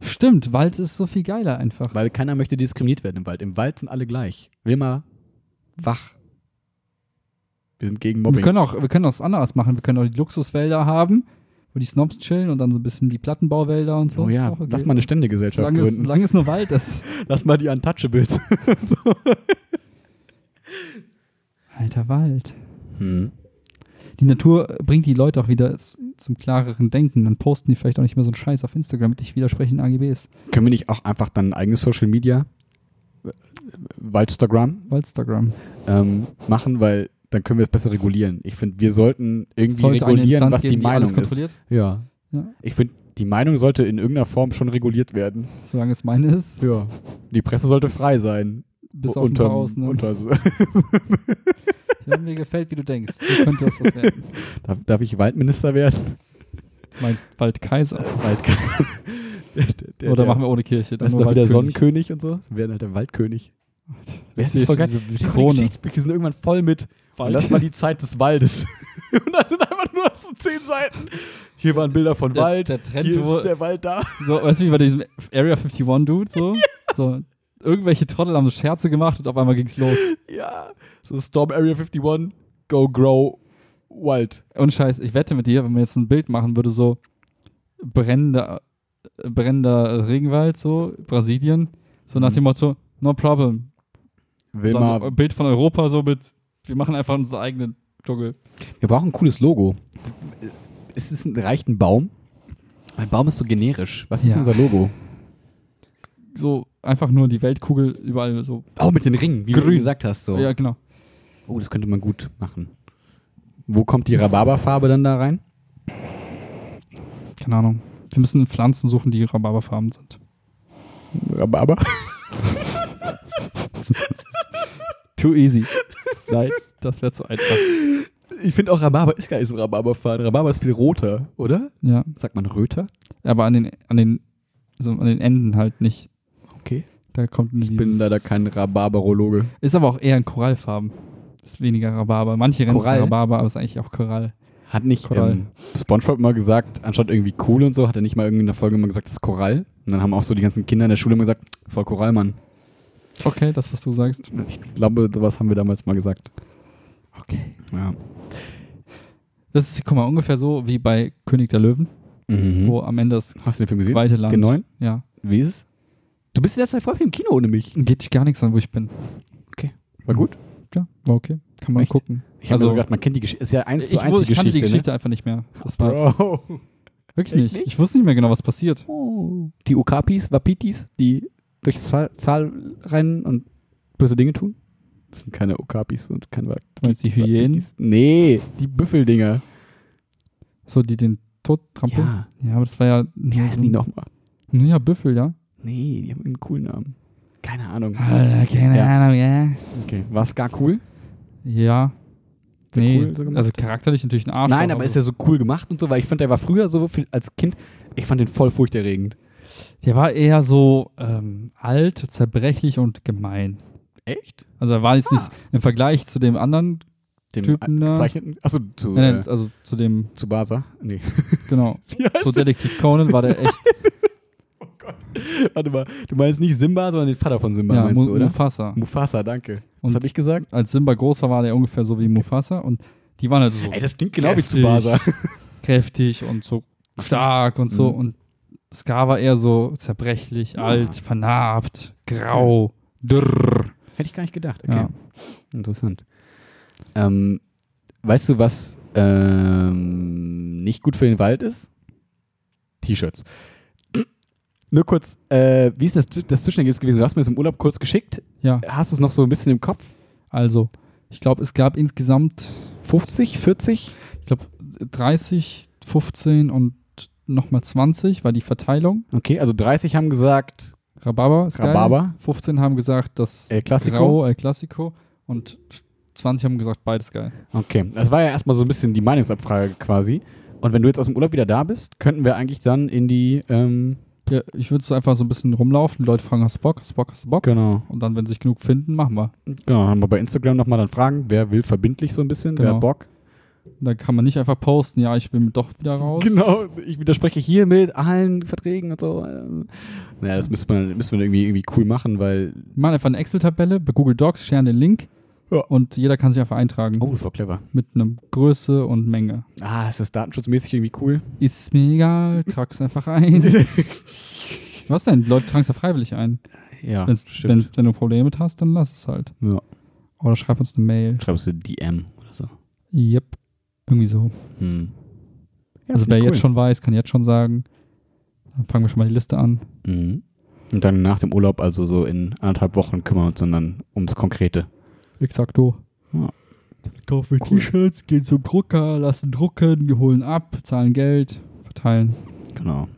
Speaker 2: Stimmt, Wald ist so viel geiler einfach.
Speaker 1: Weil keiner möchte diskriminiert werden im Wald. Im Wald sind alle gleich. Wir mal wach. Wir sind gegen
Speaker 2: Wir
Speaker 1: Mobbing.
Speaker 2: können, auch, wir können auch was anderes machen. Wir können auch die Luxuswälder haben, wo die Snobs chillen und dann so ein bisschen die Plattenbauwälder und so.
Speaker 1: oh
Speaker 2: Ist
Speaker 1: ja,
Speaker 2: auch okay.
Speaker 1: lass mal eine Ständegesellschaft
Speaker 2: solange, es,
Speaker 1: gründen.
Speaker 2: solange es nur Wald ist.
Speaker 1: Lass mal die Untouchables. so.
Speaker 2: (laughs) Alter Wald.
Speaker 1: hm.
Speaker 2: Die Natur bringt die Leute auch wieder z- zum klareren Denken. Dann posten die vielleicht auch nicht mehr so einen Scheiß auf Instagram mit nicht widersprechenden AGBs.
Speaker 1: Können wir nicht auch einfach dann ein eigenes Social Media, äh, Waldstagram,
Speaker 2: Waldstagram.
Speaker 1: ähm, machen, weil dann können wir es besser regulieren. Ich finde, wir sollten irgendwie regulieren, was die Meinung ist. Ja.
Speaker 2: Ja.
Speaker 1: Ich finde, die Meinung sollte in irgendeiner Form schon reguliert werden.
Speaker 2: Solange es meine ist,
Speaker 1: Ja. Die Presse sollte frei sein.
Speaker 2: bis auf ne?
Speaker 1: unter,
Speaker 2: ein paar Ausnahmen.
Speaker 1: unter, (laughs)
Speaker 2: Wenn mir gefällt, wie du denkst, so könnte das
Speaker 1: (laughs)
Speaker 2: was werden.
Speaker 1: Darf, darf ich Waldminister werden?
Speaker 2: Du meinst Waldkaiser.
Speaker 1: Waldkaiser. (laughs) Der- der- der-
Speaker 2: Oder
Speaker 1: der-
Speaker 2: machen wir ohne Kirche.
Speaker 1: Weißt du noch, wie der Sonnenkönig und so? Wir werden halt der Waldkönig.
Speaker 2: Wer
Speaker 1: Ist voll geil.
Speaker 2: diese,
Speaker 1: Stell dir vor,
Speaker 2: diese
Speaker 1: Die
Speaker 2: Krone?
Speaker 1: Geschichtsbücher sind irgendwann voll mit. Und
Speaker 2: Wald.
Speaker 1: das war die Zeit des Waldes. (laughs) und da sind einfach nur so zehn Seiten. Hier waren Bilder von
Speaker 2: Der-
Speaker 1: Wald.
Speaker 2: der Trend
Speaker 1: hier
Speaker 2: wurde-
Speaker 1: ist der Wald da.
Speaker 2: So, weißt du, wie bei diesem Area 51-Dude so?
Speaker 1: (laughs)
Speaker 2: so? Irgendwelche Trottel haben so Scherze gemacht und auf einmal ging's los.
Speaker 1: ja. So Storm Area 51. Go grow wild.
Speaker 2: Und Scheiß, ich wette mit dir, wenn man jetzt ein Bild machen würde, so brennender, äh, brennender Regenwald, so Brasilien, so nach
Speaker 1: Mhm.
Speaker 2: dem Motto, no problem. So
Speaker 1: Wilma.
Speaker 2: ein Bild von Europa so mit, wir machen einfach unseren eigenen Dschungel.
Speaker 1: Wir brauchen ein cooles Logo. Es ist ein, reicht ein Baum? Ein Baum ist so generisch. Was ist
Speaker 2: Ja.
Speaker 1: unser Logo?
Speaker 2: So einfach nur die Weltkugel überall so.
Speaker 1: Auch Oh, mit den Ringen, wie du
Speaker 2: Grün.
Speaker 1: eben gesagt hast. So.
Speaker 2: Ja, genau.
Speaker 1: Oh, das könnte man gut machen. Wo kommt die Rhabarberfarbe dann da rein?
Speaker 2: Keine Ahnung. Wir müssen Pflanzen suchen, die Rhabarberfarben sind.
Speaker 1: (laughs) Rhabarber?
Speaker 2: Too easy. Nein, (laughs) das wäre zu einfach.
Speaker 1: Ich finde auch Rhabarber ist gar nicht so Rhabarberfarben. Rhabarber ist viel roter, oder?
Speaker 2: Ja,
Speaker 1: Sagt man Röter?
Speaker 2: aber an den, an den, so an den Enden halt nicht.
Speaker 1: Okay.
Speaker 2: Da kommt
Speaker 1: Ich bin leider kein Rhabarberologe.
Speaker 2: Ist aber auch eher in Korallfarben. Ist weniger Rhabarber. Manche rennen
Speaker 1: Korall?
Speaker 2: Rhabarber, aber ist eigentlich auch Korall.
Speaker 1: Hat nicht
Speaker 2: Korall.
Speaker 1: ähm, Spongebob mal gesagt, anstatt irgendwie cool und so, hat er nicht mal irgendwie in der Folge mal gesagt, das ist Korall. Und dann haben auch so die ganzen Kinder in der Schule immer gesagt, voll Korall, Mann.
Speaker 2: Okay, das, was du sagst.
Speaker 1: Ich glaube, sowas haben wir damals mal gesagt.
Speaker 2: Okay.
Speaker 1: Ja.
Speaker 2: Das ist, guck mal, ungefähr so wie bei König der Löwen,
Speaker 1: Mhm.
Speaker 2: wo am Ende das
Speaker 1: Hast du den Film gesehen?
Speaker 2: weite Land.
Speaker 1: Den neuen?
Speaker 2: Ja.
Speaker 1: Wie ist es? Du bist jetzt voll viel im Kino ohne mich.
Speaker 2: Geht dich gar nichts an, wo ich bin.
Speaker 1: War gut.
Speaker 2: Ja, war okay. Kann man
Speaker 1: Echt?
Speaker 2: gucken.
Speaker 1: Ich habe also, so gedacht, man kennt die ne? Geschichte. Ist ja eins
Speaker 2: ich,
Speaker 1: zu eins
Speaker 2: wus- ich kannte die
Speaker 1: ne?
Speaker 2: Geschichte einfach nicht mehr. Das war
Speaker 1: Bro.
Speaker 2: wirklich
Speaker 1: Echt
Speaker 2: nicht. Ich wusste nicht mehr genau, was passiert.
Speaker 1: Oh. Die Ukapis, Wapitis, die durch Zahl, Zahl rennen und böse Dinge tun. Das sind keine Ukapis und keine Wa-
Speaker 2: Du meinst die Hyänen,
Speaker 1: Wapitis. Nee, die Büffeldinger.
Speaker 2: so die den Tod trampeln.
Speaker 1: Ja,
Speaker 2: Ja. aber das war ja.
Speaker 1: wie heißen die nochmal?
Speaker 2: Ja, Büffel, ja.
Speaker 1: Nee, die haben einen coolen Namen. Keine Ahnung.
Speaker 2: Keine
Speaker 1: Ah, Ja.
Speaker 2: Ahnung, ja.
Speaker 1: Okay. War es gar cool?
Speaker 2: Ja.
Speaker 1: Sehr
Speaker 2: nee,
Speaker 1: cool so gemacht.
Speaker 2: also charakterlich natürlich ein Arsch.
Speaker 1: Nein, aber ist ja so cool gemacht und so, weil ich fand, der war früher so viel als Kind, ich fand den voll furchterregend.
Speaker 2: Der war eher so ähm, alt, zerbrechlich und gemein.
Speaker 1: Echt?
Speaker 2: Also er war jetzt
Speaker 1: Ah.
Speaker 2: nicht im Vergleich zu dem anderen,
Speaker 1: Dem
Speaker 2: Typen da.
Speaker 1: gezeichneten, achso, zu,
Speaker 2: nein,
Speaker 1: äh,
Speaker 2: nein, also zu dem,
Speaker 1: zu Basa. Nee. (laughs)
Speaker 2: genau,
Speaker 1: Wie heißt
Speaker 2: zu Detektiv Conan war der echt,
Speaker 1: Warte mal, du meinst nicht Simba, sondern den Vater von Simba, (laughs)
Speaker 2: ja,
Speaker 1: meinst
Speaker 2: Mu
Speaker 1: du, oder?
Speaker 2: Mufasa.
Speaker 1: Mufasa, danke. Was
Speaker 2: Und-
Speaker 1: habe ich gesagt?
Speaker 2: Als Simba groß war, war der ungefähr so wie Mufasa und die waren halt so
Speaker 1: Ey, das klingt genau wie
Speaker 2: Kräftig.
Speaker 1: Tsubasa.
Speaker 2: (laughs) kräftig und so stark und so
Speaker 1: Mhm.
Speaker 2: und Scar war eher so zerbrechlich,
Speaker 1: Ja.
Speaker 2: alt, vernarbt, grau, drrr.
Speaker 1: Hätte ich gar nicht gedacht.
Speaker 2: Ja.
Speaker 1: Interessant. Ähm, weißt du, was ähm, nicht gut für den Wald ist? T-Shirts. (clears throat) Nur kurz, äh, wie ist das, das Zwischenergebnis gewesen? Du hast mir das im Urlaub kurz geschickt.
Speaker 2: Ja,
Speaker 1: Hast du es noch so ein bisschen im Kopf?
Speaker 2: also ich glaube, es gab insgesamt
Speaker 1: 50, 40?
Speaker 2: ich glaube 30, 15 und nochmal 20 war die Verteilung.
Speaker 1: Okay, also 30 haben gesagt,
Speaker 2: Rhabarber ist
Speaker 1: Rhabarber.
Speaker 2: geil. 15 haben gesagt, das
Speaker 1: El Clasico.
Speaker 2: Grau, El Clasico. Und 20 haben gesagt, beides geil.
Speaker 1: Okay, das war ja erstmal so ein bisschen die Meinungsabfrage quasi. Und wenn du jetzt aus dem Urlaub wieder da bist, könnten wir eigentlich dann in die, ähm,
Speaker 2: Ja, ich würde so einfach so ein bisschen rumlaufen. Die Leute fragen, hast du Bock? Hast du Bock? Hast du Bock?
Speaker 1: genau,
Speaker 2: Und dann, wenn sich genug finden, machen wir.
Speaker 1: genau, haben wir bei Instagram nochmal dann Fragen, wer will verbindlich so ein bisschen, wer
Speaker 2: Genau.
Speaker 1: hat Bock.
Speaker 2: Da kann man nicht einfach posten, ja, ich will doch wieder raus.
Speaker 1: Genau, ich widerspreche hier mit allen Verträgen und so. ähm. Naja, das müsste man, müsste man irgendwie, irgendwie cool machen, weil,
Speaker 2: Wir machen einfach eine Excel-Tabelle, bei Google Docs scheren den Link
Speaker 1: Ja.
Speaker 2: und jeder kann sich einfach eintragen
Speaker 1: oh, voll clever.
Speaker 2: mit einer Größe und Menge.
Speaker 1: Ah, ist das datenschutzmäßig irgendwie
Speaker 2: (laughs)
Speaker 1: cool?
Speaker 2: Ist mir egal, trag's
Speaker 1: (laughs)
Speaker 2: einfach ein. Was denn? Die Leute tragen es ja freiwillig ein.
Speaker 1: ja,
Speaker 2: Wenn's, wenn, wenn du Probleme mit hast, dann lass es halt.
Speaker 1: Ja.
Speaker 2: Oder schreib uns eine Mail.
Speaker 1: Schreibst du DM oder so.
Speaker 2: Yep. Irgendwie so.
Speaker 1: Hm. Ja,
Speaker 2: also
Speaker 1: find
Speaker 2: wer
Speaker 1: ich
Speaker 2: jetzt schon weiß, kann jetzt schon sagen. Dann fangen wir schon mal die Liste an.
Speaker 1: Mhm. Und dann nach dem Urlaub, also so in anderthalb Wochen, kümmern wir uns dann, dann ums Konkrete.
Speaker 2: Exakto.
Speaker 1: Ja.
Speaker 2: Kaufen
Speaker 1: Cool.
Speaker 2: T-Shirts, gehen zum Drucker, lassen drucken, die holen ab, zahlen Geld, verteilen.
Speaker 1: Genau.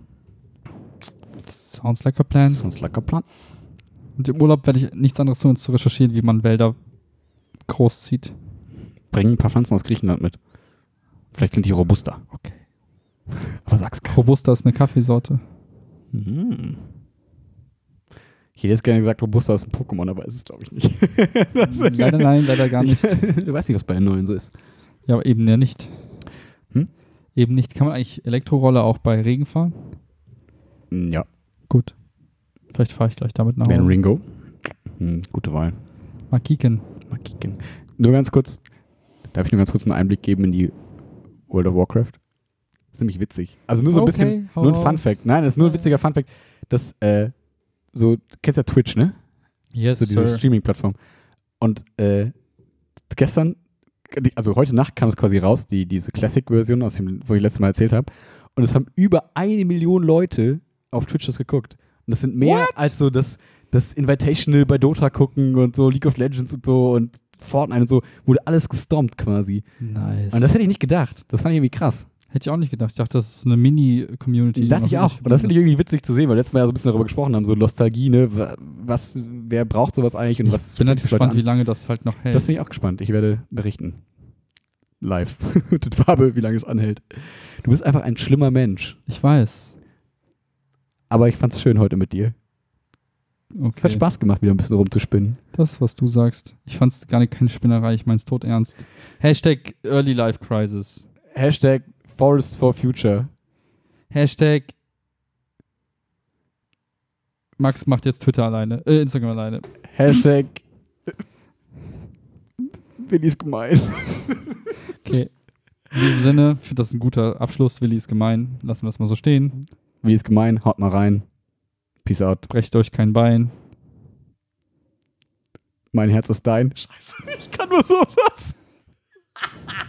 Speaker 2: Sounds like a plan.
Speaker 1: Sounds like a plan.
Speaker 2: Und im Urlaub werde ich nichts anderes tun, als zu recherchieren, wie man Wälder großzieht.
Speaker 1: Bring ein paar Pflanzen aus Griechenland mit. Vielleicht sind die robuster.
Speaker 2: Okay.
Speaker 1: (laughs) Aber sag's keinem.
Speaker 2: Robusta ist
Speaker 1: (laughs)
Speaker 2: eine Kaffeesorte.
Speaker 1: Mhm. Ich hätte jetzt gerne gesagt, robuster ist ein Pokémon, aber ist es glaube ich nicht. (laughs) Das-
Speaker 2: Hm, leider
Speaker 1: (laughs)
Speaker 2: nein, leider gar nicht.
Speaker 1: du weißt nicht, was bei den neuen so ist.
Speaker 2: Ja, aber eben ja nicht.
Speaker 1: Hm?
Speaker 2: Eben nicht. Kann man eigentlich Elektroroller auch bei Regen fahren? Hm,
Speaker 1: Ja,
Speaker 2: Gut. Vielleicht fahre ich gleich damit nach
Speaker 1: Ben
Speaker 2: Hause.
Speaker 1: Ringo. Hm, gute Wahl.
Speaker 2: Mal kicken.
Speaker 1: Mal kicken. Nur ganz kurz, darf ich nur ganz kurz einen Einblick geben in die World of Warcraft? ist nämlich witzig. Also nur so ein
Speaker 2: Okay,
Speaker 1: bisschen,
Speaker 2: hau
Speaker 1: nur ein
Speaker 2: raus.
Speaker 1: Fun-Fact. Nein, das ist nur ein
Speaker 2: Ja.
Speaker 1: witziger Fun-Fact, dass, äh, so, du kennst ja Twitch, ne?
Speaker 2: Yes,
Speaker 1: So diese
Speaker 2: sir.
Speaker 1: Streaming-Plattform. Und, äh, gestern, also heute Nacht kam es quasi raus, die, diese Classic-Version, aus dem, wo ich letztes Mal erzählt habe. Und es haben über eine Million Leute auf Twitch das geguckt. Und das sind mehr als so das, das Invitational bei Dota gucken und so League of Legends und so und Fortnite und so. Wurde alles gestompt quasi.
Speaker 2: Nice.
Speaker 1: Und das hätte ich nicht gedacht. Das fand ich irgendwie krass.
Speaker 2: Hätte ich auch nicht gedacht. Ich dachte, das ist eine Mini-Community.
Speaker 1: Dachte ich auch. Und das finde ich
Speaker 2: ich
Speaker 1: irgendwie witzig zu sehen, weil letztes Mal ja so ein bisschen darüber gesprochen haben, so Nostalgie, ne? Wa- Was, wer braucht sowas eigentlich und was
Speaker 2: bin halt
Speaker 1: spricht die Leute
Speaker 2: gespannt,
Speaker 1: an?
Speaker 2: wie lange das halt noch hält.
Speaker 1: Das bin ich auch gespannt. Ich werde berichten. Live. (laughs) Mit Farbe, wie lange es anhält. Du bist einfach ein schlimmer Mensch.
Speaker 2: ich weiß.
Speaker 1: Aber ich fand es schön heute mit dir.
Speaker 2: Okay.
Speaker 1: Es hat Spaß gemacht, wieder ein bisschen rumzuspinnen.
Speaker 2: Das, was du sagst. Ich fand es gar nicht keine Spinnerei. Ich mein's tot ernst. Hashtag Early Life Crisis.
Speaker 1: Hashtag Forest for Future.
Speaker 2: Hashtag Max macht jetzt Twitter alleine. Äh, Instagram alleine.
Speaker 1: Hashtag Willi ist gemein.
Speaker 2: Okay. In diesem Sinne, ich finde das ist ein guter Abschluss. Willi ist gemein. Lassen wir das mal so stehen.
Speaker 1: Willi ist gemein. Haut mal rein. Peace out.
Speaker 2: Brecht euch kein Bein.
Speaker 1: Mein Herz ist dein. Scheiße, ich kann nur so was.
Speaker 2: Oh